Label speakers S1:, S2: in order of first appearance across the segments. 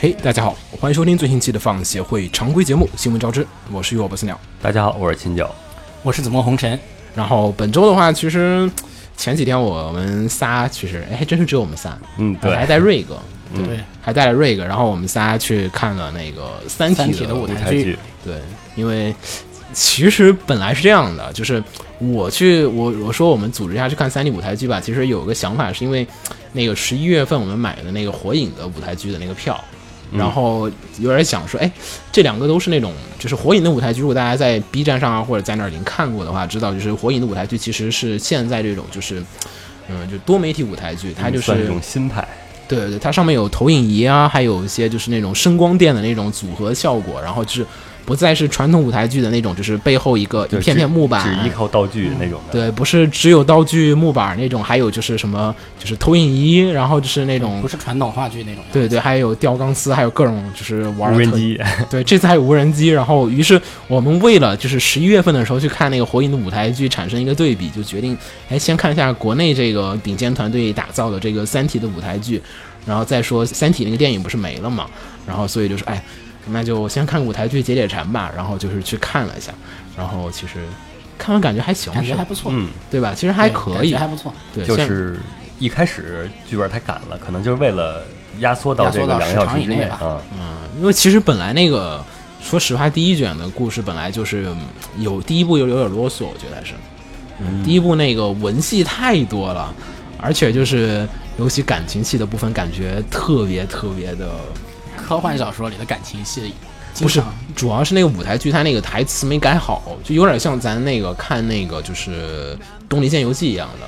S1: 嘿、大家好，欢迎收听最新期的放协会常规节目《新闻招之》，我是我不死鸟。
S2: 大家好，我是秦九。
S3: 我是紫陌红尘，
S1: 然后本周的话，其实前几天我们仨其实哎，还真是只有我们仨，
S2: 嗯，对，
S1: 还带瑞哥，
S3: 对，
S1: 还带了瑞哥，然后我们仨去看了那个《三体》
S3: 三体的
S1: 舞
S3: 舞台
S2: 台剧
S1: 对，因为其实本来是这样的，就是我去我我说我们组织一下去看三 D 舞台剧吧。其实有个想法，是因为那个十一月份我们买的那个《火影》的舞台剧的那个票，
S2: 嗯
S1: 然后有点想说，哎，这两个都是那种就是《火影》的舞台剧，如果大家在 B 站上啊或者在那儿已经看过的话，知道就是《火影》的舞台剧其实是现在这种就是。嗯，就多媒体舞台剧，它
S2: 嗯
S1: 就是
S2: 算一种新派，
S1: 对对对，它上面有投影仪啊，还有一些就是那种声光电的那种组合效果，然后就是不再是传统舞台剧的那种，就是背后一个一
S2: 就
S1: 片片
S2: 只
S1: 木板，
S2: 只依靠道具那种的。
S1: 对，不是只有道具木板那种，还有就是什么就是投影仪，然后就是那种
S3: 不是传统话剧那种。
S1: 对对，还有吊钢丝，还有各种就是玩
S2: 无
S1: 的
S2: 人
S1: 特
S2: 机，
S1: 对，这次还有无人机，然后于是我们为了就是十一月份的时候去看那个《火影》的舞台剧，产生一个对比，就决定哎先看一下国内这个顶尖团队打造的这个《三体》的舞台剧，然后再说《三体》那个电影不是没了嘛，然后所以就是哎，那就先看舞台剧解解馋吧，然后就是去看了一下，然后其实看完感觉还行，
S3: 感觉
S1: 是
S3: 还
S1: 吧
S3: 不错，
S2: 嗯，
S1: 对吧？其实
S3: 对
S1: 还可以
S3: 感觉，还不错。
S1: 对，
S2: 就
S1: 像
S2: 是一开始剧本太赶了，可能就是为了压缩到这个两个小时之内
S3: 压缩到时长以内吧
S2: 啊。
S1: 因为其实本来那个，说实话，第一卷的故事本来就是嗯有第一部有有点啰嗦，我觉得还是，嗯，第一部那个文戏太多了，而且就是尤其感情戏的部分，感觉特别特别的，
S3: 科幻小说里的感情戏，
S1: 不是，主要是那个舞台剧它那个台词没改好，就有点像咱那个看那个就是《东离线游记》一样的。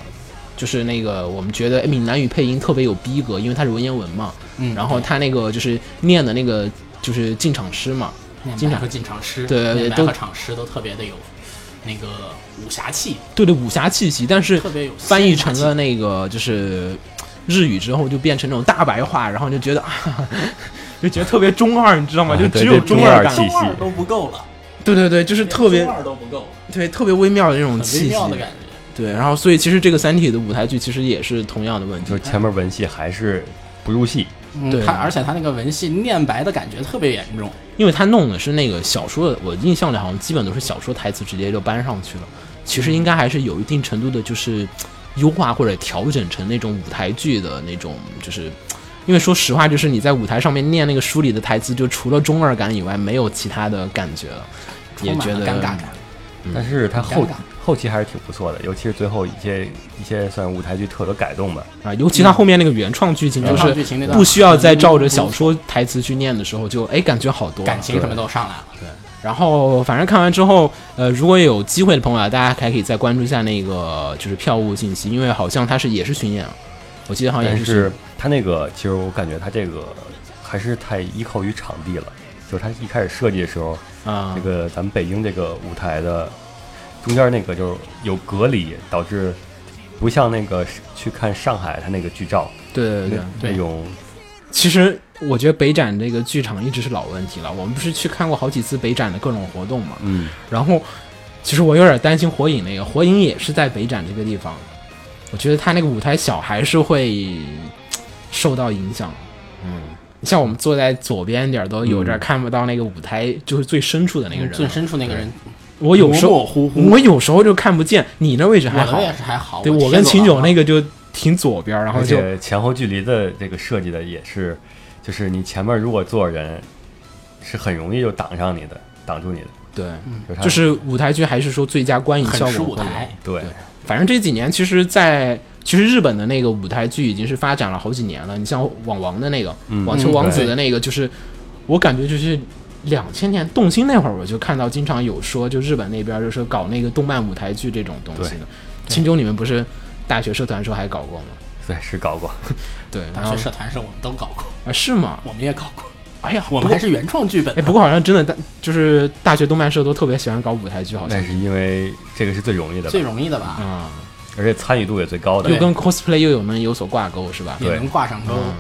S1: 就是那个，我们觉得哎闽南语配音特别有逼格，因为它是文言文嘛。
S3: 嗯
S1: 然后他那个就是念的那个就是进场诗嘛，
S3: 经
S1: 经
S3: 常
S1: 常
S3: 和进场诗，
S1: 对
S3: 念白
S1: 都
S3: 和场诗都特别的有那个武侠气，
S1: 对的武侠气息，但是
S3: 特别有仙侠气
S1: 翻译成了那个就是日语之后就变成那种大白话，然后就觉得啊，就觉得特别中二，你知道吗？
S2: 啊
S1: 就
S2: 对
S1: 只有
S2: 这中
S1: 二
S2: 二
S1: 感
S2: 气，息
S3: 二都不够了，
S1: 对对对，就是特别
S3: 中二都不够，
S1: 对特别微妙的那种
S3: 很微
S1: 气息，
S3: 妙的感觉。
S1: 对。然后所以其实这个《三体》的舞台剧其实也是同样的问题
S2: 就，是前面文戏还是不入戏，
S3: 嗯
S1: 对
S3: 他而且他那个文戏念白的感觉特别严重，
S1: 因为他弄的是那个小说的，我印象里好像基本都是小说台词直接就搬上去了，其实应该还是有一定程度的，就是优化或者调整成那种舞台剧的那种，就是因为说实话，就是你在舞台上面念那个书里的台词，就除了中二感以外，没有其他的感觉了，也
S3: 充满
S1: 觉
S3: 了
S1: 得
S3: 尴尬感。
S2: 但是它后
S3: 尴尬
S2: 后期还是挺不错的，尤其是最后一些一些算舞台剧特有的改动吧。
S1: 啊，尤其他后面那个原创剧情，就
S3: 原创剧嗯
S1: 是
S3: 情那段
S1: 不需要再照着小说台词去念的时候，就哎感觉好多了
S3: 感情什么都上来了，
S1: 然后反正看完之后，呃，如果有机会的朋友啊，大家还可以再关注一下那个就是票务信息，因为好像它是也是巡演，我记得啊好像也
S2: 但
S1: 巡
S2: 是它那个，其实我感觉它这个还是太依靠于场地了。就是它一开始设计的时候，
S1: 啊
S2: 这，个咱们北京这个舞台的中间那个就是有隔离，导致不像那个去看上海它那个剧照
S1: 对对对
S2: 那
S1: 对。
S3: 对
S2: 那种
S1: 其实我觉得北展这个剧场一直是老问题了，我们不是去看过好几次北展的各种活动嘛，
S2: 嗯
S1: 然后其实我有点担心火影那个，火影也是在北展这个地方，我觉得他那个舞台小还是会嘖受到影响。嗯，像我们坐在左边一点儿都有点儿看不到那个舞台，就是最深处的那个人了。
S3: 嗯
S1: 啊
S3: 最深处那个人，
S1: 我有时候
S3: 模模糊糊
S1: 我有时候就看不见，你那位置还
S3: 我
S1: 好
S3: 的，也啊是还好。
S1: 对
S3: 我
S1: 我跟秦九
S3: 个。
S1: 那个就挺左边儿，然后
S2: 而
S1: 就
S2: 且前后距离的这个设计的也是，就是你前面如果坐着人，是很容易就挡上你的，挡住你的。
S1: 对，
S2: 就是它
S1: 就是舞台剧还是说最佳观影效
S3: 很吃
S1: 果
S3: 舞
S1: 会有
S3: 台，
S2: 对
S1: 反正这几年其实在，其实日本的那个舞台剧已经是发展了好几年了。你像网王的那个
S2: 嗯
S1: 网球王子的那个，就是、我感觉就是两千年动心那会儿，我就看到经常有说，就日本那边儿就说搞那个动漫舞台剧这种东西的。青州你们不是大学社团时候还搞过吗？
S2: 对，是搞过。
S1: 对，然
S2: 嗯
S3: 大
S1: 后
S3: 学社团是我们都搞 过，
S1: 啊是吗？
S3: 我们也搞过，
S1: 哎呀，
S3: 我
S1: 不
S3: 们
S1: 过
S3: 还是原创剧本
S1: 哎，
S3: 的。
S1: 不过好像真的大就是大学动漫社都特别喜欢搞舞台剧，好像
S2: 那是因为这个是最容易的吧
S3: 最，容易的吧，
S1: 啊，
S2: 而且参与度也最高的
S1: 又，跟 cosplay 又有能有所挂钩是吧？
S2: 对
S3: 也能挂上钩。
S1: 嗯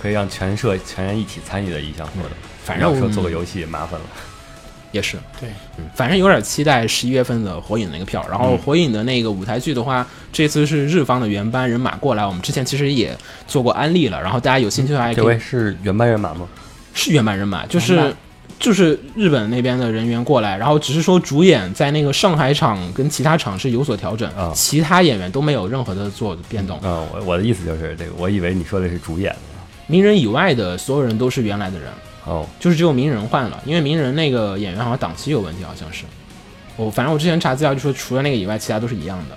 S2: 可以让全社全员一起参与的一项活动。
S1: 嗯反
S2: 要
S1: 正
S2: 说
S1: 我
S2: 做个游戏麻烦了，
S1: 也是，
S3: 对，
S1: 反正有点期待十一月份的火影那个票。然后火影的那个舞台剧的话，这次是日方的原班人马过来，我们之前其实也做过安利了。然后大家有兴趣的话，也
S2: 这
S1: 可以
S2: 回是原班人马吗？
S1: 是原班人马，就
S3: 原
S1: 是
S3: 班
S1: 就是日本那边的人员过来，然后只是说主演在那个上海场跟其他场是有所调整，
S2: 啊
S1: 其他演员都没有任何的做变动。
S2: 嗯，我我的意思就是这个，我以为你说的是主演
S1: 鸣人以外的所有人都是原来的人，
S2: 哦，
S1: 就是只有鸣人换了，因为鸣人那个演员好像档期有问题，好像是。我反正我之前查资料就说，除了那个以外，其他都是一样的。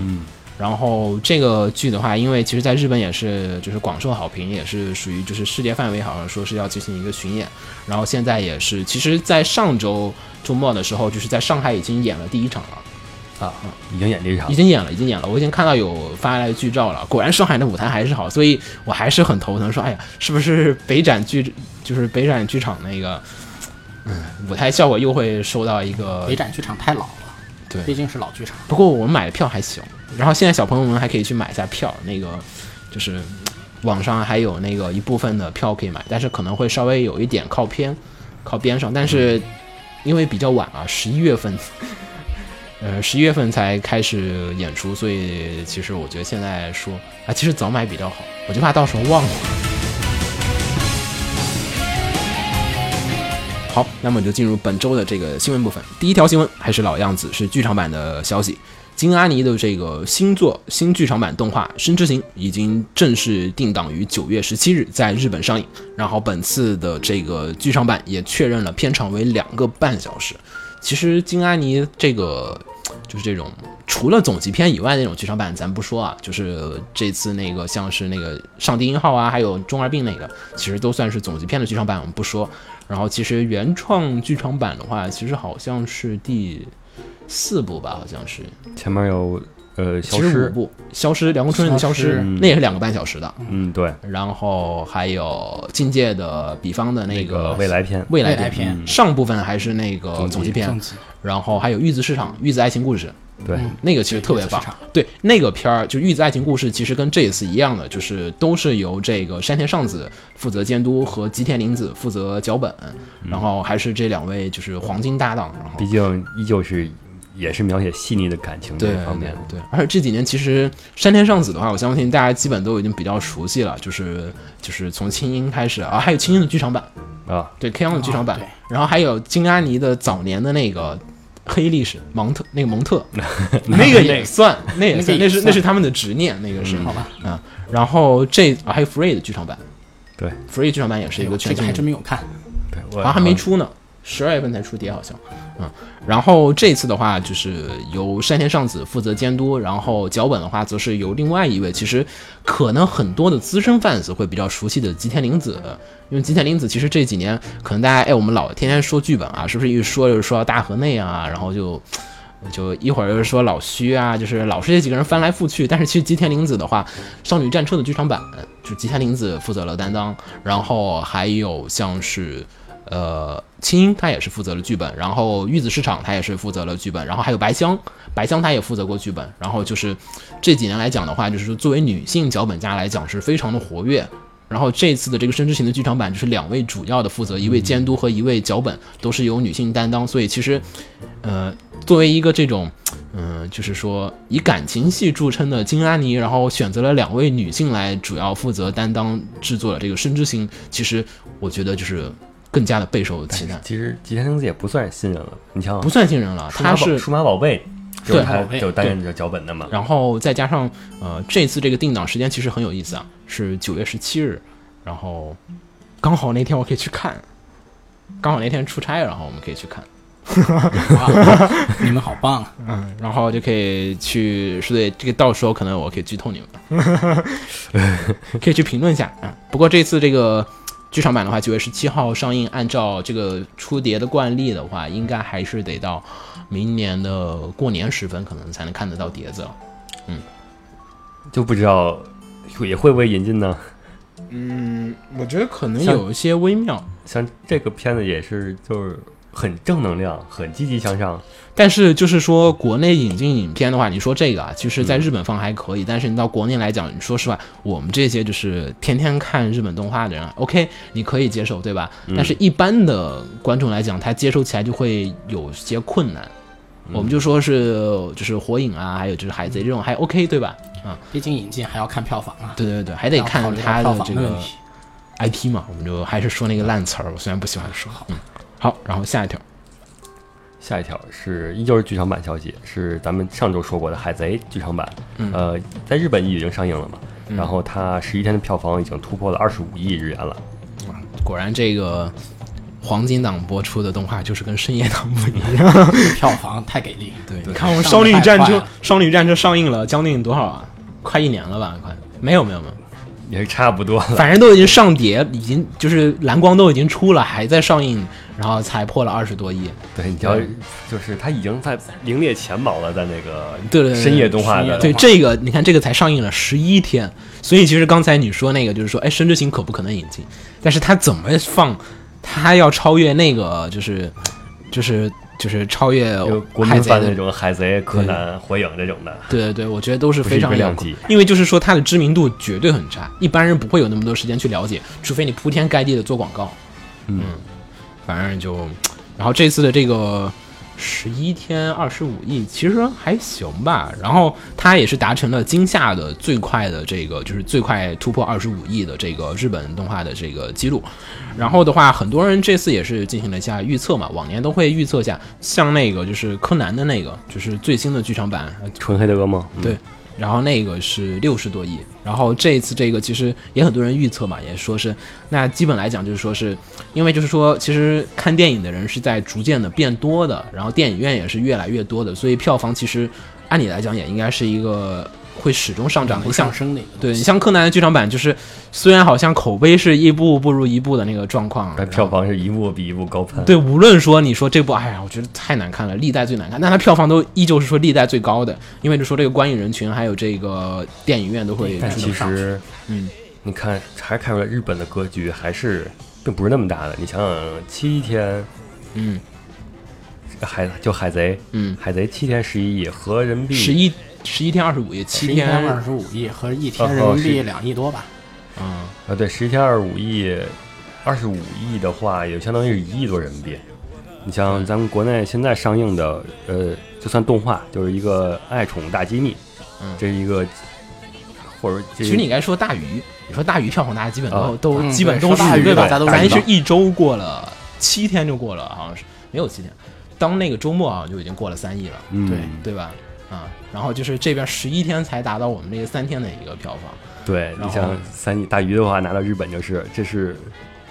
S2: 嗯，
S1: 然后这个剧的话，因为其实在日本也是就是广受好评，也是属于就是世界范围好像说是要进行一个巡演，然后现在也是，其实，在上周周末的时候，就是在上海已经演了第一场了，
S2: 啊，已经演这一场
S1: 嗯已，经演了，已经演了，我已经看到有发来剧照了，果然上海的舞台还是好，所以我还是很头疼，说哎呀，是不是北展剧就是北展剧场那个，嗯，舞台效果又会受到一个
S3: 北展剧场太老了，
S1: 对
S3: 毕竟是老剧场。
S1: 不过我买的票还行，然后现在小朋友们还可以去买一下票，那个就是嗯网上还有那个一部分的票可以买，但是可能会稍微有一点靠偏靠边上，但是因为比较晚啊，十一月份， 呃，十一月份才开始演出，所以其实我觉得现在说啊，其实早买比较好，我就怕到时候忘了。好，那么就进入本周的这个新闻部分。第一条新闻还是老样子，是剧场版的消息。金阿尼的这个新作新剧场版动画《深之行》已经正式定档于九月十七日在日本上映。然后本次的这个剧场版也确认了片长为两个半小时。其实金阿尼这个就是这种除了总集篇以外那种剧场版，咱不说啊，就是这次那个像是那个《上帝音号》啊，还有《中二病》那个，其实都算是总集篇的剧场版，我们不说。然后其实原创剧场版的话，其实好像是第四部吧，好像是，
S2: 前面有呃消
S1: 其实
S2: 失
S1: 五，部，消失，凉宫春日的消
S3: 消
S1: 失，
S3: 失
S1: 那也是两个半小时的。
S2: 嗯，对，
S1: 然后还有境界的比方的那
S2: 那
S1: 个
S2: 个未来篇，
S1: 未来
S3: 未来篇
S1: 篇上部分还是那个
S2: 总
S1: 总集篇
S3: 正，极
S1: 然后还有玉子市场、玉子爱情故事，
S2: 对，
S3: 嗯
S1: 那个其实特别
S3: 玉子
S1: 棒
S3: 市场。
S1: 对，那个片儿就《玉子爱情故事》，其实跟这一次一样的，就是都是由这个山田尚子负责监督和吉田绫子负责脚本，然后还是这两位就是黄金搭档。然后
S2: 嗯毕竟依旧是也是描写细腻的感情这
S1: 对
S2: 一方面，
S1: 对，对而且这几年其实山田尚子的话，我相信大家基本都已经比较熟悉了，就是就是从青音开始啊，还有青音的剧场版，
S2: 啊，
S1: 对 K 央嗯的剧场版，
S3: 啊对
S1: 然后还有金阿尼的早年的那个。黑历史，蒙特那个蒙特，
S2: 那
S1: 个也算，那也算，
S3: 那个也
S1: 那是
S3: 算嗯
S1: 那是他们的执念，那个是
S3: 好吧？
S1: 啊。然后这啊还有 Free 的剧场版
S2: 对
S1: ，Free 剧场版也是一
S3: 这
S1: 个
S3: 个
S1: 全
S3: 哎这
S1: 新
S3: 个还
S1: 的
S3: 真没有 看，
S2: 对，
S1: 好
S2: 我
S1: 像还没出呢，十二月份才出碟好像。嗯，然后这次的话就是由山田尚子负责监督，然后脚本的话则是由另外一位，其实可能很多的资深 fans 会比较熟悉的吉田绫子，因为吉田绫子其实这几年可能大家哎我们老天天说剧本啊，是不是一说就是说到大河内啊，然后就。就一会儿又说老虚啊，就是老是这几个人翻来覆去。但是其实吉田绫子的话，《少女战车》的剧场版，就是吉田绫子负责了担当，然后还有像是。呃，青音他也是负责了剧本，然后玉子市场他也是负责了剧本，然后还有白香，白香他也负责过剧本。然后就是这几年来讲的话，就是说作为女性脚本家来讲是非常的活跃。然后这次的这个《深之行》的剧场版就是两位主要的负责，一位监督和一位脚本都是由女性担当，所以其实，呃，作为一个这种，嗯、就是说以感情戏著称的金阿尼，然后选择了两位女性来主要负责担当制作了这个《深之行》，其实我觉得就是更加的备受期待，
S2: 其实吉田绫子也不算是新人了，你想想
S1: 不算新人了，
S2: 数码
S1: 他
S2: 宝
S1: 是
S2: 数码宝贝，就是
S1: 对
S2: 他
S3: 宝贝
S2: 就担任着脚本的嘛，
S1: 然后再加上呃，这次这个定档时间其实很有意思啊，是九月十七日，然后刚好那天我可以去看，刚好那天出差，然后我们可以去看，
S3: 哇， 你们好棒啊！
S1: 嗯，然后就可以去，是对，这个到时候可能我可以剧透你们，可以去评论一下啊、嗯不过这次这个剧场版的话，九月十七号上映。按照这个出碟的惯例的话，应该还是得到明年的过年时分，可能才能看得到碟子。
S2: 就不知道也会不会引进呢？
S1: 嗯，我觉得可能
S2: 像
S1: 有一些微妙，
S2: 像这个片子也是就是很正能量，很积极向上。
S1: 但是就是说，国内引进影片的话，你说这个啊，其实在日本放还可以，但是你到国内来讲，你说实话，我们这些就是天天看日本动画的人啊，OK，你可以接受，对吧？但是一般的观众来讲，他接受起来就会有些困难。
S3: 嗯
S1: 我们就说是就是火影啊，还有就是海贼这种还 OK，对吧？啊，
S3: 毕竟引进还要看票房啊，
S1: 对对对，还得
S3: 要考
S1: 看
S3: 虑到
S1: 他
S3: 票
S1: 的
S3: 房
S1: 这
S3: 的
S1: 个
S3: 问题。
S1: IP 嘛，我们就还是说那个烂词儿，我虽然不喜欢说，嗯，好，然后下一条，
S2: 下一条是依旧是剧场版消息，是咱们上周说过的《海贼》剧场版，
S1: 嗯
S2: 呃，在日本已经上映了嘛，然后它十一天的票房已经突破了二十五亿日元了。
S1: 果然这个黄金档播出的动画就是跟深夜档不一样。
S3: 票房太给力。
S1: 对，你
S2: 对
S1: 看我们《
S3: 上
S1: 少
S3: 得
S1: 女
S3: 太
S1: 战
S3: 快
S1: 车》《
S3: 了
S1: 少女战车》上映了将近多少啊？快一年了吧？快没有没有没有，
S2: 也是差不多了。
S1: 反正都已经上碟，已经就是蓝光都已经出了，还在上映，然后才破了二十多亿。
S2: 对，你要就是它已经在名列前茅了，在那个
S1: 对对对
S2: 深夜动画的
S1: 对这个，你看这个才上映了十一天，所以其实刚才你说那个就是说，哎，《深之行》可不可能引进？但是它怎么放，它要超越那个就是就是就是超越
S2: 就国
S1: 海
S2: 民
S1: 贼
S2: 番那
S1: 的
S2: 种海贼、柯南、火影这种的，
S1: 对对对，我觉得都是非常
S2: 不是一个
S1: 有
S2: 量级，
S1: 因为就是说它的知名度绝对很差，一般人不会有那么多时间去了解，除非你铺天盖地的做广告。
S2: 嗯
S1: 反正就，然后这次的这个十一天二十五亿，其实还行吧。然后它也是达成了今夏的最快的这个，就是最快突破二十五亿的这个日本动画的这个记录。然后的话，很多人这次也是进行了一下预测嘛，往年都会预测一下，像那个就是柯南的那个，就是最新的剧场版，
S2: 纯黑的噩梦。嗯
S1: 对，然后那个是六十多亿，然后这一次这个其实也很多人预测嘛，也说是那基本来讲就是说是因为就是说其实看电影的人是在逐渐的变多的，然后电影院也是越来越多的，所以票房其实按理来讲也应该是一个会始终上涨
S3: 会
S1: 的向
S3: 上升的一个
S1: 对
S3: 东
S1: 你
S3: 西，
S1: 像柯南的剧场版，就是虽然好像口碑是一步步如一步的那个状况，
S2: 但票房是一部比一部高攀。
S1: 对，无论说你说这部，哎呀，我觉得太难看了，历代最难看，但它票房都依旧是说历代最高的，因为就说这个观影人群还有这个电影院都会
S2: 但
S1: 出
S2: 其实，
S1: 嗯，
S2: 你看还是看出来日本的格局还是并不是那么大的。你想想，七天
S1: 嗯
S2: 海就海贼，
S1: 嗯，
S2: 海贼七天十一亿，合人民币
S1: 十一十一天二十五亿，七
S3: 十一
S1: 天啊哦
S3: 天二十五亿和一天人民币两亿多吧，
S1: 嗯，
S2: 啊，对，十一天二十五亿，二十五亿的话，也相当于是一亿多人民币。你像咱们国内现在上映的，呃，就算动画，就是一个《爱宠大机密》，
S1: 嗯
S2: 这是一个，或者这
S1: 其实你应该说大鱼，你说大鱼票房大家基本都、
S2: 啊
S1: 都
S3: 嗯
S1: 基本
S3: 对
S1: 都
S3: 说大
S1: 是
S3: 鱼
S1: 对吧？
S3: 大家都
S1: 咱
S3: 知道
S1: 是一周过了七天就过了，好像是没有七天，当那个周末好像就已经过了三亿了，
S2: 嗯
S3: 对
S1: 对吧？啊、然后就是这边十一天才达到我们这个三天的一个票房，
S2: 对，
S1: 然
S2: 你
S1: 后
S2: 像三大鱼的话，拿到日本就是这是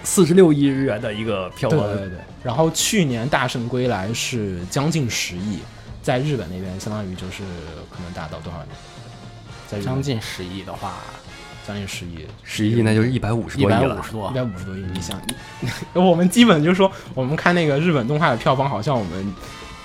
S2: 四十六亿日元的一个票
S1: 对
S2: 房，
S1: 对对。然后去年《大圣归来》是将近十亿，在日本那边相当于就是可能达到多少呢？在日本
S3: 将近十亿的话，
S1: 将近十亿，
S2: 十亿那就是一百五十
S3: 一
S2: 多亿
S3: 百
S2: 了
S3: 五。十多
S1: 一百，五十多亿。你想，我们基本就是说，我们看那个日本动画的票房，好像我们。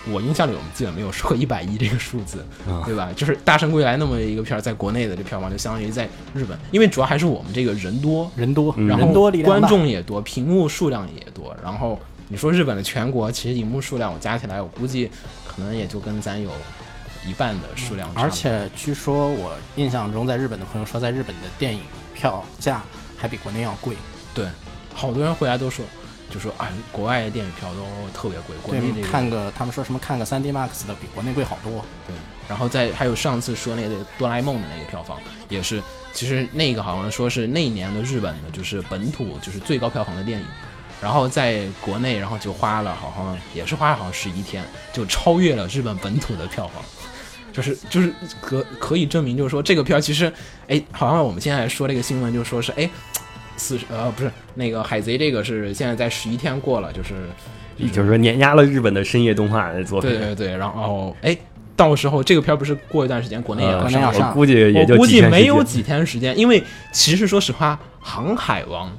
S1: 我印象里，我们基本没有说过一百亿这个数字，
S2: 啊
S1: 对吧？就是《大圣归来》那么一个片儿，在国内的这票房就相当于在日本，因为主要还是我们这个人多，
S3: 人多，
S2: 嗯
S1: 然
S3: 人
S1: 后
S3: 多力量
S1: 观
S3: 大
S1: 众也多，屏幕数量也多。然后你说日本的全国，其实荧幕数量我加起来，我估计可能也就跟咱有一半的数量差不多。
S3: 嗯而且据说我印象中，在日本的朋友说，在日本的电影票价还比国内要贵。
S1: 对，好多人回来都说，就说啊，国外的电影票都特别贵，国内这
S3: 对，
S1: 个
S3: 看个他们说什么看个 3D Max 的比国内贵好多。
S1: 对，然后再还有上次说那个哆啦 A 梦的那个票房也是，其实那个好像说是那一年的日本的就是本土就是最高票房的电影，然后在国内然后就花了好像也是花了好像十一天，就超越了日本本土的票房。 就是就是可可以证明，就是说这个片儿其实，哎，好像我们现在说这个新闻，就说是哎，四十呃不是那个海贼这个是现在在十一天过了，就是
S2: 也就是说碾压了日本的深夜动画的作品。
S1: 对对对，然后哎，到时候这个片儿不是过一段时间国内也
S2: 呃
S1: 要
S3: 国内要
S1: 上
S3: 上
S2: 我估计也就
S1: 我估
S2: 几
S1: 计
S2: 天时
S1: 没有
S2: 间
S1: 几天时间，因为其实说实话，《航海王》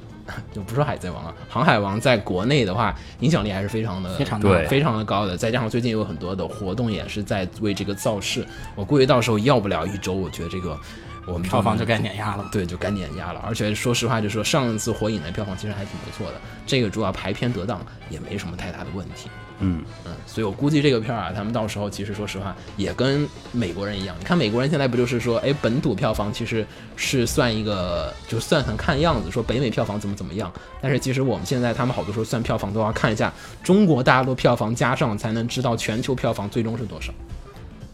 S1: 就不说海贼王了，航海王在国内的话影响力还是非常的
S3: 非常
S2: 大对
S1: 非常的高的。再加上最近有很多的活动也是在为这个造势，我估计到时候要不了一周，我觉得这个我们
S3: 票房就该碾压了。
S1: 对，就该碾压了。而且说实话，就说上一次《火影》的票房其实还挺不错的，这个主要排片得当也没什么太大的问题。
S2: 嗯，
S1: 嗯，所以我估计这个片儿啊，他们到时候其实说实话也跟美国人一样，你看美国人现在不就是说，哎，本土票房其实是算一个，就算算看样子，说北美票房怎么怎么样，但是其实我们现在他们好多时候算票房都要看一下中国大陆票房加上，才能知道全球票房最终是多少。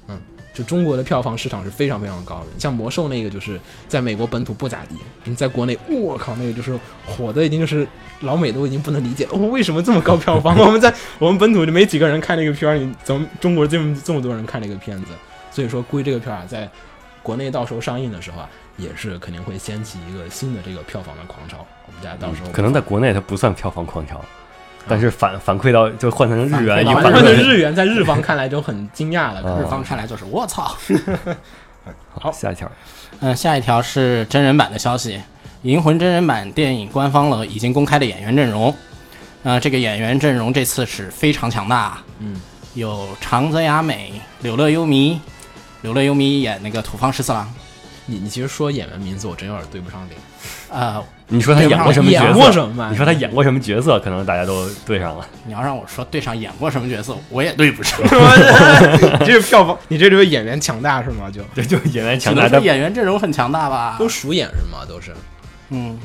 S1: 嗯，就中国的票房市场是非常非常高的，像魔兽那个就是在美国本土不咋地，你在国内，我靠，那个就是火的已经就是老美都已经不能理解了，哦、为什么这么高票 房？我们在我们本土就没几个人看这个片儿，你怎么中国这么这么多人看这个片子？所以说，估计这个片儿啊，在国内到时候上映的时候啊，也是肯定会掀起一个新的这个票房的狂潮。我们大家到时候、
S2: 嗯可能在国内它不算票房狂潮，但是反反馈到就换成日元已
S3: 反
S2: 经反
S3: 馈到
S1: 换成
S2: 馈。
S1: 日元，在日方看来就很惊讶了。可能
S3: 日方看来就是我操。
S2: 好，下一条，
S3: 嗯，下一条是真人版的消息，《银魂》真人版电影官方了已经公开的演员阵容。呃，这个演员阵容这次是非常强大，
S1: 嗯，
S3: 有长泽雅美、柳乐优弥，柳乐优弥演那个土方十四郎，
S1: 你你其实说演员名字，我真有点对不上脸。
S3: 呃，
S2: 你说他演过什么角色？
S1: 演过什么嘛
S2: 你说他演过什么角色？可能大家都对上了。
S3: 你要让我说对上演过什么角色，我也对不 上。
S1: 你这个票房，你这就是演员强大是吗？ 就
S2: 对，就演员
S3: 只
S2: 强
S3: 能
S2: 大，
S3: 说
S2: 但
S3: 演员阵容很强大吧？
S1: 都熟演是啊吗？都是
S3: 嗯，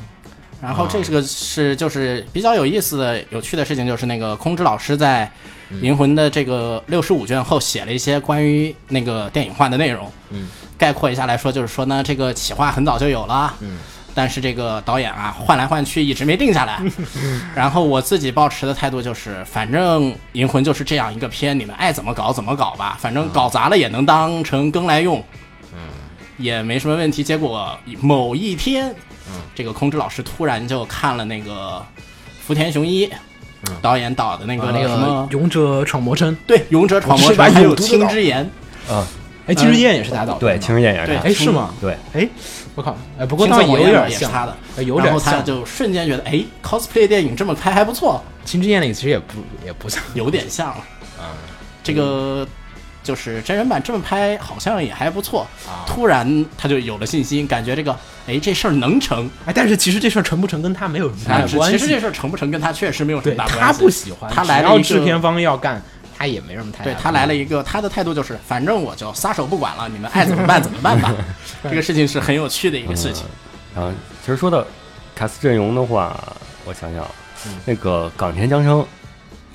S3: 然后这个是就是比较有意思的、有趣的事情，就是那个空之老师在
S1: 嗯
S3: 《银魂》的这个六十五卷后写了一些关于那个电影化的内容。
S1: 嗯，
S3: 概括一下来说，就是说呢，这个企划很早就有了。
S1: 嗯。
S3: 但是这个导演啊，换来换去一直没定下 来。然后我自己抱持的态度就是，反正《银魂》就是这样一个片，你们爱怎么搞怎么搞吧，反正搞砸了也能当成羹来用，嗯，也没什么问题。结果某一天，
S1: 嗯
S3: 这个空之老师突然就看了那个福田雄一
S1: 嗯
S3: 导演导的那个
S1: 啊那
S3: 什
S1: 个
S3: 么，
S1: 勇者闯魔城，
S3: 对《勇者闯魔
S1: 是
S3: 城
S1: 吧》
S3: 还有
S1: 有
S3: 《
S1: 毒的
S3: 青
S1: 岛
S3: 之言》，
S2: 嗯，
S1: 哎，金日宴也是他导的，
S2: 对，
S1: 吗
S2: 情人演员
S3: 对
S2: 上，
S1: 哎是吗？
S2: 对，
S1: 哎，我靠，哎，不过
S3: 青
S1: 倒
S3: 色
S1: 有
S3: 火焰
S1: 点
S3: 也是
S1: 像
S3: 他的，
S1: 哎有
S3: 然
S1: 点
S3: 后他
S1: 像。
S3: 就瞬间觉得，哎，cosplay 电影这么拍还不错，
S1: 金之焰那个其实也不也不 像，
S3: 有点像了。
S1: 嗯，
S3: 这个就是真人版这么拍，好像也还不错
S1: 啊。
S3: 突然他就有了信心，感觉这个，哎，这事儿能成。
S1: 哎，但是其实这事儿成不成跟他没有什么太
S3: 但
S1: 大
S3: 是
S1: 关
S3: 哎其实这
S1: 系。
S3: 事儿成不成跟他确实没有什
S1: 对
S3: 么大
S1: 他
S3: 关系。
S1: 不喜欢，
S3: 他来
S1: 只
S3: 了
S1: 要
S3: 一
S1: 制
S3: 个
S1: 片方要干，他也没什
S2: 哎
S1: 么太大
S3: 对
S1: 关系
S3: 他来了一
S2: 嗯
S3: 个，他的态度就是，反正我就撒手不管了，你们爱怎么办怎么办 吧。这个事情是很有趣的一个事情。
S2: 嗯然后其实说到卡斯阵容的话，我想想，那个冈田将生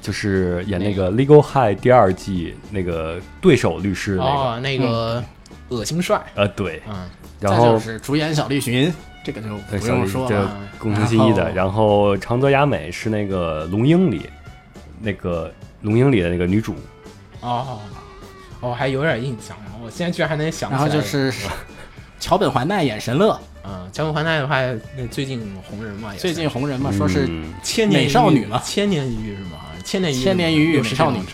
S2: 就是演那个《Legal High》第二季那个对手律师那个，
S1: 哦，那
S3: 嗯
S1: 个恶心帅，
S2: 呃，对，
S1: 嗯，
S2: 然
S3: 再
S2: 后
S3: 就是主演小栗旬，这个就
S2: 对呃
S3: 不
S2: 小
S3: 用
S2: 李
S3: 说
S2: 这
S3: 了。
S2: 工藤新一的，
S3: 然
S2: 然
S3: 后
S2: 后长泽雅美是那个《龙樱》里那个《龙樱》里的那个女主，
S1: 哦，哦，还有点印象，我现在居然还能想起
S3: 然
S1: 来。
S3: 后就是桥本环奈演 神乐，
S1: 嗯，江户环奈的话，那最近红人嘛，也
S3: 最近
S1: 算
S3: 红人嘛，说是
S2: 嗯
S1: 千年一遇
S3: 美少女嘛
S1: 千年一遇是吗？千年一遇，
S3: 千年一遇
S1: 又
S3: 美少女
S1: 这种。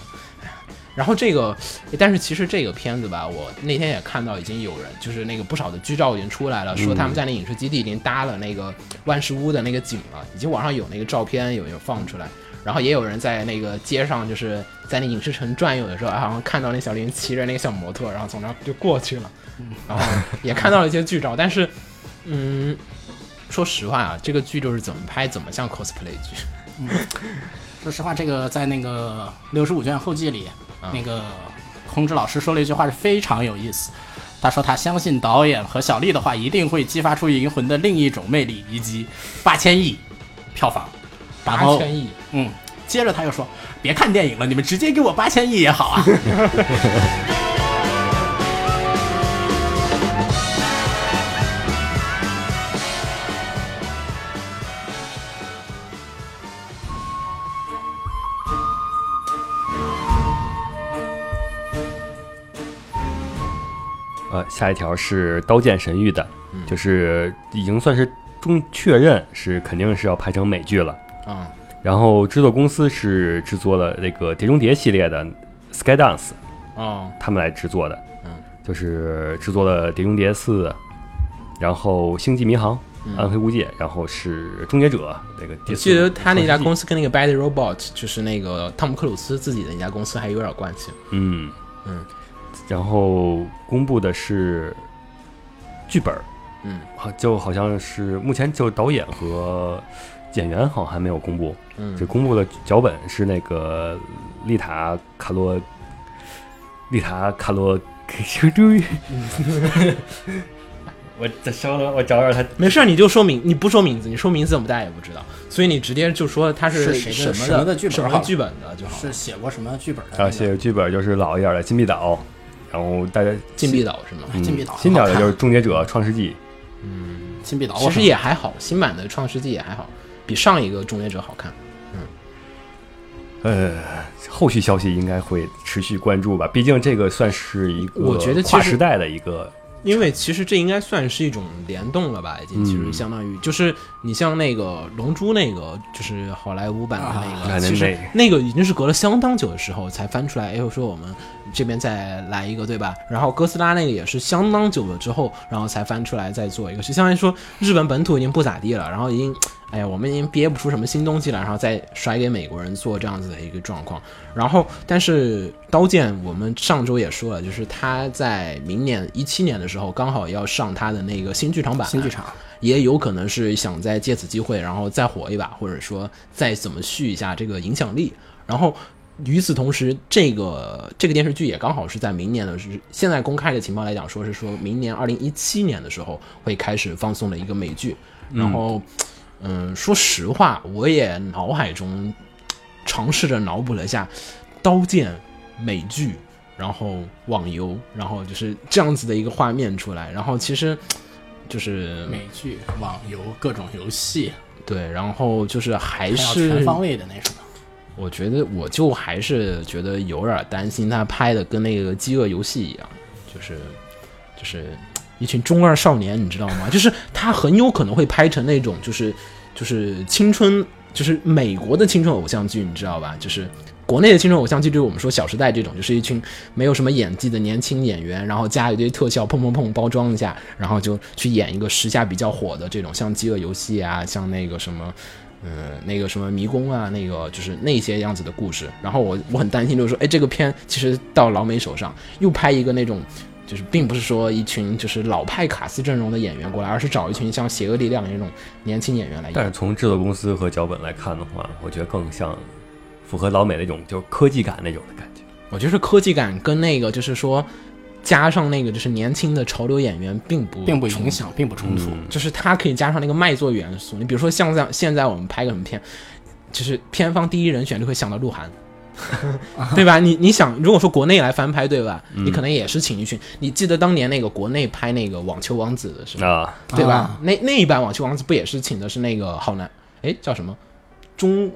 S1: 然后这个，但是其实这个片子吧，我那天也看到已经有人，就是那个不少的剧照已经出来了，说他们在那影视基地已经搭了那个万事屋的那个景了，已经网上有那个照片有有放出来，然后也有人在那个街上，就是在那影视城转悠的时候，好像看到那小林骑着那个小摩托，然后从那儿就过去了， 然后也看到了一些剧照，但是，嗯，说实话啊，这个剧就是怎么拍怎么像 cosplay 剧，
S3: 说实话，这个在那个六十五卷后记里，
S2: 啊
S3: 那个空之老师说了一句话是非常有意思。他说他相信导演和小丽的话一定会激发出《银魂》的另一种魅力，以及八千亿票房。然
S1: 八
S3: 后，
S1: 千亿。
S3: 嗯，接着他又说，别看电影了，你们直接给我八千亿也好啊。
S2: 呃，下一条是《刀剑神域》的，就是已经算是中确认是肯定是要拍成美剧了。
S1: 嗯，
S2: 然后制作公司是制作了那个《碟中谍》系列的 Skydance，
S1: 哦，
S2: 他们来制作的，
S1: 嗯，
S2: 就是制作了《碟中谍四》，然后《星际迷航》暗黑无界》，然后是《终结者》那个
S1: 我
S2: 第四。
S1: 记得他那家公
S2: 司，
S1: 司跟那个 Bad Robot，就是那个汤姆克鲁斯自己的那家公司，还有点关系。
S2: 嗯
S1: 嗯，
S2: 然后公布的是剧本，
S1: 嗯，
S2: 好，就好像是目前就导演和演员好像还没有公布，
S1: 嗯
S2: 只公布了脚本是那个丽塔卡洛，丽塔卡洛。 我这稍等，我找找他
S1: 没事儿，你就说名，你不说名字，你说名字我们大家也不知道，所以你直接就说他
S3: 是谁
S1: 什
S3: 的
S1: 么
S3: 什么的剧本
S1: 什
S3: 好
S1: 么
S3: 了
S1: 剧本的就好了。
S3: 是写过什么剧本的？哎
S2: 啊，写剧本就是老一点的《禁闭岛》，然后大家
S1: 禁闭岛是吗？
S2: 嗯
S3: 禁闭岛
S2: 新点的
S3: 好看
S2: 就是《终结者》《创世纪》，
S3: 金碧岛，
S1: 其
S3: 我
S1: 实也还好，新版的《创世纪》也还好，比上一个《终结者》好看。
S2: 呃，后续消息应该会持续关注吧，毕竟这个算是一个
S1: 我觉得其实
S2: 跨时代的一个，
S1: 因为其实这应该算是一种联动了吧，已经
S2: 嗯
S1: 其实相当于就是你像那个《龙珠》那个就是好莱坞版的那个，
S2: 啊
S1: 其
S2: 那
S1: 实
S2: 那
S1: 那个已经是隔了相当久的时候才翻出来，哎呦说我们这边再来一个对吧？然后哥斯拉那个也是相当久了之后，然后才翻出来再做一个，就相当于说日本本土已经不咋地了，然后已经。哎呀，我们已经憋不出什么新东西了，然后再甩给美国人做这样子的一个状况。然后，但是《刀剑》我们上周也说了，就是他在明年一七年的时候，刚好要上他的那个新剧场版，
S3: 新剧场
S1: 也有可能是想再借此机会，然后再火一把，或者说再怎么续一下这个影响力。然后与此同时，这个这个电视剧也刚好是在明年的，是现在公开的情报来讲，说是说明年二零一七年的时候会开始放送的一个美剧。然后，嗯，说实话，我也脑海中尝试着脑补了一下《刀剑》美剧，然后网游，然后就是这样子的一个画面出来。然后其实就是
S3: 美剧、网游、各种游戏，
S1: 对，然后就是还
S3: 还要
S1: 是
S3: 全方位的那什么。
S1: 我觉得我就还是觉得有点担心他拍的跟那个《饥饿游戏》一样，就是就是一群中二少年，你知道吗？就是他很有可能会拍成那种就是就是青春，就是美国的青春偶像剧，你知道吧？就是。国内的青春偶像剧，就是我们说《小时代》这种，就是一群没有什么演技的年轻演员，然后加一堆特效，砰砰砰包装一下，然后就去演一个时下比较火的这种，像《饥饿游戏》啊，像那个什么嗯，那个什么迷宫啊，那个就是那些样子的故事。然后我我很担心，就是说，哎，这个片其实到老美手上又拍一个那种，就是并不是说一群就是老派卡斯阵容的演员过来，而是找一群像邪恶力量那种年轻演员来
S2: 但
S1: 演。
S2: 是从制作公司和脚本来看的话，我觉得更像符合老美那种就是科技感那种的感觉。
S1: 我觉得科技感跟那个就是说加上那个就是年轻的潮流演员并不嗯
S3: 并不
S1: 冲
S3: 影响，并不冲突。
S1: 就是它可以加上那个卖座元素。你比如说像在现在我们拍个什么片，就是片方第一人选就会想到鹿 晗。对吧？你你想，如果说国内来翻拍，对吧？
S3: 嗯
S1: 你可能也是请一群。你记得当年那个国内拍那个《网球王子》的时候，
S2: 啊，
S1: 对吧？
S3: 啊
S1: 那那一版《网球王子》不也是请的是那个好男，哎，叫什么中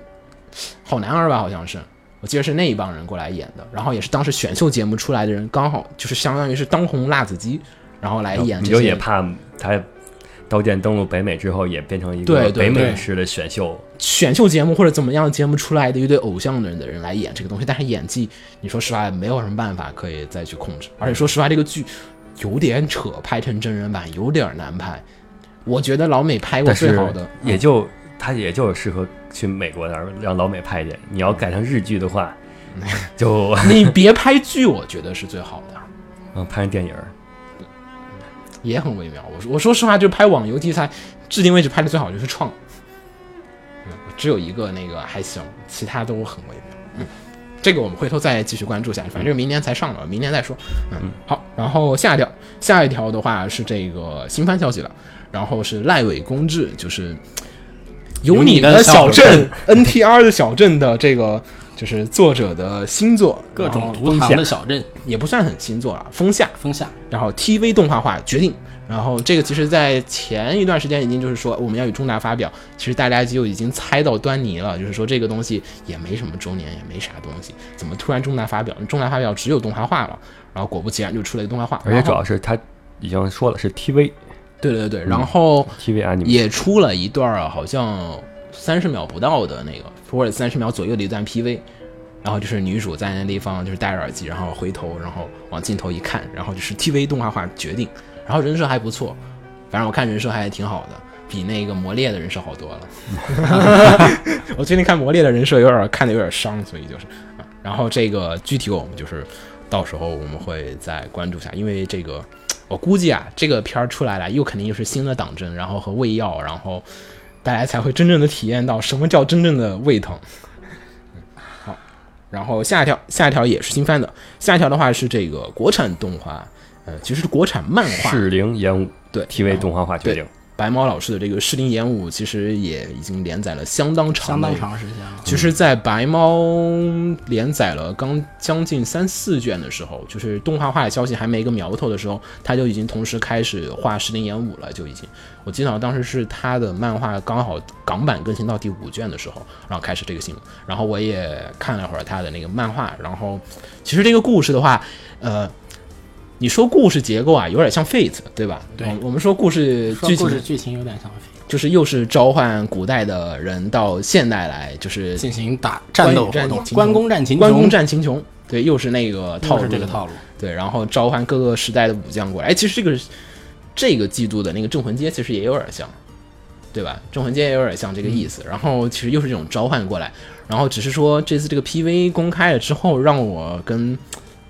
S1: 好男儿吧？好像是，我记得是那一帮人过来演的。然后也是当时选秀节目出来的人，刚好就是相当于是当红辣子鸡，然后来演
S2: 你
S1: 哎这
S2: 就
S1: 些。
S2: 也怕他《刀剑》登陆北美之后也变成一个
S1: 对对
S2: 北美
S1: 对
S2: 式的选秀，
S1: 选秀节目或者怎么样的节目出来的一堆偶像的人的人来演这个东西，但是演技，你说实话没有什么办法可以再去控制。而且说实话，这个剧有点扯，拍成真人版有点难拍。我觉得老美拍过
S2: 但
S1: 最
S2: 是
S1: 好的，
S2: 也就他也就适合去美国那儿让老美拍去。你要改成日剧的话，
S1: 嗯
S2: 就
S1: 你别拍剧，我觉得是最好的，
S2: 嗯拍成电影儿。
S1: 也很微妙。我说我说实话，就拍网游题材，至今为止拍的最好就是创，嗯，只有一个那个还行，其他都很微妙。嗯这个我们回头再继续关注一下，反正明年才上了，明年再说。嗯，好，然后下一条，下一条的话是这个新番消息了，然后是赖伟公治，就是有你的小镇 NTR 的小镇的这个就是作者的新作，
S3: 各
S1: 然
S3: 种
S1: 后
S3: 毒糖的小镇，
S1: 也不算很新作了，风下
S3: 风下
S1: 然后 TV 动画化决定。然后这个其实，在前一段时间已经就是说我们要与重大发表，其实大家就已经猜到端倪了，就是说这个东西也没什么周年，也没啥东西，怎么突然重大发表？重大发表只有动画化了，然后果不其然就出了一个动画化，
S2: 而且主
S1: 然后
S2: 要是他已经说了是 TV
S1: 对对对，然后
S2: TV 啊，你们
S1: 也出了一段儿好像三十秒不到的那个，或者三十秒左右的一段 PV，然后就是女主在那地方就是戴着耳机，然后回头，然后往镜头一看，然后就是 TV 动画化决定，然后人设还不错，反正我看人设还挺好的。比那个磨练的人设好多了。 我最近看磨练的人设有点看的有点伤，所以就是啊，然后这个具体我们就是到时候我们会再关注一下，因为这个我估计啊，这个片儿出来了又肯定又是新的党争，然后和胃药，然后大家才会真正的体验到什么叫真正的胃疼。好，然后下一条，下一条也是新番的，下一条的话是这个国产动画，呃，其实是国产漫画，
S2: 适龄演武
S1: 对
S2: TV 动画化决定
S1: 对，白猫老师的这个《适龄演武》，其实也已经连载了相当长，
S3: 相当。长时间啊了。
S1: 其实，在白猫连载了刚将近三四卷的时候，就是动画化的消息还没一个苗头的时候，他就已经同时开始画《适龄演武》了，就已经。我记得好像当时是他的漫画刚好港版更新到第五卷的时候，然后开始这个新闻。然后我也看了会儿他的那个漫画，然后其实这个故事的话，呃。你说故事结构啊，有点像 Fate，对吧？
S3: 对
S1: 我我们说故事
S3: 说
S1: 剧情
S3: 故事剧情有点像飞
S1: 就是又是召唤古代的人到现代来，就是
S3: 进行打战斗活
S1: 关于
S3: 动
S1: 战，
S3: 关公战秦
S1: 关公
S3: 琼
S1: 战秦琼，对，又是那个套路，
S3: 又是这个套路，
S1: 对，然后召唤各个时代的武将过来。哎，其实这个这个季度的那个镇魂街其实也有点像，对吧？镇魂街也有点像这个意思。然后其实又是这种召唤过来，然后只是说这次这个 PV 公开了之后，让我跟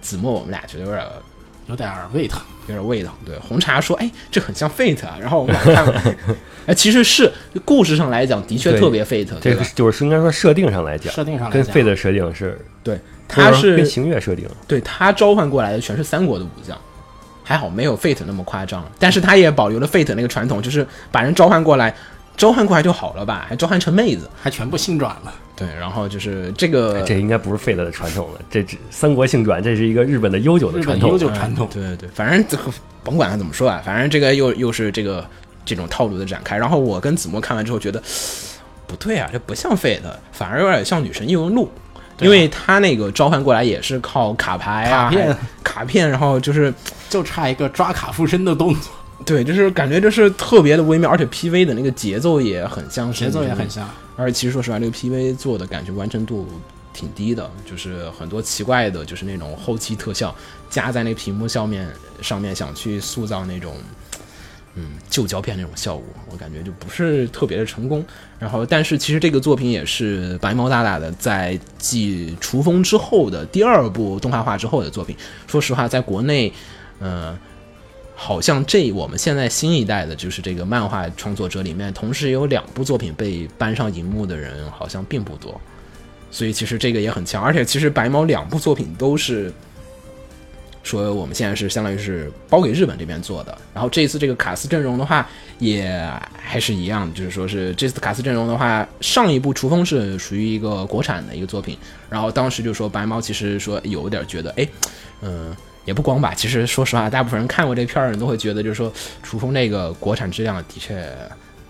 S1: 子墨我们俩觉得有点
S3: 有点儿胃疼。
S1: 有点味道。对，红茶说：“哎，这很像 Fate 啊。”然后我们俩看了，哎，其实是故事上来讲，的确
S2: 对
S1: 特别 Fate，对
S2: 这
S1: 吧
S2: 个？就是应该说设定上来讲，
S3: 设定上来
S2: 跟
S3: 讲
S2: Fate 的设定是，
S1: 对，他
S2: 或者说跟
S1: 是
S2: 行月设定，
S1: 对他召唤过来的全是三国的武将，还好没有 Fate 那么夸张，但是他也保留了 Fate 那个传统，就是把人召唤过来，召唤过来就好了吧，还召唤成妹子。
S3: 还全部性转了，
S1: 对，然后就是这个
S3: 哎
S2: 哎这应该不是 Fate 的传统了，这只三国性转，这是一个日本的悠久的
S3: 日
S2: 传
S3: 本
S2: 统
S3: 悠。久传统。
S1: 嗯对对对，反正这个甭管他怎么说啊，反正这个又又是这个这种套路的展开。然后我跟子墨看完之后觉得不对啊，这不像 Fate，反而有点像女神异闻录。因为他那个召唤过来也是靠卡牌啊、
S3: 啊卡片、
S1: 卡片，然后就是
S3: 就差一个抓卡附身的动作，
S1: 对，就是感觉就是特别的微妙，而且 PV 的那个节奏也很像，
S3: 节奏
S1: 嗯
S3: 也很。像。
S1: 而且其实说实话，这个 PV 做的感觉完成度挺低的，就是很多奇怪的，就是那种后期特效加在那屏幕上面上面，想去塑造那种。嗯，旧胶片那种效果，我感觉就不是特别的成功。然后，但是其实这个作品也是白猫大大的在继《雏风》之后的第二部动画化之后的作品。说实话，在国内，呃，好像这我们现在新一代的，就是这个漫画创作者里面，同时有两部作品被搬上荧幕的人好像并不多，所以其实这个也很强。而且其实白猫两部作品都是说我们现在是相当于是包给日本这边做的。然后这一次这个卡斯阵容的话，也还是一样，就是说是这次卡斯阵容的话，上一部《雏风》是属于一个国产的一个作品，然后当时就说白猫其实说有点觉得，哎，嗯、也不光吧，其实说实话，大部分人看过这片儿的人都会觉得，就是说《雏风》这个国产质量的确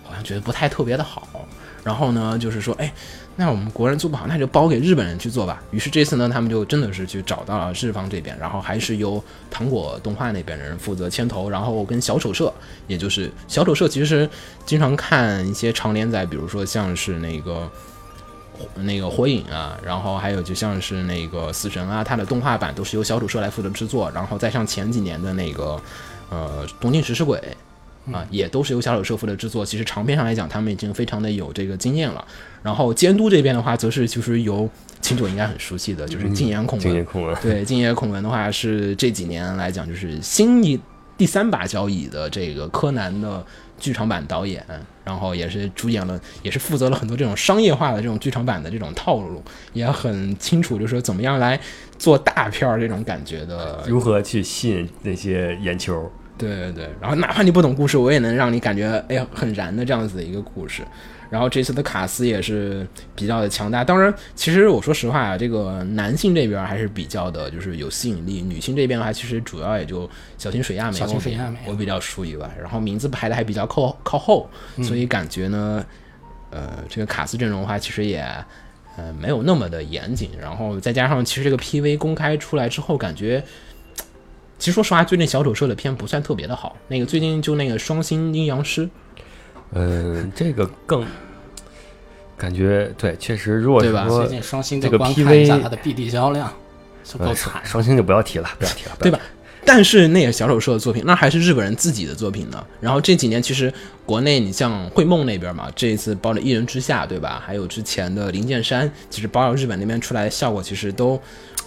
S1: 好像觉得不太特别的好。然后呢，就是说，哎，那我们国人做不好，那就包给日本人去做吧。于是这次呢，他们就真的是去找到了日方这边，然后还是由糖果动画那边的人负责牵头，然后跟小丑社，也就是小丑社，其实经常看一些长连载，比如说像是那个。那个火影啊，然后还有就像是那个死神啊，它的动画版都是由小丑社来负责制作，然后再像前几年的那个呃东京食尸鬼啊，也都是由小丑社负责制作。其实长篇上来讲，他们已经非常的有这个经验了。然后监督这边的话，则是就是由秦九应该很熟悉的，就是嗯静言控
S2: 经营
S1: 文。
S2: 控文，
S1: 对，静言控文的话是这几年来讲，就是新一第三把交椅的这个柯南的剧场版导演，然后也是主演了，也是负责了很多这种商业化的这种剧场版的这种套路，也很清楚，就是说怎么样来做大片儿这种感觉的。
S2: 如何去吸引那些眼球？
S1: 对对对，然后哪怕你不懂故事，我也能让你感觉哎呀很燃的这样子的一个故事。然后这次的卡斯也是比较的强大，当然，其实我说实话啊，这个男性这边还是比较的，就是有吸引力；女性这边的话，其实主要也就小清水亚啊美，
S3: 小清水亚啊美
S1: 我比我比较熟以外，然后名字排的还比较靠靠后，所以感觉呢，呃，这个卡斯阵容的话，其实也呃没有那么的严谨。然后再加上，其实这个 PV 公开出来之后，感觉其实说实话，最近小丑社的片不算特别的好。那个最近就那个双星阴阳师，
S2: 嗯，这个更 感觉对，确实，如果
S1: 对吧
S2: 说
S3: 最近双星
S2: 这
S3: 就
S2: 个
S3: 光看一下
S2: PV
S3: 它的 BD 销量，就够
S2: 呃
S3: 惨。
S2: 双星就不要提了，不要提了，不要提了
S1: 对吧？但是那也是小丑社的作品，那还是日本人自己的作品呢。然后这几年其实国内你像绘梦那边嘛，这一次包了《一人之下》，对吧？还有之前的《零剑山》，其实包到日本那边出来的效果，其实都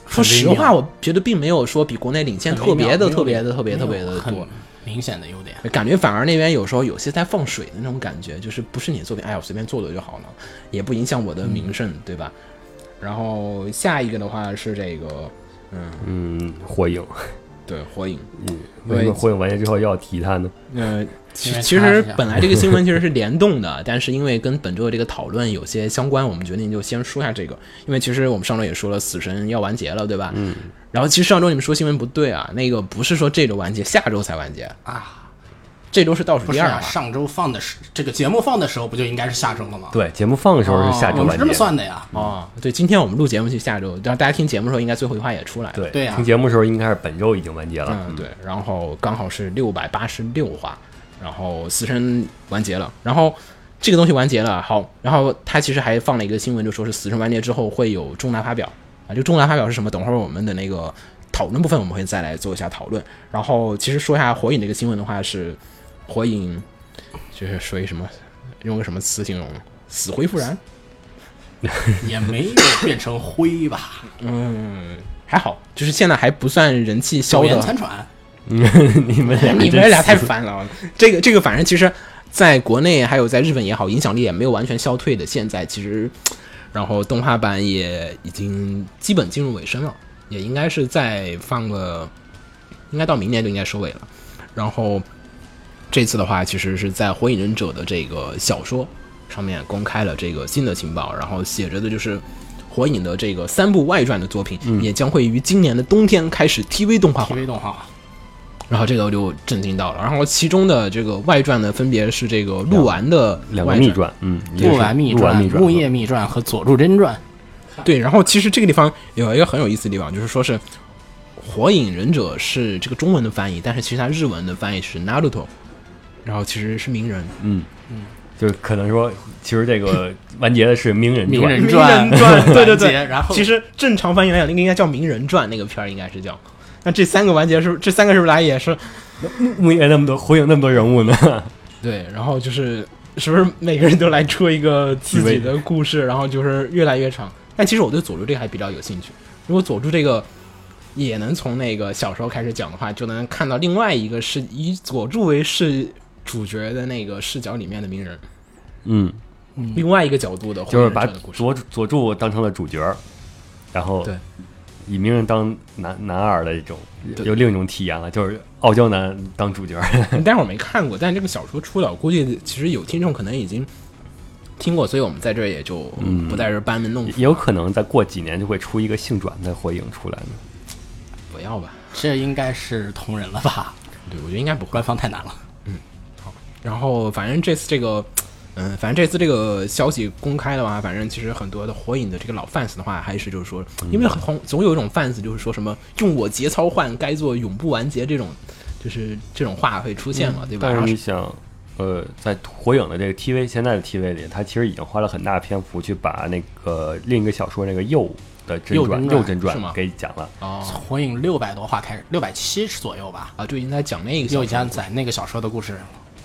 S1: 说实话，我觉得并没有说比国内领先
S3: 很微
S1: 特
S3: 妙
S1: 别的、
S3: 没有
S1: 特别的、特别
S3: 没
S1: 特
S3: 有
S1: 别的
S3: 很
S1: 多。
S3: 明显的优点。
S1: 感觉反而那边有时候有些在放水的那种感觉，就是不是你的作品，哎呀，我随便做做就好了，也不影响我的名声，对吧？然后下一个的话是这个，
S2: 嗯，火影，
S1: 对火影，
S2: 嗯，为什么火影完结之后要提它呢？
S1: 呃，其
S3: 因为
S1: 其
S3: 它
S1: 实
S3: 是这样
S1: 本来这个新闻其实是联动的， 但是因为跟本周的这个讨论有些相关，我们决定就先说一下这个。因为其实我们上周也说了，死神要完结了，对吧？嗯。然后其实上周你们说新闻不对啊，那个不是说这周完结，下周才完结
S3: 啊。
S1: 这周是倒数
S3: 不
S1: 第
S3: 是
S1: 二
S3: 啊，
S1: 嘛？
S3: 上周放的时，这个节目放的时候不就应该是下周了吗？
S2: 对，节目放的时候是下周
S3: 我们
S2: 完结
S3: 是这么，算的呀。
S1: 哦，对，今天我们录节目是下周，然后大家听节目的时候，应该最后一话也出来了。
S2: 对
S3: 对啊
S2: 听节目的时候应该是本周已经完结了。
S1: 嗯，对，然后刚好是六百八十六话，然后死神完结了，然后这个东西完结了，好，然后他其实还放了一个新闻，就说是死神完结之后会有重大发表啊，这个重大发表是什么？等会儿我们的那个讨论部分我们会再来做一下讨论。然后其实说一下火影这个新闻的话是，火影就是属于什么，用个什么词形容？死灰复燃？
S3: 也没有变成灰吧，
S1: 嗯，还好，就是现在还不算人气消
S3: 苟延
S1: 的
S3: 残喘。
S2: 你们俩，
S1: 你们俩太烦了啊。这个这个，反正其实在国内还有在日本也好，影响力也没有完全消退的。现在其实，然后动画版也已经基本进入尾声了，也应该是再放个，应该到明年就应该收尾了。然后这次的话，其实是在《火影忍者》的这个小说上面公开了这个新的情报，然后写着的就是。火影的这个三部外传的作品、也将会于今年的冬天开始 TV 动画化。
S3: TV 动画
S1: 然后这个我就震惊到了。然后其中的这个外传呢，分别是这个鹿丸的
S2: 两个
S1: 外
S2: 秘，传，嗯，一个是
S3: 丸秘
S2: 鹿
S3: 传、
S2: 丸秘传
S3: 木叶秘传和佐助真传，
S1: 对。然后其实这个地方有一个很有意思的地方，就是说是《火影忍者》是这个中文的翻译，但是其实它日文的翻译是 Naruto，然后其实是鸣人。
S2: 嗯，就是可能说，其实这个完结的是鸣人
S3: 鸣
S2: 传，
S3: 人传，
S1: 鸣人 传对对对
S3: 完结然后
S1: 其实正常翻译来讲，那个应该叫《鸣人传》，那个片儿应该是叫。那这三个完结是不是这三个是不是来也是
S2: 木叶那么多，火影那么多人物呢，
S1: 对？然后就是是不是每个人都来出一个自
S2: 几
S1: 己
S2: 位
S1: 的故事，然后就是越来越长。但其实我对佐助这个还比较有兴趣。如果佐助这个也能从那个小时候开始讲的话，就能看到另外一个是以佐助为视主角的那个视角里面的鸣人，
S2: 嗯，
S1: 另外一个角度的
S2: 就是
S1: 火影
S2: 把
S1: 忍者的故事。
S2: 佐佐助当成了主角，然后
S1: 对
S2: 以鸣人当男男二的一种，
S1: 对
S2: 有另一种体验了，就是傲娇男当主角，
S1: 但是我没看过，但这个小说出了，我估计其实有听众可能已经听过，所以我们在这儿也就
S2: 嗯
S1: 不在这儿班门弄
S2: 也
S1: 斧。
S2: 有可能再过几年就会出一个性转的火影出来呢。
S1: 不要吧，
S3: 这应该是同人了吧？
S1: 对我觉得应该不会。
S3: 官方太难了。
S1: 然后反正这次这个，嗯、反正这次这个消息公开的话，反正其实很多的火影的这个老 fans 的话，还是就是说，
S2: 嗯
S1: 因为红总有一种 fans 就是说什么用我节操换该做永不完结这种，就是这种话会出现嘛，对
S2: 嗯
S1: 吧？
S2: 但
S1: 然
S2: 是
S1: 后
S2: 你想，呃，在火影的这个 TV 现在的 TV 里，它其实已经花了很大篇幅去把那个另一个小说那个鼬的真
S3: 鼬
S2: 传
S3: 真传
S2: 鼬真
S1: 是
S2: 传
S1: 吗
S2: 给讲了。
S1: 哦
S3: 火影六百多话开始，六百七十左右吧，
S1: 啊，就应该讲那个
S3: 又
S1: 小
S3: 已经
S1: 说。
S3: 在那个小说的故事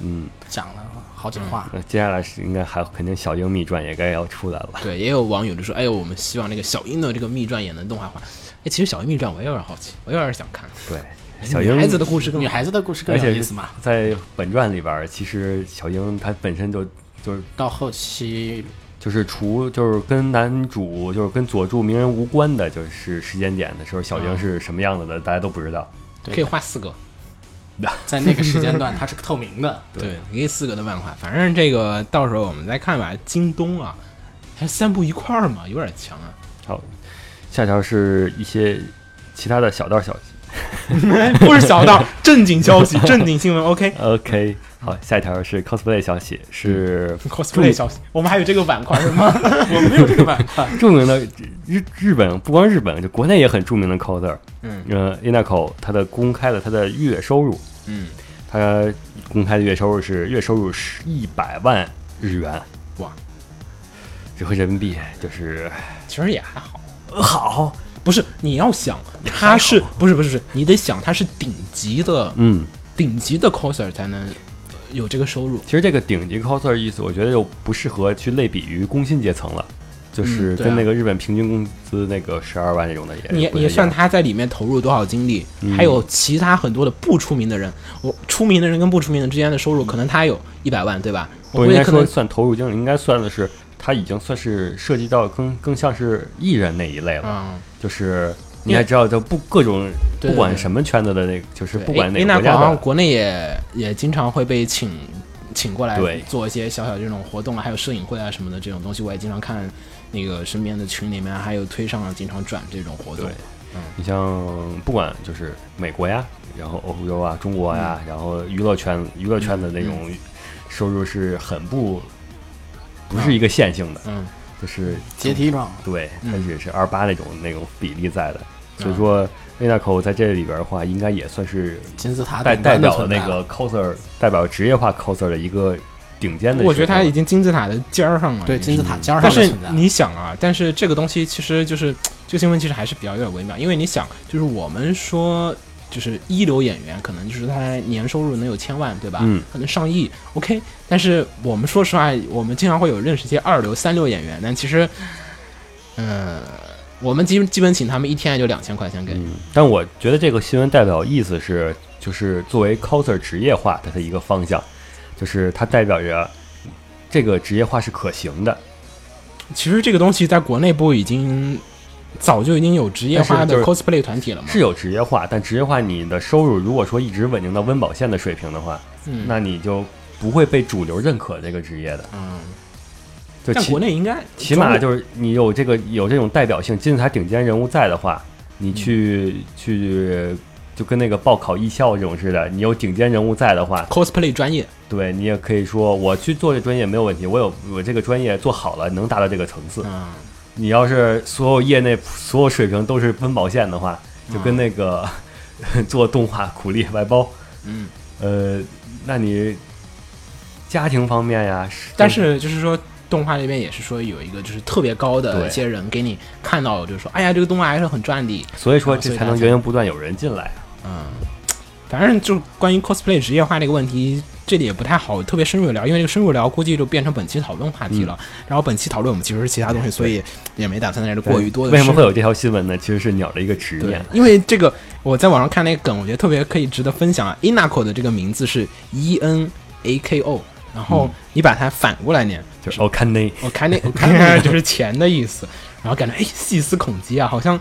S2: 嗯，
S3: 讲了好几话。
S2: 那接下来是应该还肯定小樱秘传也该要出来了。
S1: 对，也有网友就说：“哎呦，我们希望那个小樱的这个秘传也能动画化。”哎，其实小樱秘传我也有点好奇，我有点想看
S2: 对，小
S1: 女
S2: 樱
S1: 孩子的故事更
S3: 女孩子的故事
S2: 嗯
S3: 更
S2: 而
S3: 有
S2: 且
S3: 意思嘛？
S2: 在本传里边儿，其实小樱她本身就就是
S3: 到后期
S2: 就是除就是跟男主就是跟佐助鸣人无关的，就是时间点的时候，小樱是什么样子的，大家都不知道。
S3: 对
S1: 可以画四个。
S3: 在那个时 间段，它是透明的。
S1: 对，一个四个的漫画，反正这个到时候我们再看吧。京东啊，还三部一块儿嘛，有点强 啊。
S2: 好，下条是一些其他的小道消息。
S1: 不是小道，正经消息，正经新闻。OK，cosplay、
S2: OK，好，下一条是 cosplay 消息，
S1: 嗯
S2: 是
S1: 消息，我们还有这个板块是 吗？
S3: 我没有这个板块，
S2: 著名的日日本，不光日本，就国内也很著名的 coser，
S1: 嗯
S2: 呃 i n a c o 他的公开了他的月收入，
S1: 嗯，
S2: 他公开的月收入是月收入是一百万日元，
S1: 哇，
S2: 折合人民币就是
S1: 其实也还好。
S2: 呃好，
S1: 不是你要想他是不是不是不是你得想他是顶级的
S2: 嗯，
S1: 顶级的 coser 才能有这个收入。
S2: 其实这个顶级 coser 意思，我觉得又不适合去类比于工薪阶层了，就是
S1: 嗯对啊
S2: 跟那个日本平均工资那个十二万这种的也
S1: 你
S2: 哎不太一
S1: 你
S2: 样
S1: 算他在里面投入多少精力，
S2: 嗯
S1: 还有其他很多的不出名的人，我出名的人跟不出名的之间的收入，可能他有一百万，对吧？
S2: 不
S1: 我
S2: 应
S1: 也
S2: 该
S1: 可
S2: 说
S1: 能
S2: 算投入经理，应该算的是他已经算是涉及到更更像是艺人那一类了，
S1: 嗯，
S2: 就是你
S1: 因为
S2: 还知道，就不各种
S1: 对
S2: 不管
S1: 对
S2: 什么圈子的那个，就是
S1: 对
S2: 不管哪
S1: 因
S2: 个
S1: 为那
S2: 国
S1: 广
S2: 家
S1: 好像
S2: 的，
S1: 国内也也经常会被请请过来
S2: 对
S1: 做一些小小这种活动啊，还有摄影会啊什么的这种东西，我也经常看那个身边的群里面还有推上啊经常转这种活动
S2: 对。你像不管就是美国呀，然后欧洲啊、中国
S1: 嗯
S2: 呀，然后娱乐圈娱乐圈的那种收入是很不不是一个线性的，
S1: 嗯，
S2: 就是
S3: 阶梯状。
S2: 对，它
S1: 嗯
S2: 也是二八那种那种比例在的，所以说维纳口在这里边的话，应该也算是
S3: 金字塔
S2: 代
S3: 顶
S2: 代
S3: 端的
S2: 表了
S3: 存在
S2: 那个 coser，代表职业化 coser 的一个顶尖的水平了。
S1: 我觉得他已经金字塔的尖儿上了，
S3: 对
S2: 嗯
S1: 已经
S3: 金字塔尖儿上
S1: 但
S3: 的
S1: 是
S3: 存在。
S1: 你想啊，但是这个东西其实就是这个新闻，其实还是比较有点微妙，因为你想，就是我们说。就是一流演员，可能就是他年收入能有千万，对吧？
S2: 嗯，
S1: 可能上亿。OK，但是我们说实话，我们经常会有认识一些二流、三流演员，但其实，嗯、我们基基本请他们一天也就两千块钱给。
S2: 嗯，但我觉得这个新闻代表意思是，就是作为 coser 职业化它的一个方向，就是它代表着这个职业化是可行的。
S1: 嗯其实这个东西在国内不已经早就已经有职业化
S2: 但是
S1: 的
S2: 就
S1: cosplay 团体了吗？
S2: 是有职业化，但职业化你的收入如果说一直稳定到温饱线的水平的话，
S1: 嗯，
S2: 那你就不会被主流认可这个职业的。
S1: 嗯，
S2: 就
S1: 但
S2: 起
S1: 国内应该
S2: 起码
S1: 中
S2: 就是你有这个有这种代表性金字塔顶尖人物在的话，你去、
S1: 嗯
S2: 去就跟那个报考艺校这种似的，你有顶尖人物在的话，
S1: 国 cosplay 专业，
S2: 对你也可以说我去做这专业没有问题，我有我这个专业做好了能达到这个层次。
S1: 嗯。
S2: 你要是所有业内所有水平都是温饱线的话，就跟那个、 做动画苦力外包，
S1: 嗯，
S2: 呃，那你家庭方面呀，
S1: 但是就是说，动画那边也是说有一个就是特别高的
S2: 对
S1: 一些人给你看到，就是说，哎呀，这个动画还是很赚的。
S2: 所以说
S1: 啊所
S2: 这
S1: 以
S2: 才
S1: 大
S2: 能
S1: 家
S2: 源源不断有人进来。
S1: 嗯，反正就是关于 cosplay 职业化这个问题，这里也不太好特别深入地聊，因为这个深入聊估计就变成本期讨论话题
S2: 嗯
S1: 了。然后本期讨论我们其实是其他东西，所以也没打算在这过于多的
S2: 为什么
S1: 深
S2: 会有这条新闻呢？其实是鸟的一个执
S1: 对
S2: 念，，
S1: 因为这个我在网上看那个梗，我觉得特别可以值得分享啊。Inako 的这个名字是 E N A K O，然后你把它反过来念，
S2: 嗯就是哦，看那
S1: 我看那我看那 就是钱的意思，然后感觉哎细思恐极啊，好像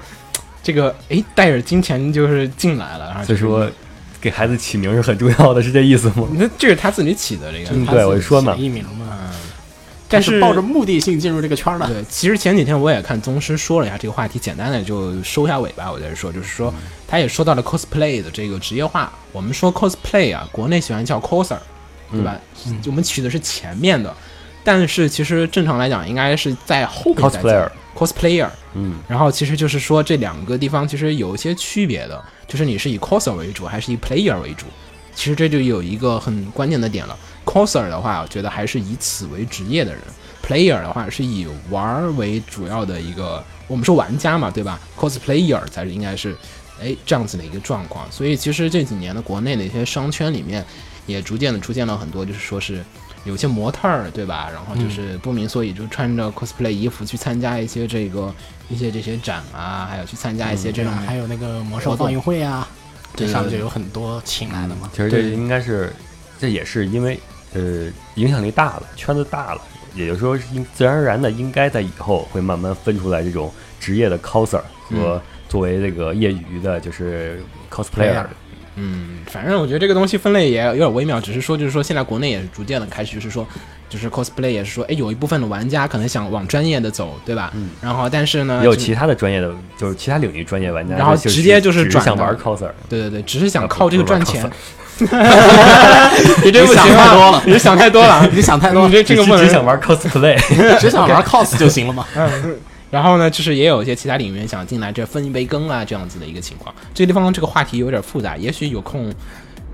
S1: 这个哎带着金钱就是进来了，然后
S2: 所
S1: 就
S2: 以
S1: 是
S2: 说给孩子起名是很重要的，是这意思吗？
S1: 你那这是他自己起的这
S2: 嗯
S1: 个，
S3: 他
S2: 对
S3: 自己
S2: 我就说嘛嗯
S3: 起艺名嘛，
S1: 但
S3: 是
S1: 是
S3: 抱着目的性进入这个圈儿的。
S1: 对，其实前几天我也看宗师说了一下这个话题，简单的就收一下尾巴。我在这说，就是说他也说到了 cosplay 的这个职业化。我们说 cosplay 啊，国内喜欢叫 coser，对吧？我们取的是前面的，但是其实正常来讲应该是在后面再讲 cosplayer。
S2: 嗯，
S1: 然后其实就是说这两个地方其实有一些区别的，就是你是以 coser 为主还是以 player 为主。其实这就有一个很关键的点了，coser 的话，我觉得还是以此为职业的人，player 的话是以玩儿为主要的一个，我们说玩家嘛，对吧？cosplayer 才是应该是，哎这样子的一个状况。所以其实这几年的国内的一些商圈里面，也逐渐的出现了很多，就是说是有些模特儿，对吧？然后就是不明所以，就穿着 cosplay 衣服去参加一些这个一些这些展啊，还有去参加一些这
S3: 这
S1: 种
S3: 种啊还有那个魔兽放映会啊，这上面就有很多请来的嘛。
S2: 其实这
S1: 对
S2: 应该是，这也是因为呃影响力大了，圈子大了，也就是说应自然而然的应该在以后会慢慢分出来这种职业的 coser 和作为这个业余的，就是 cosplayer
S3: player。
S1: 嗯，反正我觉得这个东西分类也有点微妙，只是说就是说现在国内也逐渐的开始就是说，就是 cosplay 也是说，哎，有一部分的玩家可能想往专业的走，对吧？嗯。然后但是呢，
S2: 也有
S1: 就
S2: 其他的专业的，就是其他领域专业玩家，
S1: 然后
S2: 啊就
S1: 直接就是
S2: 只
S1: 转
S2: 想
S1: 到
S2: 玩 coser，
S1: 对对对，只是想
S2: 啊不
S1: 靠这个
S2: 不是玩
S1: 赚钱
S2: cos。
S1: 你这不行
S3: 你想太多了
S1: 啊，你想太 多
S2: 嗯
S1: 了，
S3: 你想太多
S1: 你
S3: 了，
S1: 这这个
S2: 只
S1: 不
S2: 只想
S1: 能。
S2: 玩 cosplay。
S3: 只想玩 cos 就行了嘛。
S1: 然后呢，就是也有一些其他领域想进来这分一杯羹啊，这样子的一个情况。这个地方这个话题有点复杂，也许有空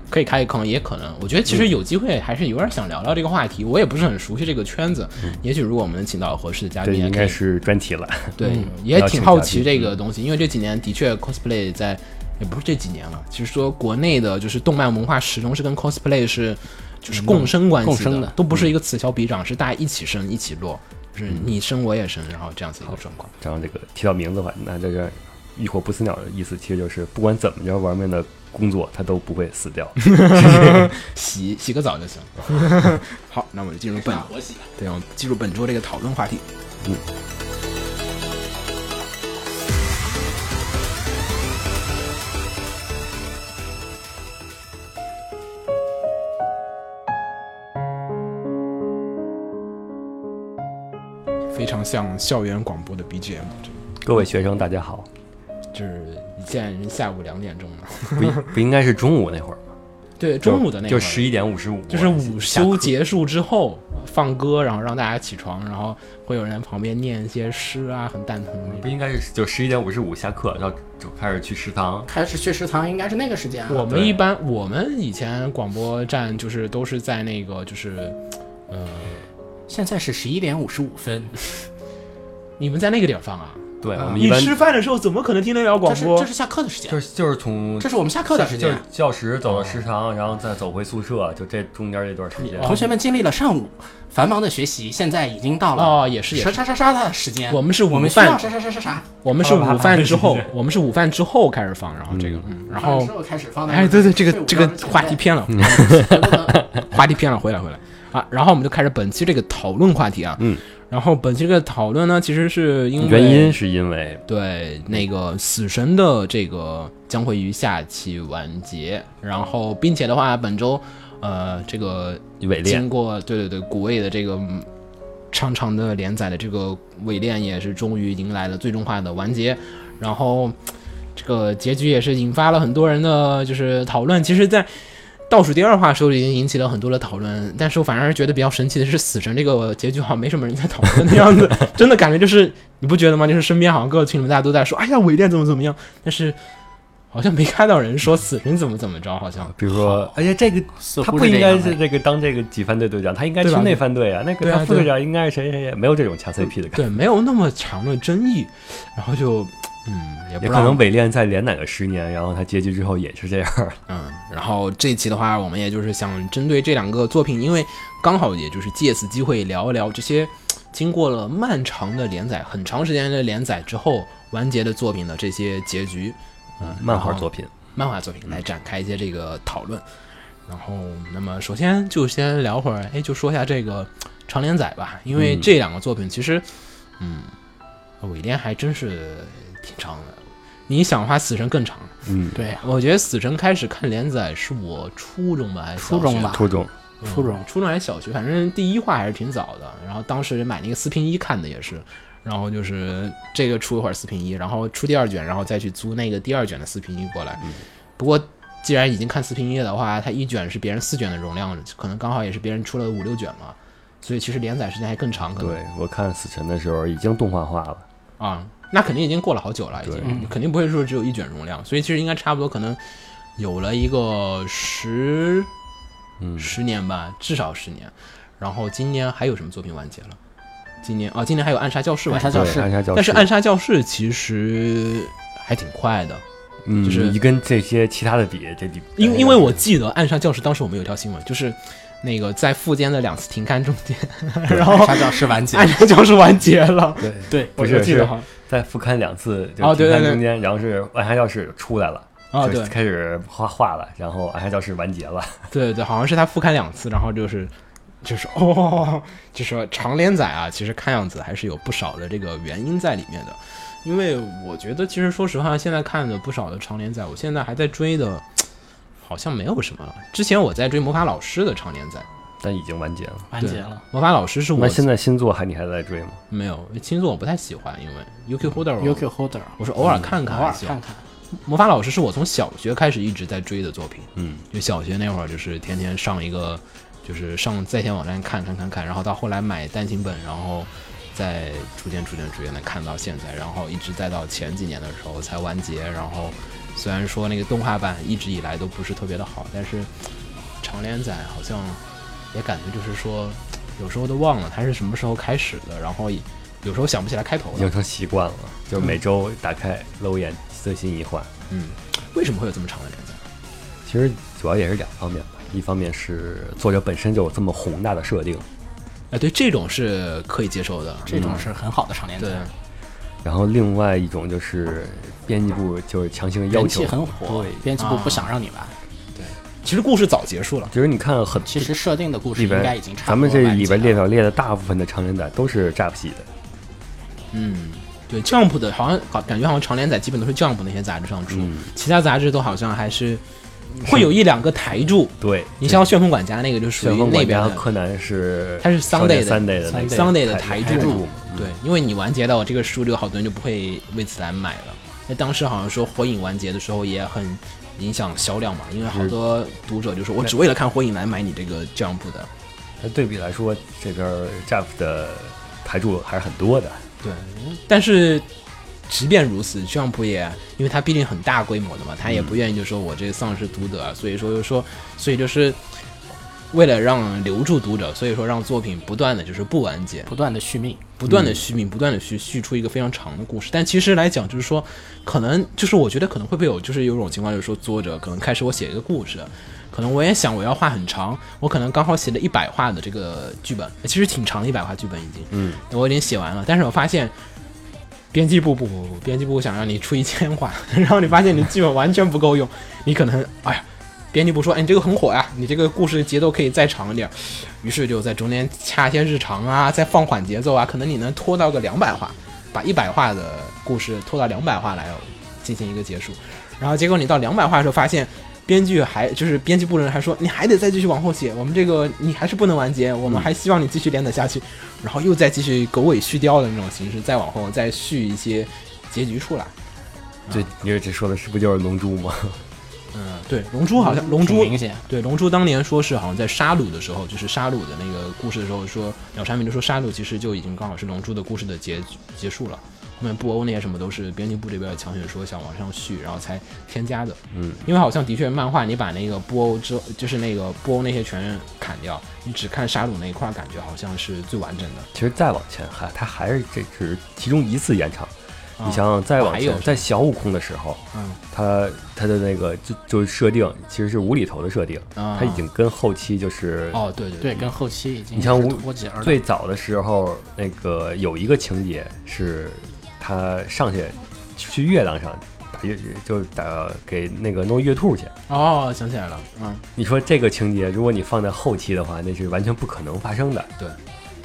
S1: 可以开个坑，也可能，我觉得其实有机会还是有点想聊聊这个话题。我也不是很熟悉这个圈子，也许如果我们请到合适的 嘉
S2: 这
S1: 宾，
S2: 应
S1: 可
S2: 该
S1: 以
S2: 是专题了。
S1: 对，也挺好奇这个东西，因为这几年的确 cosplay 在，也不是这几年了，其实说国内的就是动漫文化始终是跟 cosplay 是就是共生关系
S3: 共生的
S1: 都不是一个此消彼长，是大家一起升一起落，就是你升我也升，然后这样子一个状况。
S2: 然后这个提到名字吧，那这个浴火不死鸟的意思其实就是不管怎么着玩命的工作，它都不会死 掉。
S1: 洗洗个澡就 行。好，那我们进入本，
S3: 我喜
S2: 啊
S3: 欢
S1: 对，我们进入本周这个讨论话题。嗯非常像校园广播的 BGM，这
S2: 各位学生，大家好，
S1: 就是现在人下午两点钟了，
S2: 不应不应该是中午那会儿吗？
S1: 对，中午的那会
S2: 就
S1: 儿
S2: 十一点五十五，
S1: 就是午
S2: 下课
S1: 休结束之后放歌，然后让大家起床，然后会有人在旁边念一些诗啊，很蛋疼的那
S2: 不
S1: 种。
S2: 应该是就十一点五十五下课，然后就开始去食堂。
S3: 开始去食堂应该是那个时间啊。
S1: 我们一般我们以前广播站就是都是在那个就是，呃，
S3: 现在是十一点五十五分，
S1: 你们在那个地儿放啊？
S2: 对，
S3: 啊
S2: 我们一般
S1: 饭的时候怎么可能听得了
S3: 这是这是下课的时间，
S2: 就是就是从
S3: 这是我们下课的时
S2: 就
S3: 间
S2: 是。教室走到食堂，然后再走回宿舍，就这中间这段时
S1: 啊
S2: 间。
S3: 同学们经历了上午繁忙的学习，现在已经到了
S1: 哦，也是也
S3: 啥
S1: 是，
S3: 啥啥啥的时间。
S1: 我们是午
S3: 我们需要
S1: 饭，
S3: 啥啥啥啥啥，
S1: 我们是
S2: 好吧
S1: 午饭之
S2: 好
S1: 后
S2: 吧，
S1: 我们是午饭之后开始放，然后这个，嗯然后
S3: 之后开始放的。
S1: 哎，对对，这个
S3: 睡午
S1: 这
S3: 觉
S1: 个
S3: 之前
S1: 话题偏了， 话题偏了，回来回来啊，然后我们就开始本期这个讨论话题啊，
S2: 嗯，
S1: 然后本期这个讨论呢，其实是因为
S2: 原因是因为
S1: 对那个死神的这个将会于下期完结，然后并且的话，本周呃这个
S2: 伪
S1: 经
S2: 恋，
S1: 过对对对古卫的这个嗯长长的连载的这个尾恋也是终于迎来了最终化的完结，然后这个结局也是引发了很多人的就是讨论。其实，在倒数第二话的时候已经引起了很多的讨论，但是我反而觉得比较神奇的是，死神这个结局好像没什么人在讨论的样子，真的感觉就是你不觉得吗？就是身边好像各个群里面大家都在说，哎呀尾恋怎么怎么样，但是好像没看到人说死神怎么怎么着，好像。
S2: 比如说，而且这个
S3: 似
S2: 他
S3: 乎
S2: 不
S3: 是
S2: 应
S3: 这
S2: 该
S3: 样的
S2: 是这个当这个几番队队长，他应该
S1: 对
S2: 去
S1: 吧
S2: 那番队啊，那个
S1: 对啊
S2: 他副
S1: 对
S2: 队长应该是谁谁谁，没有这种掐 CP 的感觉。
S1: 对，没有那么强的争议，然后就，嗯，也不
S2: 也
S1: 知
S2: 可
S1: 道
S2: 能，伪恋再连哪个十年，然后他结局之后也是这样。
S1: 嗯，然后这期的话，我们也就是想针对这两个作品，因为刚好也就是借此机会聊一聊这些经过了漫长的连载、很长时间的连载之后完结的作品的这些结局，嗯，
S2: 漫画
S1: 然后
S2: 作品，
S1: 漫画作品来展开一些这个讨论。然后，那么首先就先聊会儿，哎，就说一下这个长连载吧，因为
S2: 嗯
S1: 这两个作品其实，嗯，尾恋还真是挺长的。你想的话，死神更长。
S2: 嗯，
S3: 对啊，
S1: 我觉得死神开始看连载是我初中吧，还是
S3: 初中
S1: 小学
S3: 吧
S2: 初中
S1: 嗯
S3: 初中
S1: 初中还是小学，反正第一话还是挺早的。然后当时买那个四拼一看的也是，然后就是这个出一会儿四拼一，然后出第二卷，然后再去租那个第二卷的四拼一过来。不过既然已经看四拼一的话，它一卷是别人四卷的容量，可能刚好也是别人出了五六卷嘛，所以其实连载时间还更长，可能
S2: 对我看死神的时候已经动画化了，
S1: 啊，那肯定已经过了好久了，已经肯定不会说只有一卷容量，所以其实应该差不多可能有了一个十，
S2: 嗯
S1: 十年吧，至少十年。然后今年还有什么作品完结了？今年啊，今年还有《暗杀教室》完结
S3: 暗杀教室
S2: 对暗杀教室，
S1: 但是《暗杀教室》其实还挺快的，
S2: 嗯
S1: 就是
S2: 你跟这些其他的比，这比哎
S1: 因因为我记得《暗杀教室》当时我们有一条新闻，就是那个在副间的两次停刊中间， 然后
S3: 啥叫是完结
S1: 《暗？杀教室》完结了，
S2: 对
S3: 对，
S2: 不
S1: 我
S2: 是
S1: 就记得
S2: 是
S1: 好像
S2: 在复刊两次就
S1: 哦对
S2: 停刊
S1: 对对
S2: 中间，然后是暗杀教室出来了。
S1: 啊，
S2: 就
S1: 对，
S2: 开始画画了，然后暗杀教室完结了。
S1: 对对，好像是他复刊两次，然后就是就是哦，就说长连载啊，其实看样子还是有不少的这个原因在里面的。因为我觉得，其实说实话，现在看的不少的长连载，我现在还在追的，好像没有什么了。之前我在追魔法老师的长连载，
S2: 但已经完结了。
S3: 完结了。
S1: 魔法老师是我
S2: 那现在新作还你还在追吗？
S1: 没有星座我不太喜欢，因为 UQ Holder 我
S3: UQ Holder，嗯
S1: 我是偶尔看看
S3: 偶
S1: 还
S3: 尔
S1: 行，
S3: 看看。
S1: 魔法老师是我从小学开始一直在追的作品，
S2: 嗯，
S1: 就小学那会儿就是天天上一个，就是上在线网站看看看看，然后到后来买单行本，然后在逐渐逐渐逐渐的看到现在，然后一直再到前几年的时候才完结。然后虽然说那个动画版一直以来都不是特别的好，但是长连载好像也感觉就是说，有时候都忘了它是什么时候开始的，然后也有时候想不起来开头
S2: 已经
S1: 了。
S2: 成习惯了，就是每周打开搂一眼最新一话。
S1: 嗯，为什么会有这么长的连载？
S2: 其实主要也是两方面吧，一方面是作者本身就有这么宏大的设定，
S1: 哎，对，这种是可以接受的。
S3: 这种是很好的长连载
S1: 嗯对，，
S2: 然后另外一种就是编辑部就是强行要
S3: 人
S2: 求
S3: 气。很火，编辑部
S1: 啊
S3: 不想让你玩。
S1: 其实故事早结束了。
S2: 其实你看很
S3: 其实设定的故事
S2: 里
S3: 应该
S2: 边
S3: 已经，差
S2: 咱
S3: 不
S2: 们
S3: 多
S2: 这
S3: 完
S2: 里
S3: 结
S2: 边列
S3: 了。
S2: 表列的大部分的长连载都是炸不戏的，
S1: 嗯，对，Jump 的好像好感觉好像长连载基本都是 Jump 那些杂志上出，
S2: 嗯
S1: 其他杂志都好像还是会有一两个台柱。
S2: 对，
S1: 你像《旋风管家》那个就属
S2: 旋
S1: 于
S2: 风
S1: 那
S2: 管
S1: 边
S2: 家和
S1: 的，
S2: 柯南是
S1: 它是 Sunday 的
S2: 三 day 的那个
S1: Sunday 的台
S2: 台
S1: 柱
S2: 柱嗯
S1: 嘛，对，因为你完结到这个书，就好多人就不会为此来买了。那当时好像说《火影》完结的时候也很影响销量嘛，因为好多读者就说我只为了看《火影》来买你这个 Jump 的。
S2: 那对比来说，这边 Jeff 的台柱还是很多的。
S1: 对，但是即便如此，Jump 也，因为它毕竟很大规模的嘛，他也不愿意就说我这丧失读者啊，所以说就说，所以就是为了让留住读者，所以说让作品不断的就是不完结，
S3: 不断的续命，
S1: 不断的续命，不断的续续出一个非常长的故事。但其实来讲，就是说，可能就是我觉得可能会不会有就是有种情况，就是说作者可能开始我写一个故事，可能我也想我要画很长，我可能刚好写了一百话的这个剧本，其实挺长的一百话剧本已经，
S2: 嗯，
S1: 我已经写完了，但是我发现。编辑部不不不，编辑部想让你出一千话， 然后你发现你剧本完全不够用，你可能哎呀，编辑部说，哎，你这个很火呀、你这个故事节奏可以再长一点，于是就在中间掐一些日常啊，再放缓节奏啊，可能你能拖到个两百话，把一百话的故事拖到两百话来进行一个结束。然后结果你到两百话的时候，发现编剧还就是编辑部的人还说你还得再继续往后写，我们这个你还是不能完结，我们还希望你继续连载下去。然后又再继续狗尾续貂的那种形式，再往后再续一些结局出来。
S2: 这你这说的是不就是龙珠吗？
S1: 嗯，对，龙珠好嗯像龙珠
S3: 挺明显
S1: 对，《龙珠》当年说是好像在杀戮的时候，就是杀戮的那个故事的时候说，鸟山明就说杀戮其实就已经刚好是《龙珠》的故事的结局结束了。后面布欧那些什么都是编辑部这边强选说想往上续，然后才添加的。
S2: 嗯，
S1: 因为好像的确漫画你把那个布欧之后，就是那个布欧那些全砍掉，你只看杀戮那一块儿，感觉好像是最完整的。
S2: 其实再往前还，它还是这只是其中一次延长。
S1: 啊
S2: 你想想再往
S1: 还有
S2: 前，
S1: 是
S2: 在小悟空的时候，
S1: 嗯，
S2: 他他的那个就就设定其实是无厘头的设定，
S1: 啊
S2: 他已经跟后期就是
S1: 哦，对对
S3: 对，，跟后期已经
S2: 你像
S3: 是
S2: 无
S3: 脱节了。
S2: 最早的时候，那个有一个情节是他上去去月亮上打月，就是打给那个弄月兔去。
S1: 哦，想起来了，嗯，
S2: 你说这个情节，如果你放在后期的话，那是完全不可能发生的。
S1: 对，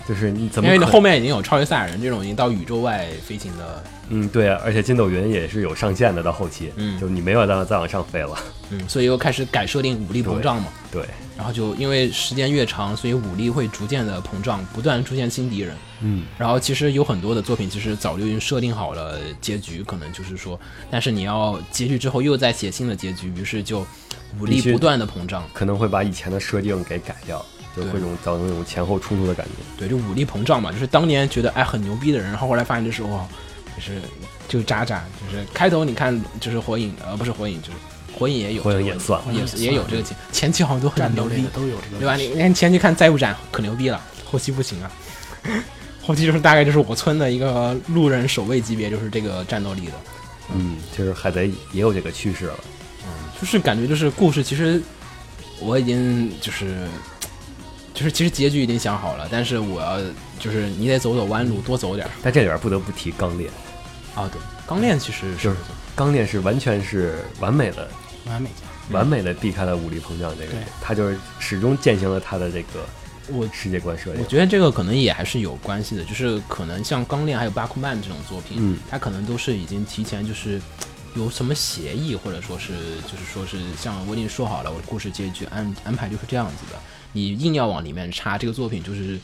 S2: 就是你怎么
S1: 因为你
S2: 可
S1: 后面已经有超级赛亚人这种已经到宇宙外飞行的
S2: 嗯对啊，而且筋斗云也是有上限的，到后期，
S1: 嗯
S2: 就你没有办法再往上飞了。
S1: 嗯，所以又开始改设定武力膨胀嘛。
S2: 对，
S1: 然后就因为时间越长，所以武力会逐渐的膨胀，不断出现新敌人。
S2: 嗯，
S1: 然后其实有很多的作品其实早就已经设定好了结局，可能就是说，但是你要结局之后又再写新的结局，于是就武力
S2: 必须
S1: 不断的膨胀。
S2: 可能会把以前的设定给改掉，就
S1: 对
S2: 会种造成那种前后冲突的感觉。
S1: 对，就武力膨胀嘛，就是当年觉得哎很牛逼的人，然后后来发现就是哇，就是就渣渣，就是开头你看就是火影呃不是火影就是火影也有
S2: 火影
S1: 这个
S2: 也
S1: 问题
S2: 算
S1: 也是也有这个情前期好像都很
S3: 战
S1: 牛
S3: 斗类
S1: 逼
S3: 的，都有这个，
S1: 对吧？你你看前期看再不斩可牛逼了，后期不行啊。 后期就是大概就是我村的一个路人守卫级别，就是这个战斗力的，
S2: 嗯，就是海贼也有这个趋势了。
S1: 就是感觉就是故事其实我已经就是就是其实结局已经想好了，但是我要就是你得走走弯路，多走点儿
S2: 但这里边不得不提钢炼，
S1: 啊。对，钢炼其实是
S2: 就是钢炼是完全是完美的、
S1: 嗯
S3: 完美加
S2: 完美的避开了武力膨胀这个
S3: 对，
S2: 他就是始终践行了他的这个
S1: 我
S2: 世界观设
S1: 我
S2: 定。
S1: 觉得这个可能也还是有关系的，就是可能像《钢炼》还有《巴库曼》这种作品，
S2: 嗯
S1: 它可能都是已经提前就是有什么协议，或者说是就是说是像我已经说好了，我的故事结局安安排就是这样子的，你硬要往里面插这个作品，就是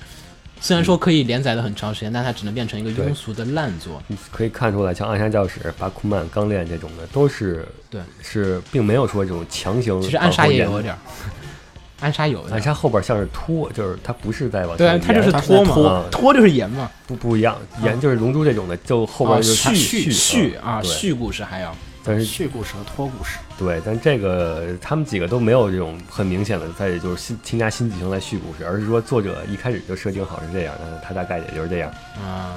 S1: 虽然说
S2: 嗯
S1: 可以连载的很长时间，但它只能变成一个庸俗的烂作。
S2: 你可以看出来，像《暗杀教室》《巴库曼》《钢炼》这种的，都是
S1: 对，
S2: 是并没有说这种强行
S1: 其实暗杀也有
S2: 往后延
S1: 点儿，暗杀有的
S2: 暗杀后边像是拖，就是它不是在往
S1: 对
S2: 前
S1: 啊，
S2: 延
S1: 它就是
S2: 它
S1: 拖嘛，
S2: 拖嗯
S1: 拖就是延嘛，
S2: 不不一样，延就是龙珠这种的，就后边
S1: 啊
S2: 就是它
S1: 续续
S2: 嗯
S1: 啊，
S2: 对
S1: 续故事还要
S2: 但是
S3: 续故事和托故事，
S2: 对，但这个他们几个都没有这种很明显的在就是新添加新剧情来续故事，而是说作者一开始就设定好是这样，那他大概也就是这样。
S1: 啊，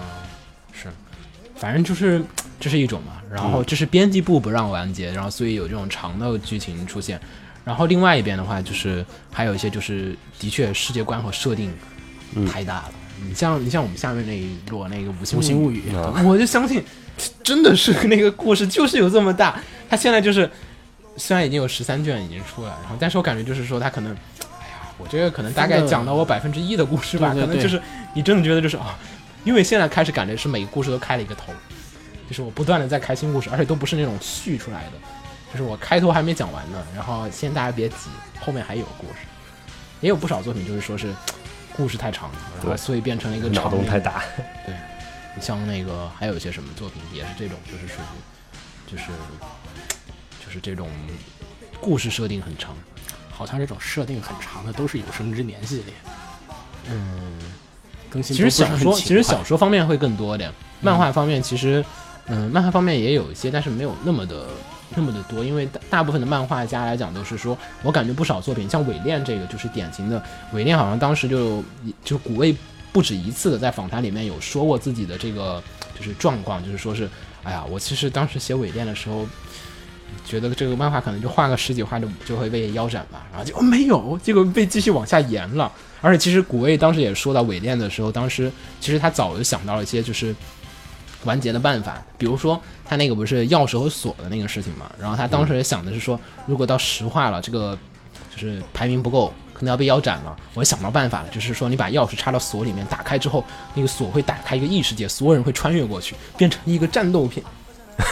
S1: 是，反正就是这是一种嘛，然
S3: 嗯
S1: 后这是编辑部不让完结，然后所以有这种长的剧情出现，然后另外一边的话就是还有一些就是的确世界观和设定太大了，你像你像我们下面那一摞那个五星
S3: 嗯《五星物
S1: 语，
S3: 语》啊
S1: 我就相信真的是那个故事就是有这么大，它现在就是虽然已经有十三卷已经出来，然后但是我感觉就是说它可能。哎呀，我这个可能大概
S3: 真的
S1: 讲到我百分之一的故事吧，
S3: 对对
S1: 可能
S3: 对
S1: 就是你真的觉得就是啊，因为现在开始感觉是每个故事都开了一个头，就是我不断的在开新故事，而且都不是那种续出来的，就是我开头还没讲完呢，然后先大家别急，后面还有故事，也有不少作品就是说是故事太长了，然后
S2: 对
S1: 所以变成了一个
S2: 脑
S1: 长
S2: 洞
S1: 篇
S2: 太 大，
S1: 对，像那个还有一些什么作品也是这种，就是属于，就是就是这种故事设定很长。
S3: 好像这种设定很长的都是有生之年系列。嗯，更新
S1: 其实小说其实小
S3: 说
S1: 说方面会更多点，漫画方面其实，嗯、漫画方面也有一些，但是没有那么的那么的多，因为大大部分的漫画家来讲都是说，我感觉不少作品像《伪恋》这个就是典型的，《伪恋》好像当时就就古味不止一次的在访谈里面有说过自己的这个就是状况，就是说是，哎呀，我其实当时写《伪恋》的时候。觉得这个漫画可能就画个十几画就就会被腰斩吧，然后就、哦、没有，结果被继续往下延了。而且其实古味当时也说到伪恋的时候，当时其实他早就想到了一些就是完结的办法，比如说他那个不是钥匙和锁的那个事情嘛，然后他当时也想的是说，如果到十话了，这个就是排名不够，可能要被腰斩了。我想到办法了，就是说你把钥匙插到锁里面，打开之后，那个锁会打开一个异世界，所有人会穿越过去，变成一个战斗片。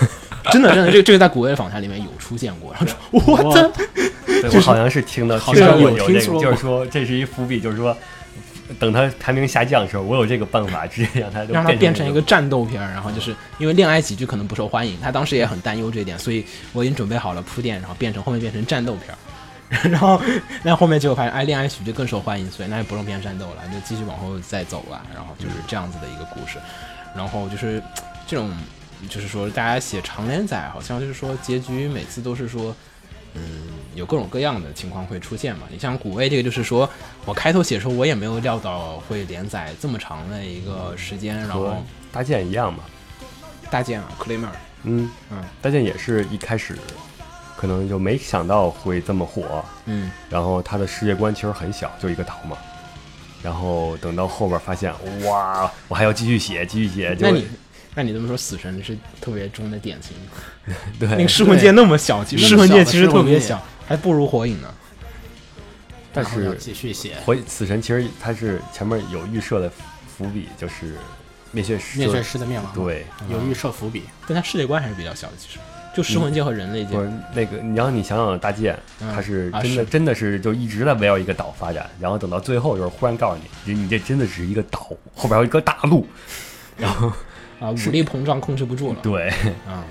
S1: 真的，真的，这个这个在古味的访谈里面有出现过，然后说我的
S2: 对我好像是听到
S3: 好
S2: 听
S3: 像
S2: 到过
S3: 有
S2: 有
S3: 听
S2: 这个，
S3: 说过
S2: 就是说这是一伏笔，就是说等他排名下降的时候，我有这个办法，直接让他就
S1: 让它变成一个
S2: 那种
S1: 战斗片儿，然后就是因为恋爱喜剧可能不受欢迎，他当时也很担忧这一点，所以我已经准备好了铺垫，然后变成后面变成战斗片儿。 然后，那后面结果发现，哎，恋爱喜剧更受欢迎，所以那就不用变战斗了，就继续往后再走吧。然后就是这样子的一个故事，然后就是这种，就是说大家写长连载，好像就是说结局每次都是说，嗯，有各种各样的情况会出现嘛。你像古味这个，就是说我开头写的时候，我也没有料到会连载这么长的一个时间，然后
S2: 和搭建一样嘛，
S1: 大件啊 c l a m e r
S2: 嗯
S1: 嗯
S2: 搭建也是一开始可能就没想到会这么火，
S1: 嗯，
S2: 然后他的世界观其实很小，就一个岛嘛。然后等到后边发现，哇，我还要继续写，继续写，就
S1: 那你那你这么说，死神是特别中的典型。
S2: 对
S1: 那个噬魂界那么小，其实噬
S3: 那么
S1: 魂
S3: 小
S1: 界
S3: 的
S1: 其实
S3: 噬
S1: 特
S3: 魂
S1: 别
S3: 界
S1: 小，还不如火影呢。
S2: 但
S3: 然后要
S2: 是
S3: 继续写
S2: 回死神其实他是前面有预设的伏笔，就是灭血师，
S3: 灭绝师的灭亡，，
S2: 对，
S3: 有预设伏笔，
S1: 但它世界观还是比较小的，其实就噬魂界和人类界
S2: 不，是那个，你让你想想大剑，
S1: 嗯
S2: 他是
S1: 啊
S2: 真的
S1: 是
S2: 真的是就一直在围绕一个岛发展，然后等到最后就是忽然告诉你，你你这真的是一个岛，后边还有一个大陆，
S1: 啊，武力膨胀控制不住了。
S2: 对，
S1: 啊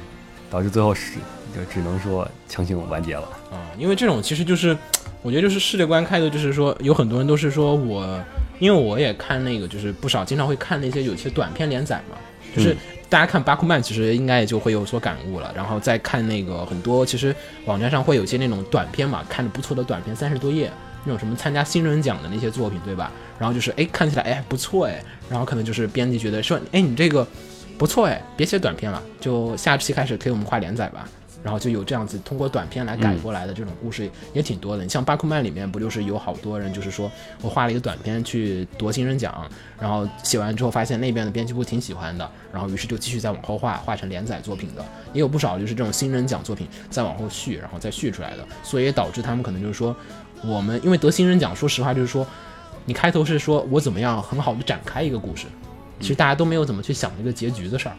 S2: 导致最后是就只能说强行完结了。
S1: 啊，因为这种其实就是，我觉得就是世界观开的，就是说有很多人都是说我，因为我也看那个，就是不少经常会看那些有些短片连载嘛，就是。大家看巴库曼，其实应该也就会有所感悟了。然后再看那个很多，其实网站上会有一些那种短片嘛，看着不错的短片，三十多页，那种什么参加新人奖的那些作品，对吧？然后就是哎，看起来哎还不错哎，然后可能就是编辑觉得说，哎你这个不错哎，别写短片了，就下期开始给我们画连载吧。然后就有这样子通过短片来改过来的这种故事也挺多的。你像巴库曼里面不就是有好多人就是说我画了一个短片去夺新人奖，然后写完之后发现那边的编辑部挺喜欢的，然后于是就继续再往后画，画成连载作品的，也有不少就是这种新人奖作品再往后续，然后再续出来的，所以也导致他们可能就是说我们因为得新人奖，说实话就是说你开头是说我怎么样很好的展开一个故事，
S2: 嗯
S1: 其实大家都没有怎么去想这个结局的事儿。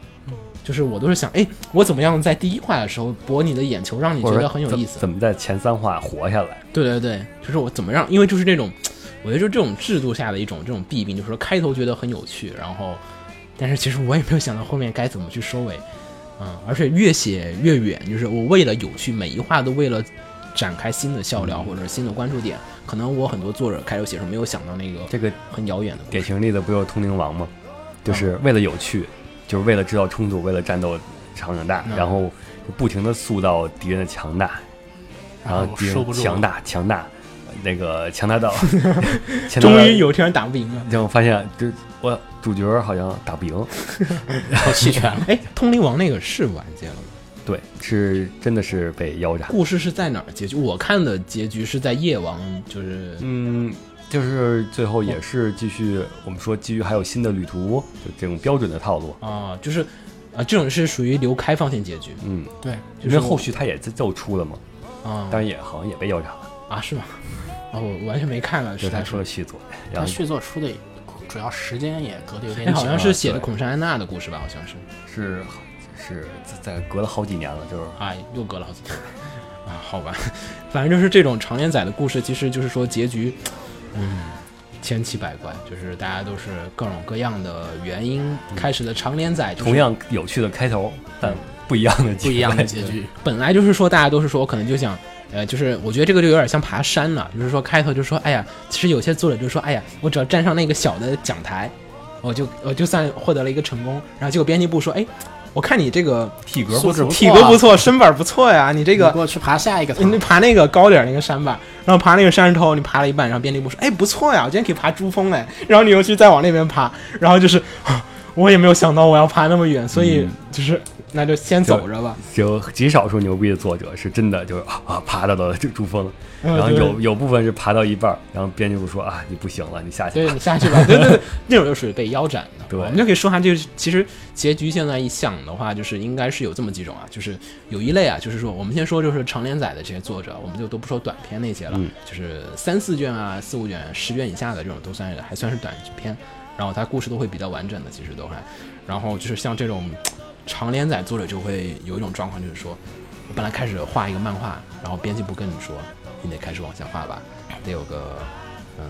S1: 就是我都是想，哎，我怎么样在第一话的时候博你的眼球，让你觉
S2: 或者
S1: 得
S2: 说
S1: 很有
S2: 怎
S1: 意思？
S2: 怎么在前三话活下来？
S1: 对对对，就是我怎么让，因为就是这种，我觉得就是这种制度下的一种这种弊病，就是说开头觉得很有趣，然后，但是其实我也没有想到后面该怎么去收尾，嗯，而且越写越远，就是我为了有趣，每一话都为了展开新的笑
S2: 嗯
S1: 料或者是新的关注点。可能我很多作者开头写时候没有想到那个
S2: 这个
S1: 很遥远的故事
S2: 典型例子不就是《通灵王》吗？就是
S1: 嗯
S2: 为了有趣，就是为了制造冲突，为了战斗场景大，
S1: 嗯
S2: 然后就不停的塑造敌人的强大，
S1: 哎
S2: 然后
S3: 我
S2: 敌
S3: 收
S2: 人
S3: 不住了
S2: 强大强大，那个强大 到强大
S1: 终
S2: 到
S1: 于有天人打不赢了。
S2: 让我发现，这我主角好像打不赢，
S3: 口气全 了。
S1: 哎，通灵王那个是完结了吗？
S2: 对，是真的是被腰斩。
S1: 故事是在哪儿结局？我看的结局是在夜王，就是
S2: 嗯，就是最后也是继续，我们说基于还有新的旅途，就这种标准的套路。
S1: 啊、就是啊、这种是属于留开放性结局
S2: 嗯，
S3: 对，
S1: 就
S2: 因
S1: 是
S2: 为
S1: 我
S2: 后续他也自就出了嘛，
S1: 啊、
S2: 但是也好像也被腰斩了，
S1: 啊 是吗？啊，我完全没看了，
S2: 就是他
S1: 他
S2: 出了续作，然
S3: 他
S2: 后
S3: 续作出的主要时间也隔得有点
S1: 哎，
S3: 久，
S1: 好像是写的
S2: 对
S1: 孔珊安娜的故事吧？好像是
S2: 是是在隔了好几年了，就是
S1: 啊，又隔了好几天 啊，好吧， 反正就是这种常年仔的故事，其实就是说结局，嗯，千奇百怪，就是大家都是各种各样的原因开始的常年仔，就是
S2: 嗯同样有趣的开头，但不一样的
S3: 不一样的
S2: 结
S3: 结局。
S1: 本来就是说大家都是说，我可能就想，呃，就是我觉得这个就有点像爬山了，就是说开头就说，哎呀，其实有些作者就说，哎呀，我只要站上那个小的讲台，我就我就算获得了一个成功。然后结果编辑部说，哎，我看你这个
S2: 局体格
S3: 素
S2: 不
S3: 质
S2: 足
S3: 不。
S1: 体格不错，身板不错呀，你这
S3: 你
S1: 个
S3: 给我去爬下一个
S1: 你
S3: 塔，
S1: 爬那个高点儿那个山吧，然后爬那个山头，你爬了一半，然后编辑部说：“哎，不错呀，我今天可以爬珠峰哎。”然后你又去再往那边爬，然后就是， 啊我也没有想到我要爬那么远，所
S2: 嗯
S1: 以就是、那就先走着吧。
S2: 有极少数牛逼的作者是真的就是啊啊爬到了这珠峰，
S1: 嗯
S2: 然后
S1: 对
S2: 有有部分是爬到一半儿，然后编辑部说啊你不行了，你下去
S1: 对
S2: 吧。
S1: 你下去 吧，对对对，那种就属于被腰斩的。
S2: 对
S1: 我们就可以说下，就是其实结局现在一想的话，就是应该是有这么几种啊，就是有一类啊，就是说我们先说就是长连载的这些作者，我们就都不说短篇那些了，
S2: 嗯
S1: 就是三四卷啊、四五卷、十卷以下的这种都算是还算是短篇，然后它故事都会比较完整的，其实都还，然后就是像这种长连载作者就会有一种状况，就是说我本来开始画一个漫画，然后编辑部跟你说你得开始往下画吧，得有个嗯、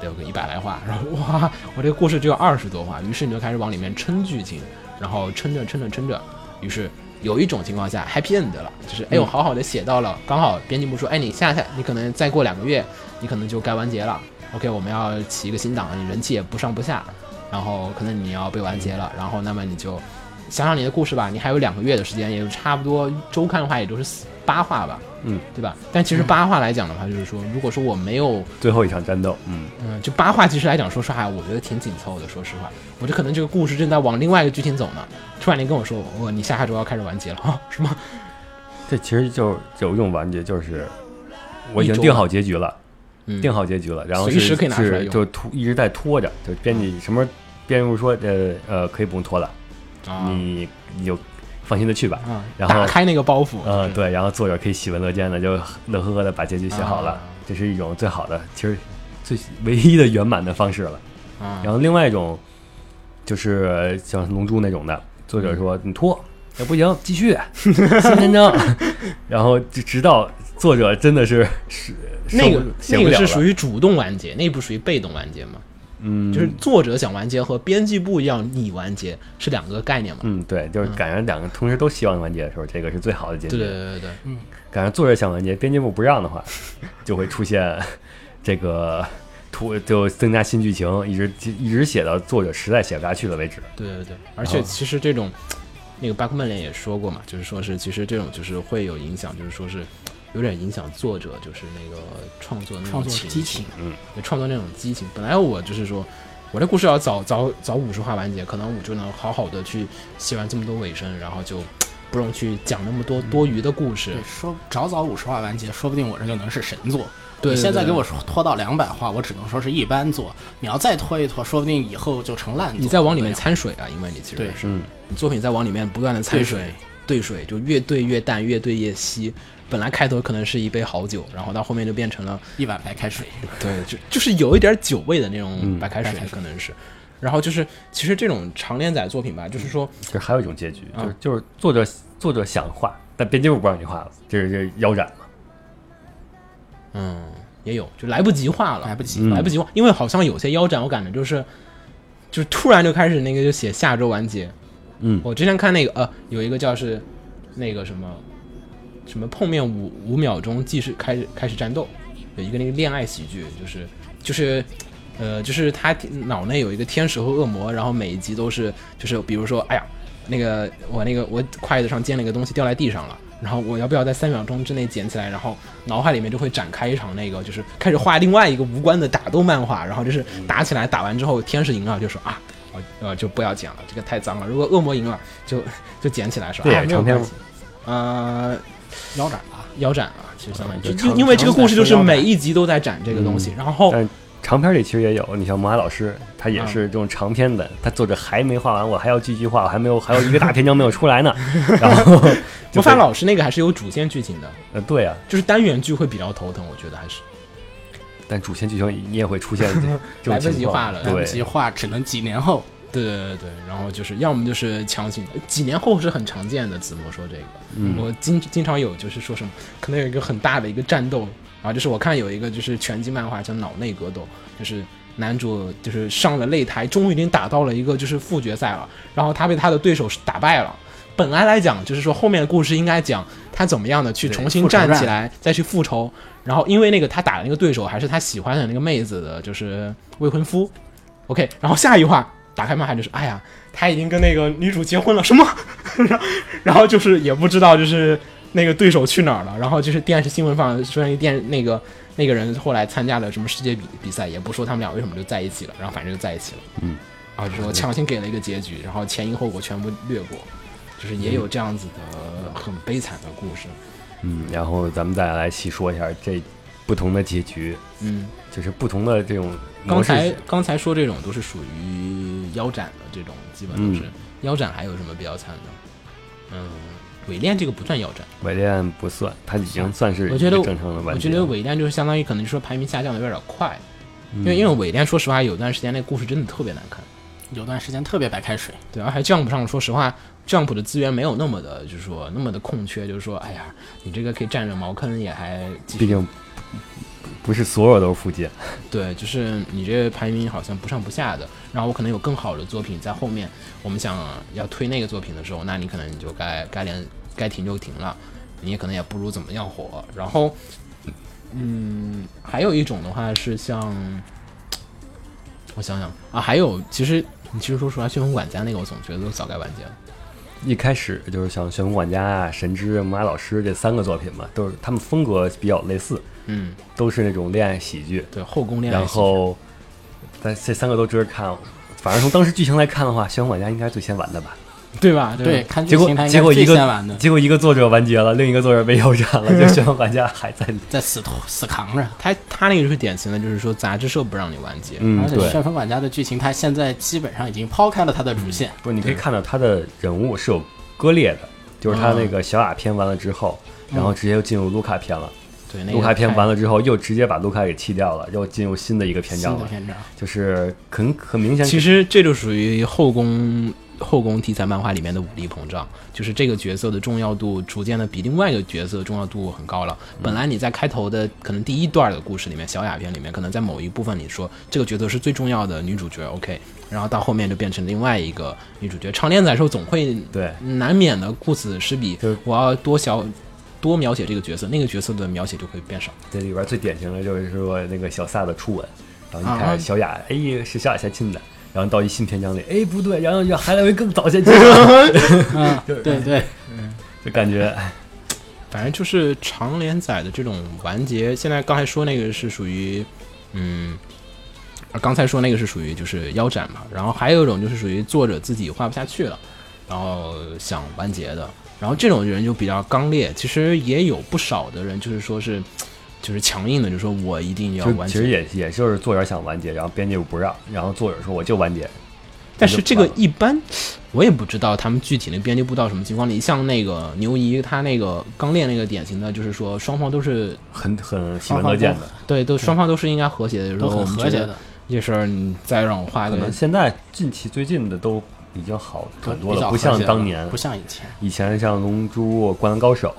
S1: 得有个一百来话，然后哇，我这个故事只有二十多话，于是你就开始往里面撑剧情，然后撑着撑着撑着，于是有一种情况下 happy end 了，就是哎呦
S2: 嗯
S1: 好好的写到了，刚好编辑部说哎你下下你可能再过两个月你可能就该完结了，OK 我们要起一个新档，你人气也不上不下，然后可能你要被完结了，然后那么你就想想你的故事吧，你还有两个月的时间，也就差不多周刊的话也就是四八话吧，
S2: 嗯，
S1: 对吧？但其实八话来讲的话，就是说如果说我没有
S2: 最后一场战斗，嗯，
S1: 嗯，就八话其实来讲，说实话，我觉得挺紧凑的。说实话，我这可能这个故事正在往另外一个剧情走呢。突然你跟我说，我、你下下周要开始完结了 啊？什么？
S2: 这其实就是有一种完结，就是我已
S1: 一
S2: 经
S1: 周
S2: 定好结局了，
S1: 嗯，
S2: 定好结局了，然后
S1: 随
S2: 是
S1: 时可以拿出来
S2: 是
S1: 用
S2: 就拖一直在拖着，就编辑什么时候编辑部说呃呃可以不用拖了，
S1: 啊
S2: 你你就放心的去吧。
S1: 啊，
S2: 嗯然后
S1: 打开那个包袱。
S2: 嗯，
S1: 嗯，
S2: 对，然后作者可以喜闻乐见的，就乐呵呵的把结局写好了，
S1: 啊
S2: 这是一种最好的，其实最唯一的圆满的方式了。
S1: 啊
S2: 然后另外一种就是像《龙珠》那种的，作者
S1: 嗯
S2: 说你拖，那不行，继续新篇章， 然后直直到作者真的是是
S1: 那个
S2: 写
S1: 那
S2: 不
S1: 个
S2: 了
S1: 是
S2: 了，
S1: 属于主动完结，那不属于被动完结嘛？
S2: 嗯，
S1: 就是作者想完结和编辑部要你完结是两个概念嘛？
S2: 嗯，对，就是赶上两个同时都希望完结的时候，这个是最好的结局。
S1: 对对对对对，
S2: 赶上作者想完结，编辑部不让 的话，就会出现这个图就增加新剧情，一直一直写到作者实在写不下去了为止。
S1: 对对对，而且其实这种，那个巴克曼连也说过嘛，就是说是其实这种就是会有影响，就是说是有点影响作者，就是那个创作那
S3: 创
S1: 种
S3: 作
S1: 情嗯
S3: 激情，
S1: 对创作那种激情。本来我就是说，我这故事要早早早五十话完结，可能我就能好好的去写完这么多尾声，然后就不用去讲那么多多余的故事。
S3: 对，说早早五十话完结，说不定我这就能是神作。
S1: 对
S3: 你现在
S1: 对
S3: 给我说拖到两百话，我只能说是一般作。你要再拖一拖，说不定以后就成烂作。
S1: 你再往里面掺水啊，因为你其实
S3: 对
S1: 是你作品再往里面不断的掺水，兑水就越兑越淡，越兑越稀。本来开头可能是一杯好酒，然后到后面就变成 了
S3: 一碗白开水，
S1: 对，就就是有一点酒味的那种
S2: 嗯
S1: 白开水
S3: 白开，水
S1: 可能是。然后就是，其实这种长连载作品吧，就是说，
S2: 就是还有一种结局，
S1: 啊
S2: 就是就是作者作者想画，但编辑部不让你画了，这是这是腰斩了。
S1: 嗯，也有就来不及画
S3: 来
S1: 了，
S3: 不及。
S2: 嗯
S1: 来不及画，因为好像有些腰斩，我感觉就是，就是突然就开始那个就写下周完结。
S2: 嗯
S1: 我之前看那个呃，有一个叫是那个什么什么碰面五五秒钟即是开始开始战斗，有一个那个恋爱喜剧，就是就是。呃，就是他脑内有一个天使和恶魔，然后每一集都是，就是比如说，哎呀，那个我那个我筷子上煎了一个东西掉在地上了，然后我要不要在三秒钟之内捡起来？然后脑海里面就会展开一场那个，就是开始画另外一个无关的打斗漫画，然后就是打起来，打完之后天使赢了就说啊，我呃就不要捡了，这个太脏了。如果恶魔赢了就就捡起来说，
S2: 对
S1: 啊，没有
S2: 长篇
S1: 关系呃，
S3: 腰斩吧。
S1: 腰斩啊，其实相当于
S2: 就
S1: 就
S2: 长
S1: 因因为这个故事就是
S3: 长斩
S1: 每一集都在展这个东西，然后
S2: 但是长篇里其实也有，你像魔海老师，他也
S1: 啊
S2: 是这种长篇的，他作者还没画完，我还要继续画，我还没有，还有一个 大篇章没有出来呢。然后就
S1: 魔法
S2: 被
S1: 老师那个还是有主线剧情的，
S2: 呃，对啊，
S1: 就是单元剧会比较头疼，我觉得还是
S2: 但主线剧情你也会出 现这
S1: 来
S2: 种
S1: 不
S2: 情
S1: 及画
S2: 况，
S1: 了来
S3: 两
S2: 对，
S3: 极化只能几年后。
S1: 对对对对，然后就是要么就是强行的，几年后是很常见的。子墨说这个，我经经常有就是说什么，可能有一个很大的一个战斗，然后就是我看有一个就是拳击漫画叫《脑内格斗》，就是男主就是上了擂台，终于已经打到了一个就是副决赛了，然后他被他的对手打败了。本来来讲，就是说后面的故事应该讲他怎么样的去重新
S3: 复仇
S1: 站起
S3: 战
S1: 来，再去复仇。然后因为那个他打的那个对手还是他喜欢的那个妹子的，就是未婚夫。OK，然后下一话打开漫海就是，哎呀，他已经跟那个女主结婚了，什么？ 然后然后就是也不知道就是那个对手去哪儿了，然后就是电视新闻放说那电那个那个人后来参加了什么世界比比赛，也不说他们俩为什么就在一起了，然后反正就在一起了，嗯，啊，就是我强行给了一个结局，然后前因后果全部略过，就是也有这样子的很悲惨的故事，
S2: 嗯，然后咱们再来细说一下这不同的结局，
S1: 嗯，
S2: 就是不同的这种嗯模
S1: 刚
S2: 式
S1: 才刚才说这种都是属于腰斩的这种，基本都是、
S2: 嗯
S1: 腰斩，还有什么比较惨的？嗯，伪恋这个不算腰斩。
S2: 伪恋不算，它已经算是
S1: 我觉得
S2: 一个正常的完
S1: 我
S2: 结
S1: 觉
S2: 了。
S1: 得伪恋就是相当于可能说排名下降的有点快，
S2: 嗯
S1: 因为因为伪恋说实话有段时间那故事真的特别难看，
S3: 有段时间特别白开水，
S1: 对，而且 Jump 上说实话，Jump 的资源没有那么的，就是说那么的空缺，就是说哎呀，你这个可以占着茅坑也还继续
S2: 毕竟不不是所有都是附件，
S1: 对，就是你这个排名好像不上不下的，然后我可能有更好的作品在后面，我们想要推那个作品的时候，那你可能你就该该连该停就停了，你也可能也不如怎么样火。然后，嗯，还有一种的话是像，我想想啊，还有其实你其实说实话，《旋风管家》那个我总觉得都早该完结了。
S2: 一开始就是像《旋风管家》啊、《神之马老师》这三个作品嘛，都是他们风格比较类似，
S1: 嗯，
S2: 都是那种恋爱喜剧。
S1: 对，后宫恋爱
S2: 然
S1: 喜剧，
S2: 后，但这三个都值得看。反正从当时剧情来看的话，《旋风管家》应该最先完的吧？
S1: 对吧？
S3: 对，
S1: 吧
S3: 看
S2: 结
S3: 剧
S2: 果
S3: 情它应
S2: 结
S3: 该
S2: 果
S3: 是
S2: 一
S3: 最先
S2: 个
S3: 完的，
S2: 结果一个作者完结了，另一个作者被腰斩 了，就《旋风管家》还在。
S3: 在死拖死扛着。
S1: 他他那个就是典型的，就是说杂志社不让你完结，
S2: 嗯
S3: 而且《
S2: 对。
S3: 旋风管家》的剧情，它现在基本上已经抛开了它的
S2: 嗯
S3: 主线，
S2: 不，你可以看到他的人物是有割裂的，就是他那个小雅篇完了之后，
S3: 嗯
S2: 然后直接又进入卢卡篇了。
S1: 对，那个
S2: 卢卡篇
S1: 太
S2: 完了之后，又直接把卢卡给弃掉了，又进入新的一个篇章
S3: 新的
S2: 了，
S3: 篇章。
S2: 就是很很明显。
S1: 其实这就属于后宫后宫题材漫画里面的武力膨胀，就是这个角色的重要度逐渐的比另外一个角色重要度很高了。本来你在开头的可能第一段的故事里面，小雅篇里面，可能在某一部分你说这个角色是最重要的女主角，OK，然后到后面就变成另外一个女主角。常连载的时候总会
S2: 对
S1: 难免的顾此失彼
S2: 就是，
S1: 我要多小多描写这个角色，那个角色的描写就会变少。
S2: 这里边最典型的就是说那个小萨的初吻，然后一开
S1: 啊
S2: 始小雅，哎，是小雅先亲的，然后到一新篇章里，哎，不对，然后让海兰薇更早先亲了，
S3: 嗯，对对，
S2: 就感觉哎
S1: 反正就是长连载的这种完结，现在刚才说那个是属于，嗯，啊刚才说那个是属于就是腰斩嘛，然后还有一种就是属于作者自己画不下去了，然后想完结的，然后这种人就比较刚烈，其实也有不少的人就是说是，就是强硬的，就说我一定要
S2: 就
S1: 完
S2: 其实
S1: 结，
S2: 也也就是作者想完结，然后编辑部不让，然后作者说我就完结，
S1: 但是这个一般我也不知道他们具体的编辑部到什么情况，你像那个牛姨她那个刚练那个典型的就是说双方都是
S2: 很很喜闻乐见的。
S1: 对，都双方都是应该和谐的，就是
S3: 都
S1: 说我
S3: 很
S1: 们
S3: 和谐
S1: 觉得
S3: 的，
S1: 这事儿，你再让我画
S2: 可能
S1: 个，
S2: 现在近期最近的都比较好很多了，
S3: 比较
S2: 不
S3: 和
S2: 像
S3: 谐了
S2: 当年
S3: 不，像以前。
S2: 以前像《龙珠》《灌篮高手》，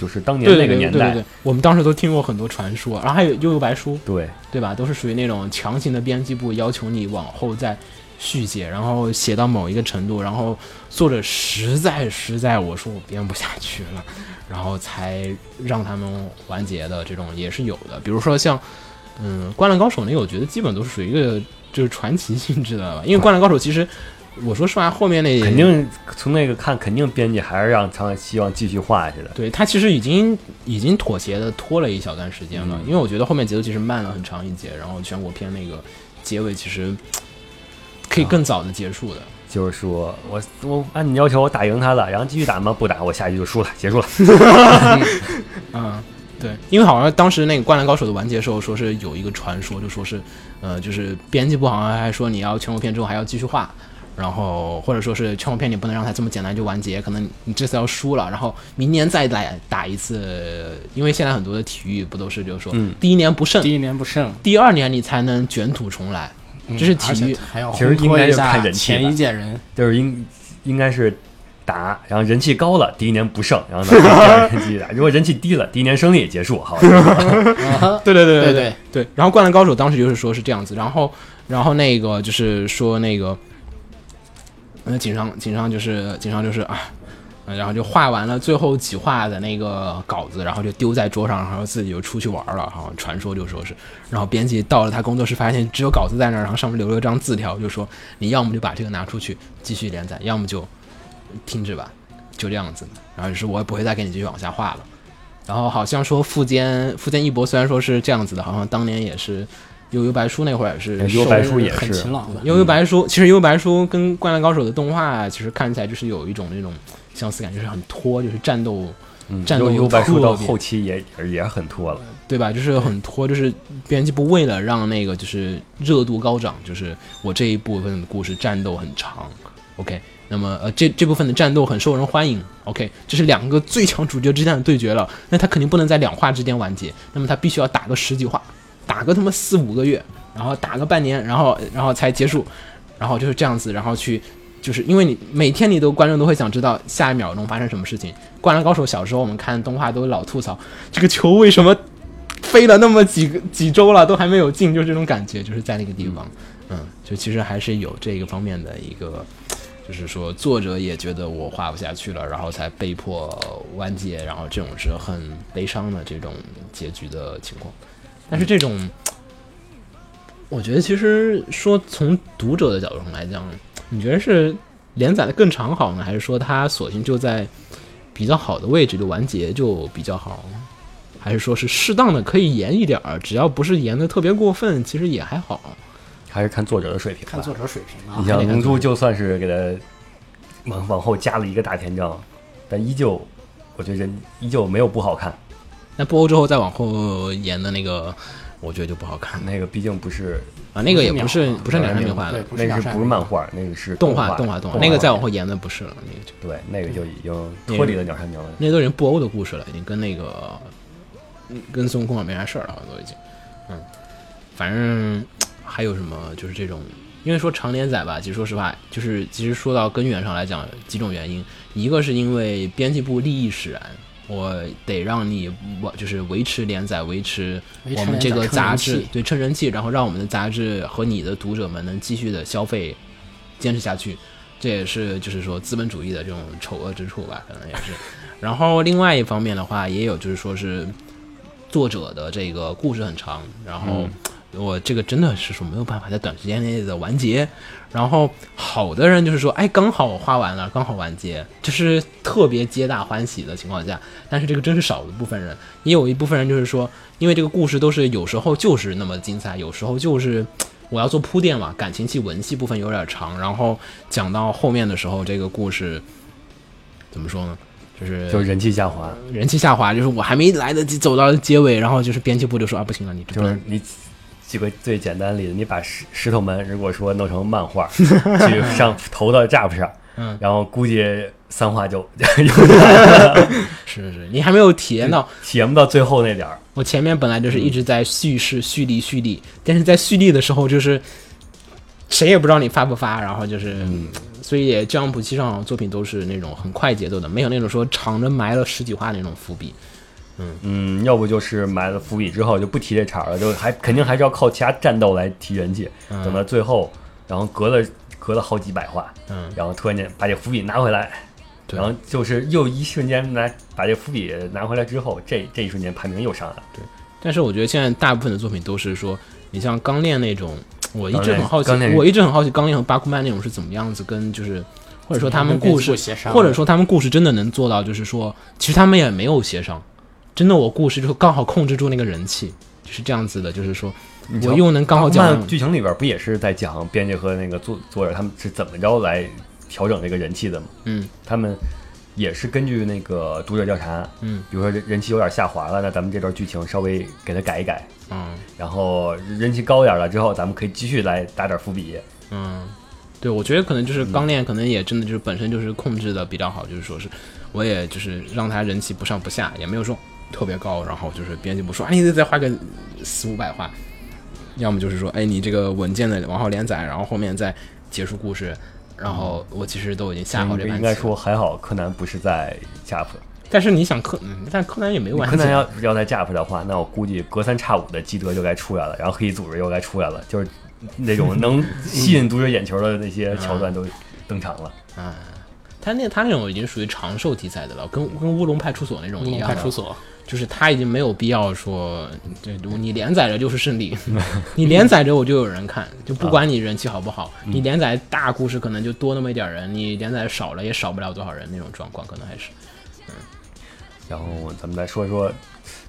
S2: 就是当年
S1: 对
S2: 那
S1: 对
S2: 个
S1: 对
S2: 年
S1: 对对
S2: 代
S1: 对，，我们当时都听过很多传说，然后还有《悠悠白书》，
S2: 对，
S1: 对吧？都是属于那种强行的编辑部要求你往后再续写，然后写到某一个程度，然后作者实在实在我说我编不下去了，然后才让他们完结的这种也是有的。比如说像嗯《灌篮高手》那个，我觉得基本都是属于一个就是传奇性质的吧，因为《灌篮高手》其实。我说实话，后面那
S2: 肯定从那个看，肯定编辑还是让长希望继续画下去的。
S1: 对他其实已经已经妥协的拖了一小段时间
S3: 嗯
S1: 了，因为我觉得后面节奏其实慢了很长一截，然后全国篇那个结尾其实可以
S3: 啊
S1: 更早的结束的。
S2: 就是说我我按你要求我打赢他了，然后继续打吗？不打，我下一局就输了，结束了。
S3: 啊
S1: 嗯，对，因为好像当时那个《灌篮高手》的完结时候，说是有一个传说，就说是呃，就是编辑部好像还说你要全国篇之后还要继续画。然后或者说是全国篇，你不能让它这么简单就完结，可能你这次要输了，然后明年再来打一次，因为现在很多的体育不都是就是说，第一年不胜，
S3: 嗯第一年不胜，
S1: 第二年你才能卷土重来，这是
S3: 嗯
S1: 体
S3: 而且
S1: 育。
S3: 还要
S2: 其实
S3: 烘托
S2: 应该
S3: 一
S2: 就看
S3: 下
S2: 人气
S3: 前
S2: 吧
S3: 一 届人，
S2: 就是应应该是打，然后人气高了，第一年不胜，然后呢 第二年继续打。如果人气低了，第一年胜利结束，好， 嗯
S1: 对对对
S3: 对
S1: 对对。然后《灌篮高手》当时就是说是这样子，然后然后那个就是说那个，那井上井上就是井上就是啊。嗯然后就画完了最后几画的那个稿子，然后就丢在桌上，然后自己就出去玩了。哈，传说就说是，然后编辑到了他工作室，发现只有稿子在那儿，然后上面留了张字条，就说你要么就把这个拿出去继续连载，要么就停止吧，就这样子。然后就是我也不会再给你继续往下画了。然后好像说富坚富坚义博虽然说是这样子的，好像当年也是悠悠白书那会儿也是
S2: 呃悠悠
S1: 受
S2: 白书也
S3: 很
S2: 是嗯
S3: 勤劳的。
S1: 悠悠白书，其实悠悠白书跟《灌篮高手》的动画其实看起来就是有一种那种相似感，就是很拖，就是战斗，战斗
S2: 优白
S1: 特
S2: 书到
S1: 别
S2: 后期也也也很拖了。
S1: 对吧？就是很拖，就是编辑部为了让那个就是热度高涨，就是我这一部分的故事战斗很长，OK，那么呃这这部分的战斗很受人欢迎，OK，这是两个最强主角之间的对决了，那他肯定不能在两话之间完结，那么他必须要打个十几话，打个他妈四五个月，然后打个半年，然后然后才结束，然后就是这样子，然后去。就是因为你每天你都观众都会想知道下一秒钟发生什么事情。《灌篮高手》小时候我们看动画都老吐槽，这个球为什么飞了那么几个几周了，都还没有进，就是这种感觉，就是在那个地方，嗯，就其实还是有这个方面的一个，就是说作者也觉得我画不下去了，然后才被迫完结，然后这种是很悲伤的这种结局的情况。但是这种，我觉得其实说从读者的角度上来讲，你觉得是连载的更长好呢，还是说它索性就在比较好的位置就完结就比较好？还是说是适当的可以严一点儿，只要不是严的特别过分，其实也还好。
S2: 还是看作者的水平吧。
S3: 看作者水平啊
S1: 啊
S3: 吧
S2: 你。像《龙珠》，就算是给它往往后加了一个大篇章，但依旧，我觉得人依旧没有不好看。
S1: 那播之后再往后严的那个，我觉得就不好看了
S2: 那个毕竟不是，
S1: 啊，那个也不是
S3: 不
S1: 不是
S2: 秒
S1: 两
S2: 啊
S1: 山名画
S3: 对
S1: 的，
S3: 不是
S2: 那
S3: 两
S2: 个是
S3: 扇
S2: 不是漫画，那个是
S1: 动
S2: 画
S1: 画动画动画，
S2: 画，
S1: 那个再往后严的不是了，那个就
S2: 对，那个就已经脱离了鸟山明了。
S1: 那都已经布欧的故事了，已经跟那个嗯跟孙悟空没啥事儿了，好像都已经。嗯，反正还有什么就是这种，因为说长连载吧，其实说实话，就是其实说到根源上来讲，几种原因，一个是因为编辑部利益使然。我得让你我就是维持连载，维持
S3: 维持
S1: 我们这个
S3: 连载
S1: 杂
S3: 撑
S1: 志
S3: 人气
S1: 对撑人气，然后让我们的杂志和你的读者们能继续的消费，坚持下去。这也是就是说资本主义的这种丑恶之处吧，可能也是。然后另外一方面的话，也有就是说是作者的这个故事很长，然后我这个真的是说没有办法在短时间内的完结。然后好的人就是说，哎，刚好我花完了，刚好完结，这是特别皆大欢喜的情况下。但是哎这个真是少一部分人，也有一部分人就是说，因为这个故事都是有时候就是那么精彩，有时候就是。我要做铺垫嘛，感情戏、文戏部分有点长，然后讲到后面的时候，这个故事怎么说呢？就是
S2: 就人气下滑，
S1: 人气下滑，就是我还没来得及走到结尾，然后就是编辑部就说啊不行了，你这
S2: 就
S1: 不
S2: 是
S1: 能
S2: 你举个最简单的例子，你把石石头门如果说弄成漫 画，去上投到 Jump 上，
S1: 嗯
S2: 然后估计三话就
S1: 是是是，你还没有体验到。
S2: 体验不到最后那点儿。
S1: 我前面本来就是一直在叙事、蓄力、蓄力，但是在蓄力的时候，就是谁也不知道你发不发，然后就是，所以也 Jump 期上作品都是那种很快节奏的，没有那种说藏着埋了十几话那种伏笔。
S2: 嗯，要不就是埋了伏笔之后就不提这茬儿了，就还肯定还是要靠其他战斗来提人气。等到最后，然后隔了咳了好几百话，
S1: 嗯，
S2: 然后突然间把这伏笔拿回来，
S1: 对
S2: 然后就是又一瞬间拿把这伏笔拿回来之后，这这一瞬间排名又上来了。
S1: 但是我觉得现在大部分的作品都是说，你像《钢炼》那种，我一直很好奇
S2: 钢炼，
S1: 我一直很好奇《钢炼》和《巴库曼》那种是怎么样子，跟就是或者说他们
S3: 跟
S1: 故
S3: 编辑
S1: 事，
S3: 部协商，
S1: 或者说他们故事真的能做到，就是说其实他们也没有协商，真的我故事就刚好控制住那个人气，就是这样子的，就是说我又能刚好讲
S2: 漫剧情里边不也是在讲编辑和那个作作者他们是怎么着来调整这个人气的吗？
S1: 嗯，
S2: 他们也是根据那个读者调查，
S1: 嗯，
S2: 比如说人人气有点下滑了，那咱们这段剧情稍微给它改一改，
S1: 嗯
S2: 然后人气高一点了之后，咱们可以继续来打点伏笔。
S1: 嗯，对，我觉得可能
S2: 嗯
S1: 就是钢炼，可能也真的就是本身就是控制的比较好，就是说是我也就是让他人气不上不下，也没有说特别高，然后就是编辑部说，哎，你得再花个四五百话，要么就是说，哎，你这个文件的往后连载，然后后面再结束故事。然后我其实都已经下好
S2: 嗯
S1: 这
S2: 应
S1: 盘棋
S2: 该
S1: 了，
S2: 说还好，柯南不是在 Jump，
S1: 但是你想柯，嗯但柯南也没完
S2: 柯
S1: 结
S2: 南，要要在 Jump 的话，那我估计隔三差五的基德就该出来了，然后黑衣组织又该出来了，就是那种能吸引读者眼球的那些桥段都登场了。
S1: 他那他那种已经属于长寿题材的了，跟跟乌龙派出所那种
S3: 乌
S1: 一
S3: 龙
S1: 样
S3: 派
S1: 的。
S3: 出所
S1: 就是他已经没有必要说，对，你连载着就是胜 利，你连载着我就有人看，就不管你人气好不好，你连载大故事可能就多那么一点人，你连载少了也少不了多少人那种状况，可能还是
S2: 然后咱们再说说，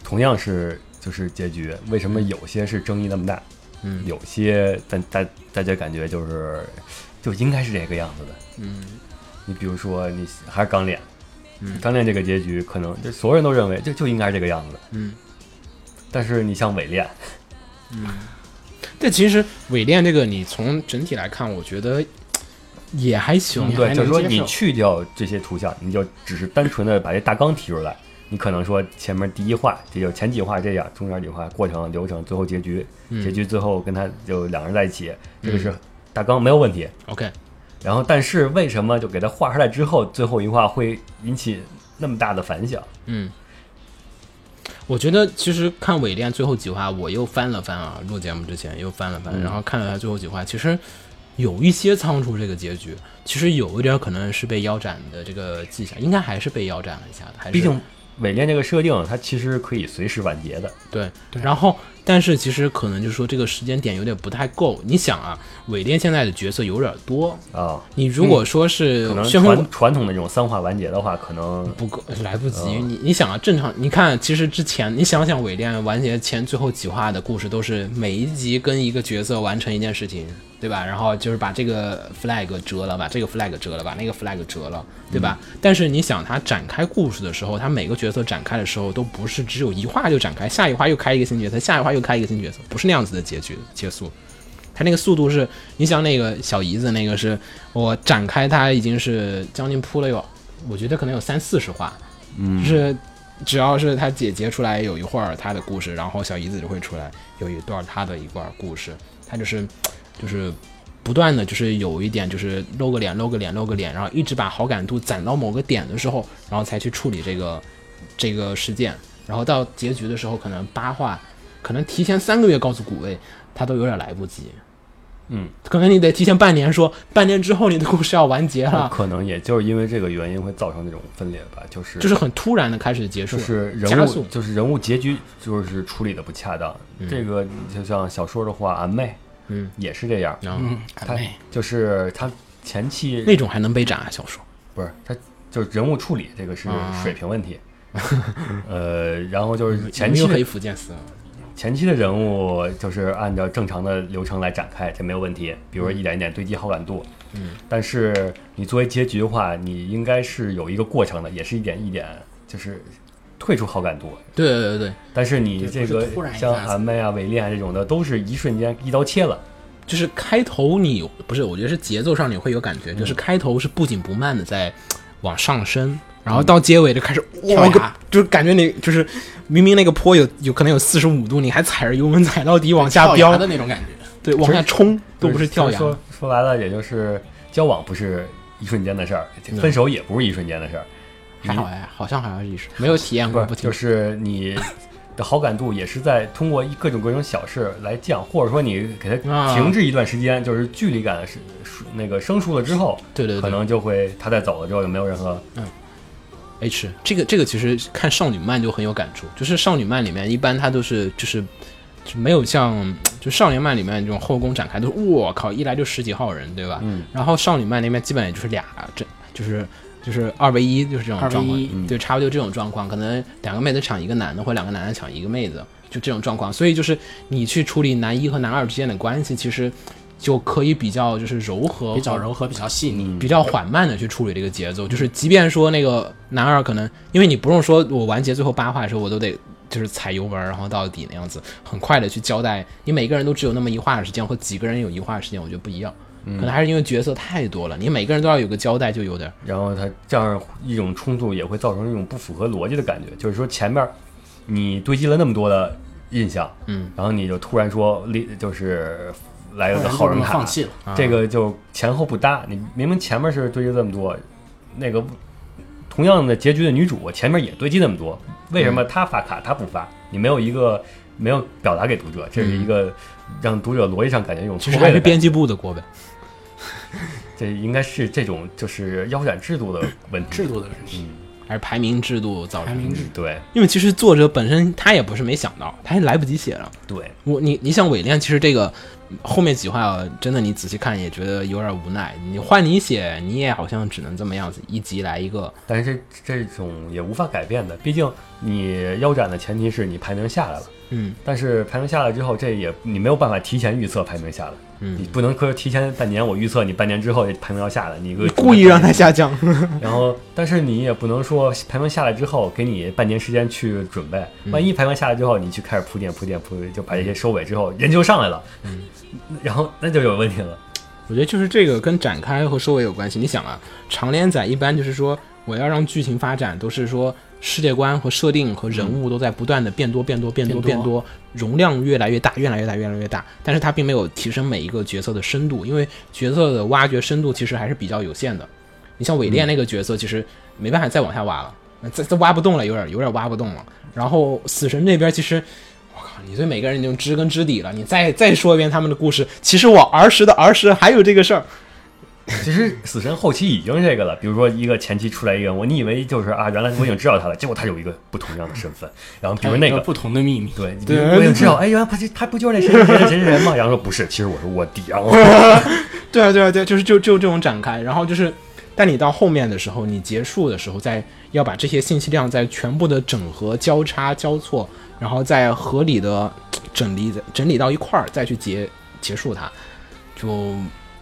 S2: 同样是就是结局，为什么有些是争议那么大？
S1: 嗯
S2: 有些但大大家感觉就是就应该是这个样子的。嗯，你比如说你还是钢炼，
S1: 嗯
S2: 钢炼这个结局可能就所有人都认为就就应该是这个样子的。
S1: 嗯，
S2: 但是你像伪恋，
S1: 但其实伪恋这个，你从整体来看，我觉得也还行
S3: 嗯，
S2: 对，
S3: 还
S2: 就是
S3: 能
S2: 说
S3: 接
S2: 你
S3: 受
S2: 去掉这些图像，你就只是单纯的把这大纲提出来。你可能说前面第一话，也就前几话这样，中间几话过程、流程，最后结局，
S3: 嗯
S2: 结局最后跟他就两人在一起，这个是大纲没有问题。
S1: OK，
S2: 然后，但是为什么就给他画出来之后，最后一话会引起那么大的反响？
S1: 嗯。我觉得其实看伪恋最后几话，我又翻了翻啊，录节目之前又翻了
S2: 嗯
S1: 翻，然后看了他最后几话，其实有一些仓促这个结局，其实有一点可能是被腰斩的这个迹象，应该还是被腰斩了一下的，还是
S2: 毕竟伪恋这个设定，它其实可以随时完结的。
S1: 对。然后，但是其实可能就是说这个时间点有点不太够。你想啊，伪恋现在的角色有点多，
S2: 啊、
S1: 你如果说是
S2: 可能
S1: 旋风
S2: 传传统的这种三话完结的话，可能
S1: 不够，来不及。你你想啊，正常，你看，其实之前你想想，伪恋完结前最后几话的故事都是每一集跟一个角色完成一件事情，对吧？然后就是把这个 flag 折了，把这个 flag 折了，把那个 flag 折了，对吧？但是你想，他展开故事的时候，他每个角色展开的时候都不是只有一话就展开，下一话又开一个新角色，下一话又开一个新角色，不是那样子的结局结束。他那个速度是，你想那个小姨子那个是我展开，他已经是将近铺了有，我觉得可能有三四十话，嗯，就是只要是他姐姐出来有一会儿他的故事，然后小姨子就会出来有一段他的一段故事，他就是就是不断的就是有一点就是露个脸露个脸露个脸，然后一直把好感度攒到某个点的时候，然后才去处理这个这个事件，然后到结局的时候可能八话，可能提前三个月告诉古卫，他都有点来不及。
S2: 嗯，
S1: 可能你得提前半年说，半年之后你的故事要完结
S3: 嗯
S1: 了，
S2: 可能也就是因为这个原因会造成这种分裂吧，就是
S1: 就是很突然的开始结束
S2: 就
S1: 了，
S2: 是
S1: 加
S2: 人
S1: 速
S2: 物就是人物结局就是处理的不恰当。这个就像小说的话，俺妹
S1: 嗯，
S2: 也是这样，
S1: 然后
S3: 嗯，
S2: 他
S3: 很美
S2: 就是他前期
S1: 那种还能被斩啊？小说，
S2: 不是他就是人物处理这个是
S1: 啊
S2: 水平问题。 呃，然后就是前
S1: 有
S2: 期
S1: 没有黑
S2: 的
S1: 福建司，
S2: 前期的人物就是按照正常的流程来展开，这没有问题。比
S1: 嗯
S2: 如说一点一点堆积好感度，嗯，但是你作为结局的话，你应该是有一个过程的，也是一点一点就是退出好感度，
S1: 对对对对，
S2: 但是你这
S3: 不
S2: 个
S3: 是突然一下
S2: 像
S3: 子
S2: 韩妹啊、伪恋啊这种的，都是一瞬间一刀切了。
S1: 就是开头你不是，我觉得是节奏上你会有感觉，就是开头是不紧不慢的在往上升，然后到结尾就开始哇，
S3: 跳崖
S1: 就是感觉你就是明明那个坡有有可能有四十五度，你还踩着油门踩到底往下
S3: 跳崖
S1: 飙，
S3: 的那种感觉，
S1: 对，往下冲都不
S2: 就是
S1: 跳
S2: 就
S1: 崖，
S2: 说说白了，也就是交往不是一瞬间的事儿，
S1: 嗯
S2: 分手也不是一瞬间的事儿，
S1: 还好哎，好像好像是一首没有体验
S2: 不
S1: 过，
S2: 是
S1: 不听
S2: 就。是你的好感度也是在通过一各种各种小事来降，或者说你给它
S1: 啊
S2: 停滞一段时间，就是距离感是是那个生疏了之后，
S1: 对对对
S2: 可能就会他在走了之后就没有任何
S1: H 这个这个其实看少女漫就很有感触，就是少女漫里面一般它都是就是就没有像就少年漫里面这种后宫展开都是我靠一来就十几号人对吧？嗯，然后少女漫那边基本也就是俩这就是。就是二 v 一，就是这种状
S3: 2v1
S1: 况，对，差不多就这种状况，可能两个妹子抢一个男的，或两个男的抢一个妹子，就这种状况。所以就是你去处理男一和男二之间的关系，其实就可以比较就是柔和，
S3: 比较柔和，比较细
S2: 嗯
S3: 腻。
S1: 比较缓慢的去处理这个节奏，就是即便说那个男二可能，因为你不用说我完结最后八话的时候，我都得 就是踩油门儿然后到底那样子，很快的去交代。你每个人都只有那么一话的时间，或几个人有一话的时间，我觉得不一样。可能还是因为角色太多了，你每个人都要有个交代，就有点儿
S2: 然后它这样一种冲突也会造成一种不符合逻辑的感觉，就是说前面你堆积了那么多的印象，
S1: 嗯，
S2: 然后你就突然说立就是来
S3: 不
S2: 个
S3: 然
S2: 好
S3: 就
S2: 人啊
S3: 能
S2: 卡，
S3: 放弃了，
S1: 啊嗯
S2: 这个就前后不搭。你明明前面是堆积这么多，那个同样的结局的女主前面也堆积那么多，为什么
S1: 嗯
S2: 她发卡她不发？你没有一个没有表达给读者，这是一个让读者逻辑上感觉一种
S1: 嗯其
S2: 错
S1: 实还
S2: 位
S1: 是
S2: 的感
S1: 编
S2: 觉。
S1: 辑部的锅呗。
S2: 这应该是这种就是腰斩制度的问题。
S3: 制度的问题，
S2: 嗯
S1: 还是排名制度造
S3: 排
S1: 成
S3: 名
S1: 的，
S3: 制度。
S2: 对
S1: 因为其实作者本身他也不是没想到，他也来不及写了，
S2: 对，
S1: 我你你像伪恋，其实这个后面几话、啊、真的你仔细看也觉得有点无奈。你换你写，你也好像只能这么样子，一集来一个。
S2: 但是这这种也无法改变的，毕竟你腰斩的前提是你排名下来了。
S1: 嗯，
S2: 但是排名下来之后，这也你没有办法提前预测排名下来，
S1: 嗯
S2: 你不能说提前半年我预测你半年之后这排名要下来，你个
S1: 故意让它，下降。
S2: 然后但是你也不能说排名下来之后给你半年时间去准备，
S1: 嗯
S2: 万一排名下来之后你去开始铺垫铺垫铺垫，就把这些收尾之后人就上来了，
S1: 嗯
S2: 然后那就有问题了，
S1: 我觉得就是这个跟展开和收尾有关系。你想啊，长连载一般就是说我要让剧情发展，都是说世界观和设定和人物都在不断的变多、变多、变多、
S3: 变
S1: 变
S3: 多
S1: 多，容量越来越大、越来越大、越来越大。但是它并没有提升每一个角色的深度，因为角色的挖掘深度其实还是比较有限的。你像伪恋那个角色，其实没办法再往下挖了，那再再挖不动了，有点有点挖不动了。然后死神这边其实。我靠，你对每个人已经知根知底了，你再再说一遍他们的故事。其实我儿时的儿时还有这个事儿，
S2: 其实死神后期已经这个了，比如说一个前期出来一个人物，你以为就是啊，原来我已经知道他了，结果他有一个不同样的身份，然后比如那个
S3: 哎不同的秘密，
S2: 对，你比如我已经知道，哎，原来他是他不就是那谁谁谁谁谁吗？然后说不是，其实我是卧底，然后
S1: 对啊，对啊，对啊，就是就就这种展开，然后就是，但你到后面的时候，你结束的时候，再要把这些信息量再全部的整合、交叉、交错，然后再合理的整理、整理到一块儿，再去结结束它，就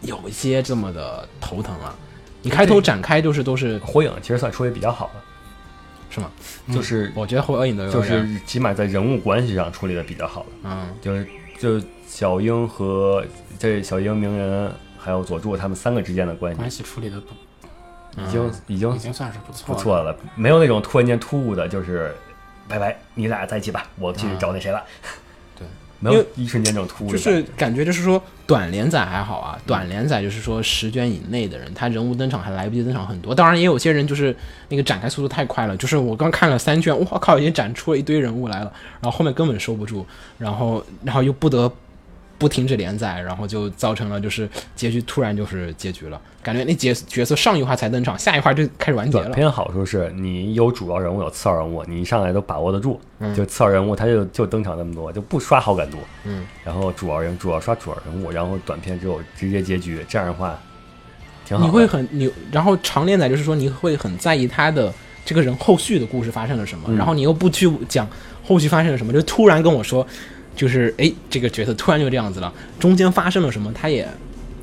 S1: 有一些这么的头疼了。你开头展开就是都是
S2: 火影其实算出的比较好了，
S1: 是吗？
S2: 就是
S1: 我觉得火影的有
S2: 嗯就
S1: 点
S2: 是起码在人物关系上处理的比较好了，
S1: 嗯
S2: 就是就是小樱和这小樱鸣人还有佐助他们三个之间的关
S3: 关
S2: 系
S3: 系处理的不
S2: 嗯已
S3: 啊
S2: 经已经
S3: 已经算是不错
S2: 不
S3: 了。
S2: 错了，没有那种突然间突兀的，就是拜拜，你俩在一起吧，我去找那谁了，
S1: 啊对，
S2: 没有一瞬间这种突兀
S1: 就
S2: 的，
S1: 是感觉就是说短连载还好啊，短连载就是说十卷以内的人，他人物登场还来不及登场很多。当然也有些人就是那个展开速度太快了，就是我刚看了三卷，我靠，已经展出了一堆人物来了，然后后面根本收不住，然后然后又不得不停止连载，然后就造成了就是结局突然就是结局了，感觉那角角色上一话才登场，下一话就开始完结
S2: 短
S1: 了。
S2: 片好处是你有主要人物，有次要人物，你一上来都把握得住。就次要人物，他就就登场那么多，就不刷好感度。
S1: 嗯，
S2: 然后主要人主要刷主要人物，然后短片只有直接结局，这样的话挺好的。
S1: 你会很你，然后长连载就是说你会很在意他的这个人后续的故事发生了什么，
S2: 嗯
S1: 然后你又不去讲后续发生了什么，就哎突然跟我说，就是哎这个角色突然就这样子了，中间发生了什么，他也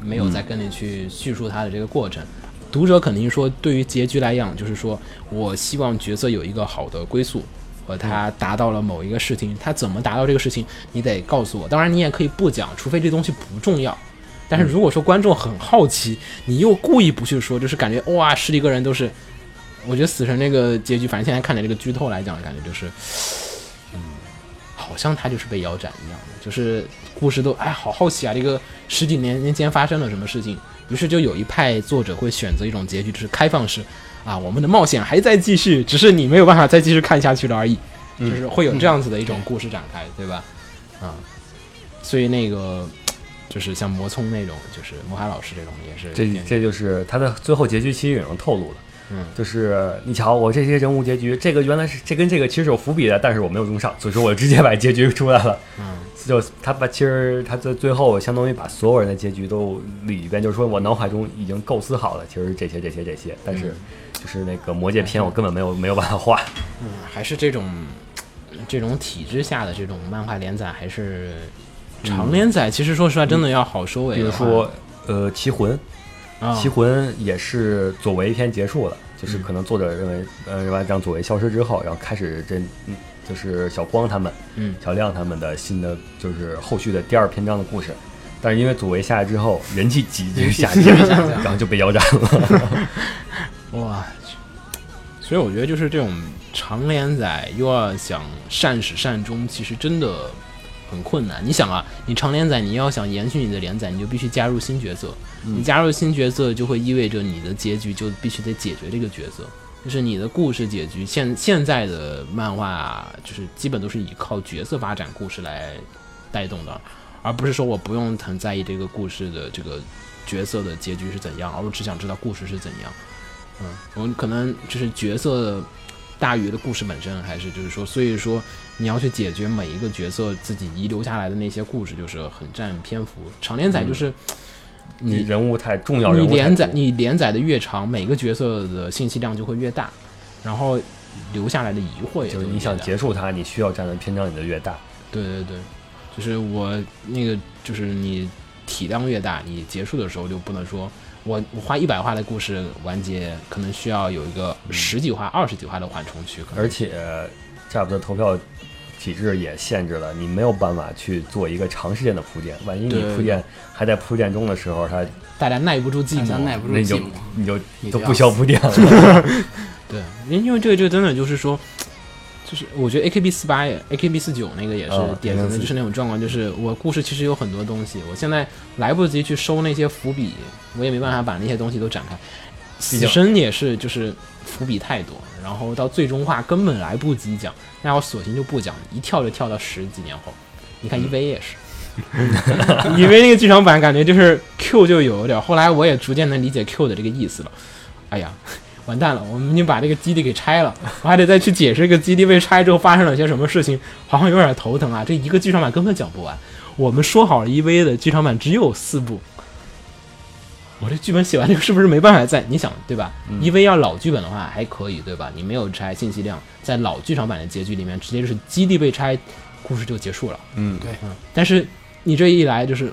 S1: 没有再跟你去叙述他的这个过程。
S2: 嗯
S1: 读者肯定说，对于结局来讲，就是说我希望角色有一个好的归宿，和他达到了某一个事情，他怎么达到这个事情，你得告诉我。当然，你也可以不讲，除非这东西不重要。但是如果说观众很好奇，你又故意不去说，就是感觉哇，十几个人都是，我觉得死神这个结局，反正现在看来这个剧透来讲，感觉就是，嗯，嗯好像他就是被腰斩一样的，就是故事都哎，好好奇啊，这个十几年年间发生了什么事情？于是就有一派作者会选择一种结局，就是开放式，啊，我们的冒险还在继续，只是你没有办法再继续看下去了而已。
S2: 嗯
S1: 就是会有这样子的一种故事展开，对吧？啊，所以那个就是像魔聪那种，就是魔海老师这种也是
S2: 这
S1: 典型
S2: 这就是他的最后结局，其实已经透露了。
S1: 嗯，
S2: 就是你瞧，我这些人物结局，这个原来是这跟这个其实有伏笔的，但是我没有用上，所以说我直接把结局出来了。
S1: 嗯，
S2: 就他把其实他最最后相当于把所有人的结局都捋一遍，就是说我脑海中已经构思好了，其实这些这些这些，但是就是那个魔界篇，我根本没有没有办法画。
S1: 嗯还是这种这种体制下的这种漫画连载，还是长连载。其实说实话，真的要好收
S2: 嗯
S1: 尾
S2: 比
S1: 的
S2: 如
S1: 话。
S2: 说，呃，棋魂，
S1: 啊，
S2: 棋魂也是左为篇结束了，就是
S1: 嗯
S2: 可能作者认为，呃，让让左为消失之后，然后开始这，嗯就是小光他们，
S1: 嗯
S2: 小亮他们的新的就是后续的第二篇章的故事。但是因为左为下来之后，人气急剧下 降，然后就被腰斩了。
S1: 哇，所以我觉得就是这种长连载，又要想善始善终，其实真的很困难。你想啊，你长连载，你要想延续你的连载，你就必须加入新角色。你加入新角色，就会意味着你的结局就必须得解决这个角色，就是你的故事结局。现现在的漫画就是基本都是以靠角色发展故事来带动的，而不是说我不用很在意这个故事的这个角色的结局是怎样，而我只想知道故事是怎样。嗯，我可能就是角色大于的故事本身，还是就是说，所以说你要去解决每一个角色自己遗留下来的那些故事，就是很占篇幅。长连载就是
S2: 你
S1: 你、
S2: 人物太重要，人
S1: 你
S2: 物太
S1: 连载
S2: 多
S1: 你连载的越长，每个角色的信息量就会越大，然后留下来的疑惑也
S2: 就
S1: 会
S2: 是你
S1: 越
S2: 想
S1: 大
S2: 结束它，你需要占的篇章你的越大。
S1: 对对对，就是我那个，就是你体量越大，你结束的时候就不能说我我画一百话的故事完结，可能需要有一个十几话、二十几话的缓冲区。可
S2: 嗯
S1: 能
S2: 而且，Jab 的投票体制也限制了你没有办法去做一个长时间的铺垫，万一你
S1: 对
S2: 铺垫还在铺垫中的时候，它
S1: 大家耐不住寂
S3: 大家
S1: 寞，
S3: 耐不住
S2: 那你
S3: 寂
S2: 就
S3: 寞。
S2: 你就
S3: 你
S2: 都
S3: 就
S2: 不
S3: 要
S2: 需要铺垫了。
S1: 对，因因为这个这个真的就是说，就是我觉得 A K B 四八、A K B 四九那个也是
S2: 哦
S1: 典型的，
S2: 049
S1: 就是那种状况，就是我故事其实有很多东西，我现在来不及去收那些伏笔，我也没办法把那些东西都展开。死
S2: 竟
S1: 神也是，就是伏笔太多，然后到最终话根本来不及讲，那我索性就不讲，一跳就跳到十几年后。你看 EVA 也是。因为那个剧场版感觉就是 Q 就有点儿，后来我也逐渐能理解 Q 的这个意思了。哎呀，完蛋了，我们已经把这个基地给拆了，我还得再去解释这个基地被拆之后发生了些什么事情，好像有点头疼啊。这一个剧场版根本讲不完。我们说好了 EVA 的剧场版只有四部，我这剧本写完这个是不是没办法再？你想对吧、e
S2: 嗯
S1: v a 要老剧本的话还可以对吧？你没有拆信息量，在老剧场版的结局里面，直接就是基地被拆，故事就结束了。
S2: 嗯，
S1: 但是你这一来就是，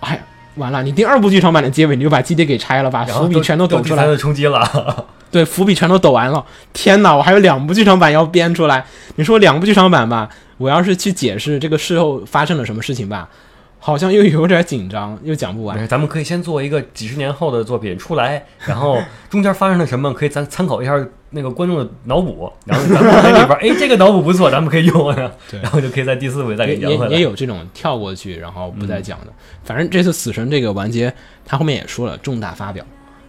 S1: 哎呀，完了！你第二部剧场版的结尾，你就把基地给拆了，把
S2: 然后
S1: 伏笔全都抖
S2: 第
S1: 出来
S2: 三，次冲击了，
S1: 对，伏笔全都抖完了。天哪，我还有两部剧场版要编出来。你说两部剧场版吧，我要是去解释这个事后发生了什么事情吧，好像又有点紧张，又讲 不
S2: 没
S1: 完。
S2: 事咱们可以先做一个几十年后的作品出来，然后中间发生了什么，可以咱参考一下那个观众的脑补，然后咱们在里边儿， 哎，这个脑补不错，咱们可以用，然后
S1: 对
S2: 然后就可以在第四回再
S1: 也
S2: 给
S1: 也
S2: 圆回
S1: 也
S2: 来。嗯
S1: 有这种跳过去然后不再讲的。反正这次死神这个完结，他后面也说了重大发表，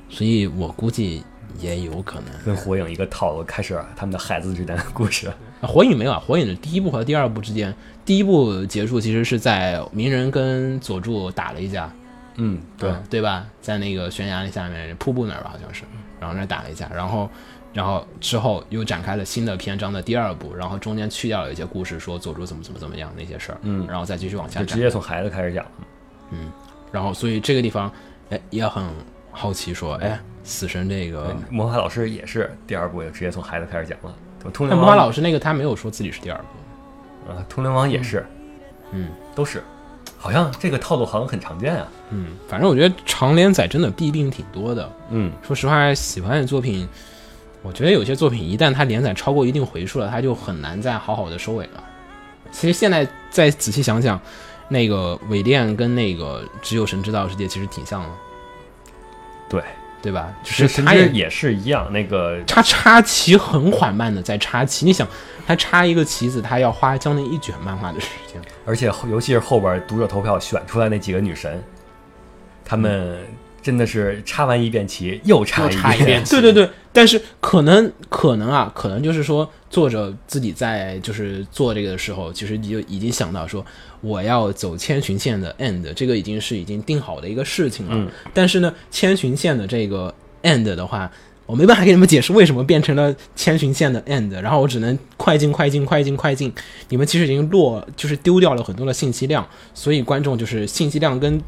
S1: 所以我估计也有可能。
S2: 跟火影一个套路，开始他们的孩子之间的故事。
S1: 啊火影没有啊，火影的第一部和第二部之间，第一部结束其实是在鸣人跟佐助打了一架，
S2: 嗯，对，
S1: 嗯对吧？在那个悬崖下面瀑布那儿吧，好像是，然后那儿打了一架，然后，然后之后又展开了新的篇章的第二部，然后中间去掉了一些故事，说佐助怎么怎么怎么样那些事儿，
S2: 嗯
S1: 然后再继续往下
S2: 就直
S1: 展，
S2: 接从孩子开始讲。
S1: 然后所以这个地方，哎，也很好奇说，哎，死神这个，
S2: 魔法老师也是第二部就直接从孩子开始讲了。通
S1: 那
S2: 灵
S1: 魔法
S2: 王
S1: 老师那个他没有说自己是第二部，
S2: 啊，通灵王也是，
S1: 嗯，
S2: 都是，好像这个套路好像很常见啊。
S1: 嗯，反正我觉得长连载真的弊病挺多的。
S2: 嗯，
S1: 说实话，喜欢的作品，我觉得有些作品一旦它连载超过一定回数了，它就很难再好好的收尾了。其实现在再仔细想想，那个尾恋跟那个只有神知道的世界其实挺像的，
S2: 对，
S1: 对吧？就
S2: 其实
S1: 是
S2: 神
S1: 它
S2: 之
S1: 也
S2: 也是一样，那个
S1: 它插旗很缓慢的在插旗，你想，它插一个旗子，它要花将近一卷漫画的时间。
S2: 而且后尤其是后边读者投票选出来那几个女神，她们真的是插完一遍棋又插
S3: 嗯又插一遍
S1: 对对对，但是可能可能啊，可能就是说作者自己在就是做这个的时候，其实就已经想到说我要走千寻线的 end，这个已经是已经定好的一个事情了。但是呢，千寻线的这个 end 的话。我没办法给你们解释为什么变成了千寻线的 end，然后我只能快进快进快进快进。你们其实已经落就是丢掉了很多的信息量，所以观众就是信息量跟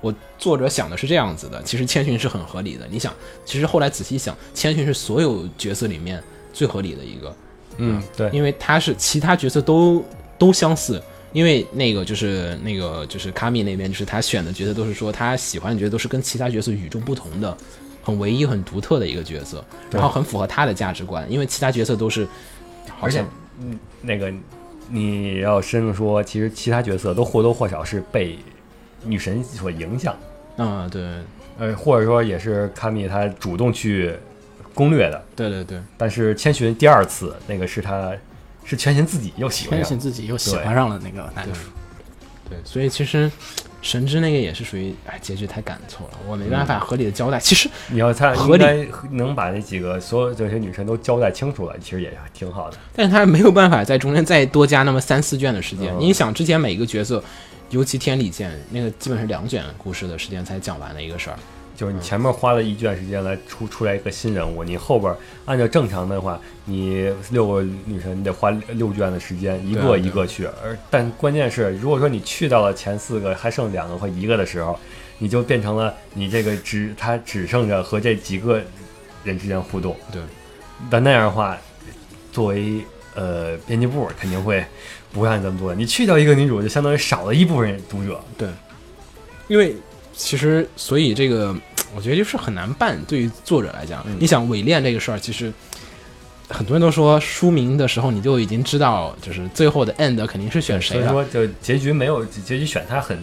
S1: 我作者想的是这样子的，其实千寻是很合理的。你想，其实后来仔细想，千寻是所有角色里面最合理的一个，
S2: 嗯，对，
S1: 因为他是其他角色都都相似。因为那个就是那个就是卡米那边，就是他选的角色都是说他喜欢的角色都是跟其他角色与众不同的，很唯一、很独特的一个角色，然后很符合他的价值观。因为其他角色都是，好
S2: 而且
S1: 像
S2: 那个你要深入说，其实其他角色都或多或少是被女神所影响，
S1: 嗯，对
S2: 呃，或者说也是卡米他主动去攻略的。
S1: 对对对，
S2: 但是千寻第二次那个是他是千寻自己又喜欢
S3: 千
S2: 上
S3: 寻
S2: 了，
S3: 自己又喜欢上了那个男主，
S1: 对，所以其实神之那个也是属于哎结局太赶错了，我没办
S2: 嗯
S1: 法合理的交代。其实
S2: 你要他
S1: 合
S2: 应
S1: 理
S2: 该能把那几个所有这些女神都交代清楚了，其实也挺好的。
S1: 但是他没有办法在中间再多加那么三四卷的时间。你想，之前每一个角色，尤其天理剑那个，基本是两卷故事的时间才讲完的一个事儿。
S2: 就是你前面花了一卷时间来出出来一个新人物，你后边按照正常的话，你六个女神你得花六卷的时间，一
S1: 对啊
S2: 个一个去。而但关键是，如果说你去到了前四个，还剩两个或一个的时候，你就变成了你这个只它只剩着和这几个人之间互动。
S1: 对，
S2: 但那样的话，作为呃编辑部肯定会不让你这么做。你去掉一个女主，就相当于少了一部分读者。
S1: 对，因为其实所以这个，我觉得就是很难办。对于作者来讲，你想伪恋这个事儿，其实很多人都说书名的时候你就已经知道，就是最后的 end 肯定是选谁
S2: 所以
S1: 了。
S2: 说，就结局没有结局选它很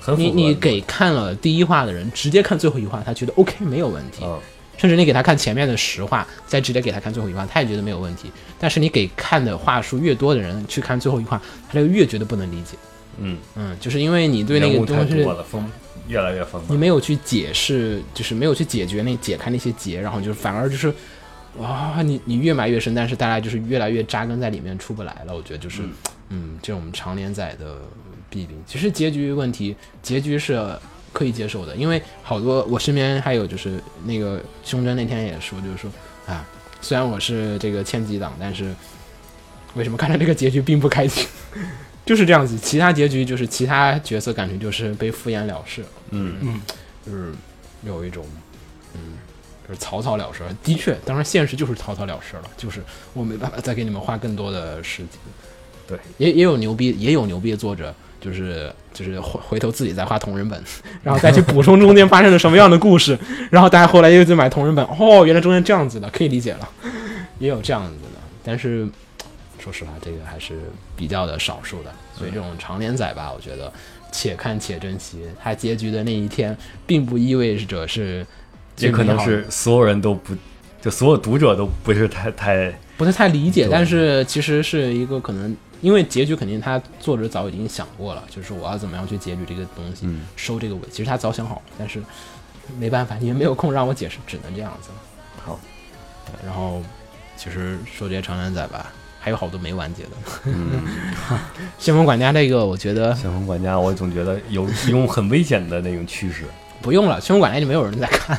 S2: 很符
S1: 你
S2: 合嗯
S1: 你给看了第一话的人，直接看最后一话，他觉得 OK 没有问题。
S2: 嗯。
S1: 甚至你给他看前面的十话，再直接给他看最后一话，他也觉得没有问题。但是你给看的话数越多的人去看最后一话，他就越觉得不能理解。
S2: 嗯，
S1: 嗯，就是因为你对那
S2: 人物
S1: 个
S2: 太
S1: 东西
S2: 多，了，丰越来越丰
S1: 你
S2: 富。
S1: 没有去解释，就是没有去解决那解开那些结，然后就是反而就是，哇，你你越埋越深，但是大家就是越来越扎根在里面出不来了。我觉得就是，嗯这种常连载的弊病。其实结局问题，结局是可以接受的，因为好多我身边还有就是那个胸针那天也说，就是说啊，虽然我是这个千级党，但是为什么看着这个结局并不开心？ 就是这样子，其他结局就是其他角色感觉就是被敷衍了事，
S2: 嗯，
S1: 就是有一种，嗯，就是草草了事。的确，当然现实就是草草了事了，就是我没办法再给你们花更多的时间。
S2: 对，
S1: 也也有牛逼，也有牛逼的作者，就是就是回回头自己再画同人本，然后再去补充中间发生了什么样的故事，然后大家后来又去买同人本，哦，原来中间这样子的，可以理解了，也有这样子的，但是。说实话，这个还是比较的少数的，所以这种长连载吧，我觉得且看且珍惜。它结局的那一天，并不意味着是
S2: 也可能
S1: 最美好的
S2: 是所有人都不，就所有读者都不是太太
S1: 不是太理解，
S2: 对
S1: 但是其实是一个可能，因为结局肯定他作者早已经想过了，就是我要怎么样去结局这个东
S2: 嗯
S1: 西，收这个尾，其实他早想好了，但是没办法，你们没有空让我解释，只能这样子。
S2: 好，
S1: 然后其实说这些长连载吧，还有好多没完结的。
S2: 嗯
S1: 先锋管家这个，我觉得
S2: 先锋管家，我总觉得有一种很危险的那种趋势。
S1: 不用了，先锋管家就没有人在看。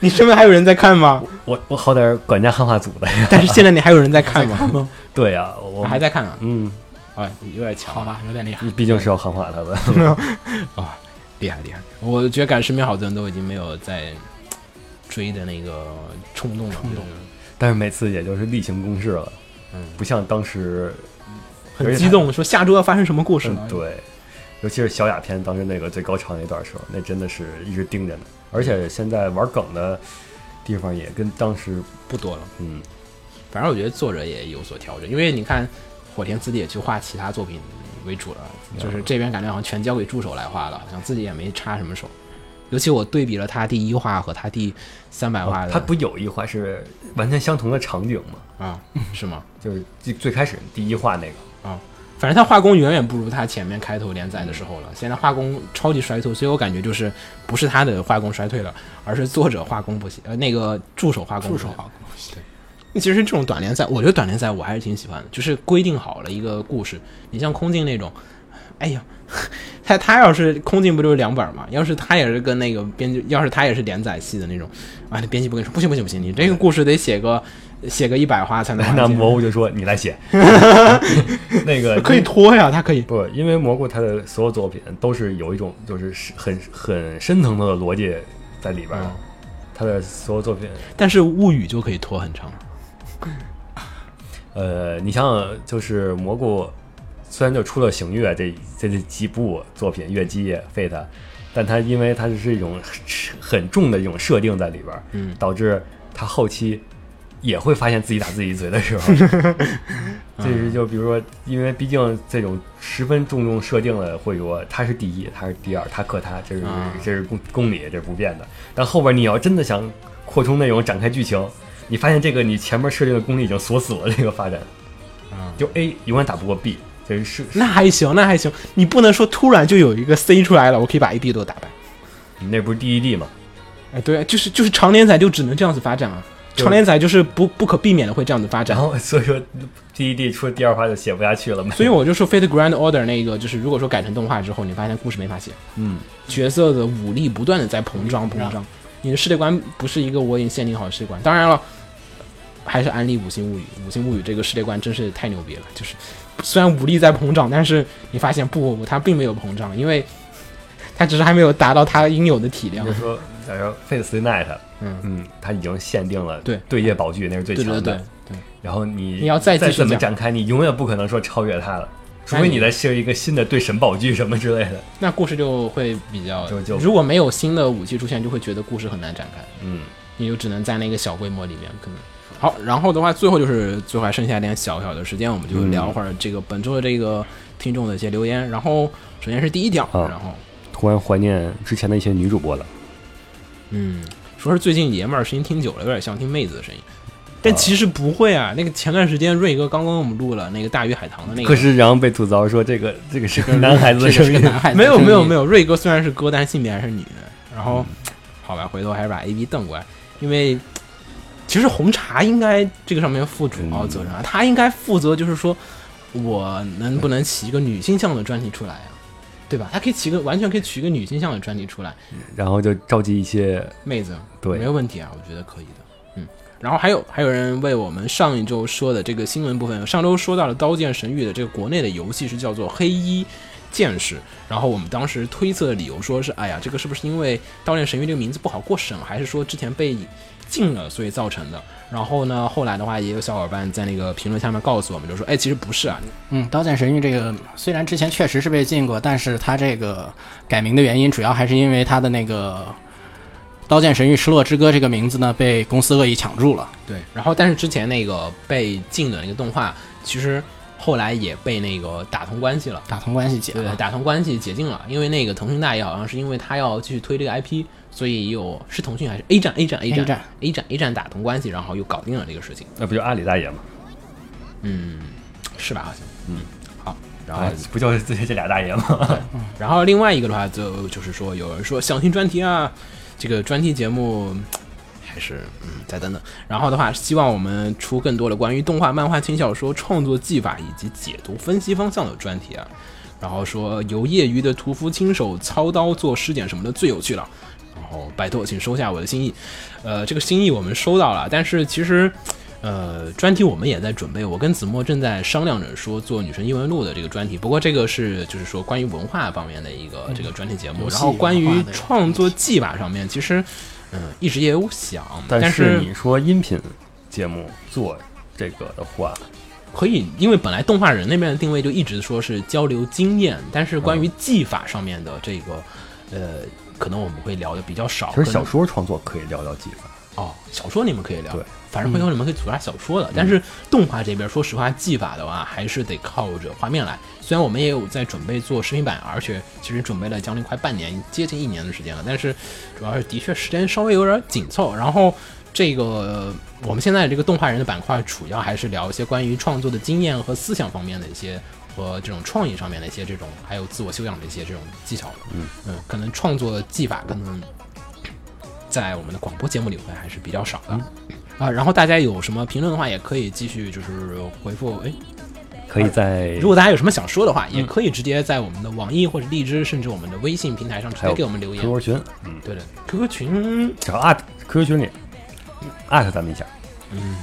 S1: 你身边还有人在 看吗？
S2: 我我好歹是管家汉化组的 呀。
S1: 但是现在你还有人在看吗？
S2: 对呀，我
S1: 还在看啊？
S2: 嗯，
S1: 哎，有点强
S3: 好吧，有点厉害。
S2: 毕竟是要汉化他的。
S1: 厉害厉害！我觉得感觉身边好多人都已经没有在追的那个冲动了，
S3: 冲动
S2: 但是每次也就是例行公事了，
S1: 嗯
S2: 不像当时
S1: 就是很激动，说下周要发生什么故事
S2: 嗯
S1: 呢？，
S2: 对，尤其是小雅篇当时那个最高潮那段时候，那真的是一直盯着呢。而且现在玩梗的地方也跟当时，
S1: 不多了。
S2: 嗯，
S1: 反正我觉得作者也有所调整，因为你看火田自己也去画其他作品为主了，就是这边感觉好像全交给助手来画了，好像自己也没插什么手。尤其我对比了他第一话和他第三百话的，
S2: 它不有一话是完全相同的场景吗？
S1: 啊，是吗？
S2: 就是最最开始第一话那个，
S1: 啊，反正他画工远远不如他前面开头连载的时候了。现在画工超级衰退，所以我感觉就是不是他的画工衰退了，而是作者画工不行，呃，那个助手画工不
S3: 助
S1: 行
S3: 手好，
S1: 那其实这种短联赛，我觉得短联赛我还是挺喜欢的，就是规定好了一个故事。你像空镜那种，哎呀， 他他要是空镜不就是两本嘛？要是他也是跟那个编剧，要是他也是连载系的那种，啊，那编辑不跟你说，不行不行不行，你这个故事得写个写个一百话才能 完
S2: 那
S1: 结。
S2: 蘑菇就说你来写， 那 个
S1: 可以拖呀，他可以。
S2: 不，因为蘑菇他的所有作品都是有一种就是是很很深层次的逻辑在里边儿，他的所有作品，
S1: 但是物语就可以拖很长。
S2: 呃，你想想，就是蘑菇虽然就出了行月这这这几部作品，月姬、Fate，但它因为它是一种很重的一种设定在里边儿，
S1: 嗯
S2: 导致他后期也会发现自己打自己嘴的时 候， 这是就比如说，因为毕竟这种十分注重设定的，会说他是第一，他是第二，他克他，这是、
S1: 啊
S2: 这是公公理，这是不变的。但后边你要真的想扩充内容、展开剧情，你发现这个你前面设定的功力已经锁死了这个发展，
S1: 啊
S2: 就 A 永远打不过 B，这是是
S1: 那还行，那还行，你不能说突然就有一个 C 出来了，我可以把 A B 都打败。
S2: 你那不是 DED 吗？
S1: 哎，对，就是就是长连载就只能这样子发展啊，
S2: 对
S1: 长连载就是不不可避免的会这样子发展
S2: 然。后所以说 DED 出了第二话就写不下去了嘛，
S1: 所以我就说《Fate Grand Order》那个，就是如果说改成动画之后，你发现故事没法写，
S2: 嗯，
S1: 角色的武力不断的在膨胀膨胀，你的世界观不是一个我已经限定好的世界观。当然了，还是安利《五星物语》，《五星物语》这个世界观真是太牛逼了，就是虽然武力在膨胀，但是你发现不不不，它并没有膨胀，因为它只是还没有达到它应有的体量
S2: 就。说假如 Face Night，
S1: 嗯
S2: 嗯，它已经限定了
S1: 对
S2: 对夜宝具那是最
S1: 对
S2: 强的，
S1: 对对对，
S2: 然后你
S1: 你要再继续
S2: 怎么
S1: 讲
S2: 展开，你永远不可能说超越它了，除非你再设一个新的对神宝具什么之类的。
S1: 那故事就会比较
S2: 就就，
S1: 如果没有新的武器出现，就会觉得故事很难展开。
S2: 嗯，
S1: 你就只能在那个小规模里面可能。好，然后的话，最后就是最后还剩下点小小的时间，我们
S2: 嗯
S1: 就聊会儿这个本周的这个听众的一些留言。然后首先是第一条，
S4: 啊
S1: 然后
S4: 突然怀念之前的一些女主播了。
S1: 嗯，说是最近爷们儿声音听久了，有点像听妹子的声音，但其实不会啊。那个前段时间瑞哥刚刚我们录了那个大鱼海棠的那个，
S2: 可是然后被吐槽说这个嗯这个是 个男孩子的声音，
S3: 男孩子
S1: 没有没有没
S3: 有，
S1: 有，瑞哥虽然是哥，但是性别还是女的。然后，好吧，回头还是把 A B 瞪过来，因为其实红茶应该这个上面负主要责任啊，他应该负责就是说我能不能起一个女性向的专题出来啊，对吧？他可以起一个完全可以取一个女性向的专题出来，
S2: 然后就召集一些
S1: 妹子，
S2: 对
S1: 没有问题啊，我觉得可以的，嗯。然后还有还有人为我们上一周说的这个新闻部分，上周说到了《刀剑神域》的这个国内的游戏是叫做《黑衣剑士》，然后我们当时推测的理由说是，哎呀，这个是不是因为《刀剑神域》这个名字不好过审，还是说之前被禁了所以造成的？然后呢，后来的话也有小伙伴在那个评论下面告诉我们，就说，哎，其实不是啊，
S3: 嗯，《刀剑神域》这个虽然之前确实是被禁过，但是它这个改名的原因主要还是因为它的那个《刀剑神域：失落之歌》这个名字呢被公司恶意抢注了。
S1: 对，然后但是之前那个被禁的那个动画，其实后来也被那个打通关系了。
S3: 打通关系解
S1: 对
S3: 了，
S1: 打通关系解禁了，因为那个腾讯大爷好像是因为他要继续推这个 IP，所以有是腾讯还是 A 站 A 站 A 站
S3: A 站
S1: A 站 A 站打通关系，然后又搞定了这个事情，嗯
S2: 那不就阿里大爷吗？
S1: 是吧？好像，嗯，好，然后
S2: 啊，不就是这这俩大爷吗？
S1: 然后另外一个的话，就就是说有人说想听专题啊，这个专题节目嗯还是嗯再等等。然后的话，希望我们出更多的关于动画、漫画、轻小说创作技法以及解读分析方向的专题啊。然后说由业余的屠夫亲手操刀做尸检什么的最有趣了。然后拜托，请收下我的心意。呃，这个心意我们收到了，但是其实。呃，专题我们也在准备，我跟子墨正在商量着说做《女神异闻录》的这个专题，不过这个是就是说关于文化方面的一个这个专题节目，
S3: 游戏
S1: 然后关
S3: 文化
S1: 于
S3: 的
S1: 创作技法上面，其实嗯、呃一直也有想，但
S2: 但是你说音频节目做这个的话，
S1: 可以，因为本来动画人那边的定位就一直说是交流经验，但是
S2: 嗯
S1: 关于技法上面的这个呃，可能我们会聊的比较少。
S2: 其实小
S1: 可能
S2: 说创作可以聊聊技法，
S1: 哦，小说你们可以聊，
S2: 对，
S1: 反正回头你们可以组下小说的。但是动画这边，说实话，技法的话还是得靠着画面来。虽然我们也有在准备做视频版，而且其实准备了将近快半年，接近一年的时间了，但是主要是的确时间稍微有点紧凑。然后这个我们现在这个动画人的板块，主要还是聊一些关于创作的经验和思想方面的一些。和这种创意上面的一些这种，还有自我修养的一些这种技巧。嗯嗯，可能创作的技法可能在我们的广播节目里面还是比较少的。啊，然后大家有什么评论的话，也可以继续就是回复。哎，
S2: 可以在
S1: 如果大家有什么想说的话，
S2: 嗯
S1: 也可以直接在我们的网易或者荔枝，甚至我们的微信平台上直
S2: 还
S1: 接
S2: 有
S1: 给我们留言。
S2: QQ 群，嗯，
S1: 对的，QQ 群
S2: 只要 at QQ 群里 at 咱们一下，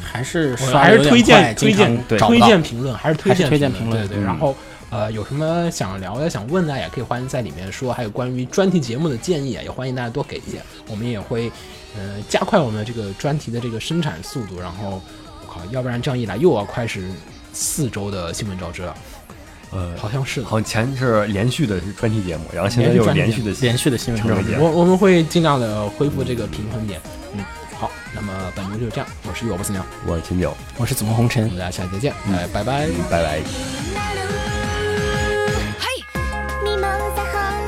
S3: 还是
S1: 我
S3: 刷
S1: 还
S3: 得
S1: 是
S3: 有点
S1: 推荐推
S3: 快经
S1: 荐
S3: 常找不
S1: 推
S3: 到
S1: 荐评论，还是推荐
S3: 还是推荐
S1: 评
S3: 评论
S1: 对
S2: 嗯
S1: 对。然后呃，有什么想聊的、想问的，也可以欢迎在里面说。还有关于专题节目的建议啊，也欢迎大家多给一些，我们也会呃加快我们这个专题的这个生产速度。然后我靠，要不然这样一来又要开始四周的新闻招知了，
S2: 呃，
S1: 好像是的。
S2: 好像前是连续的是专题节目，然后现在又是连续的
S3: 连续的新闻
S2: 成长节目。
S1: 我我们会尽量的恢复这个平衡点。嗯，好，那么本周就这样，我是我不死鸟，
S2: 我是秦九，
S3: 我是怎么红尘
S1: 我。们大家下期再见，
S2: 嗯
S1: 哎，拜拜。
S2: 拜拜。
S5: 「ミモザ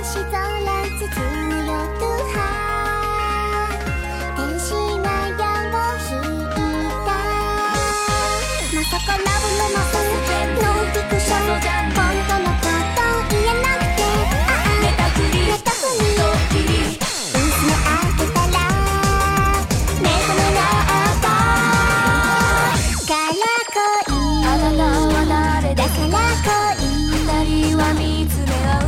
S5: 星空包む夜は天使マヤを引いた」「まさかラブのマスノンフィクション」「本当のこと言えなくて」「ああ寝たふり」「寝たふり」「薄の開けたら目覚めなった」「から恋」「あなたは誰だから恋」二人は見つめ合う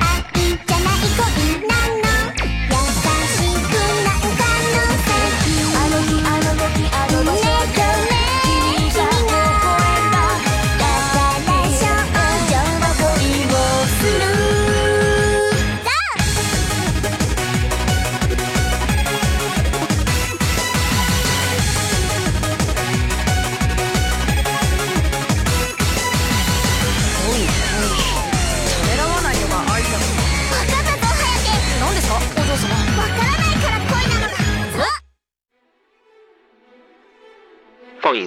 S5: 愛じゃない恋なの優しくなんかのせあの日あの時あの場所君が微笑んだだから少女は恋をする
S6: おいおいためらわないのが愛だ
S5: わかったぞ颯
S6: なんですかお嬢様
S5: わからないから恋なのだわっ
S7: 放映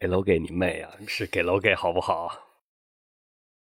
S2: 给楼给你妹啊，是给楼给好不好？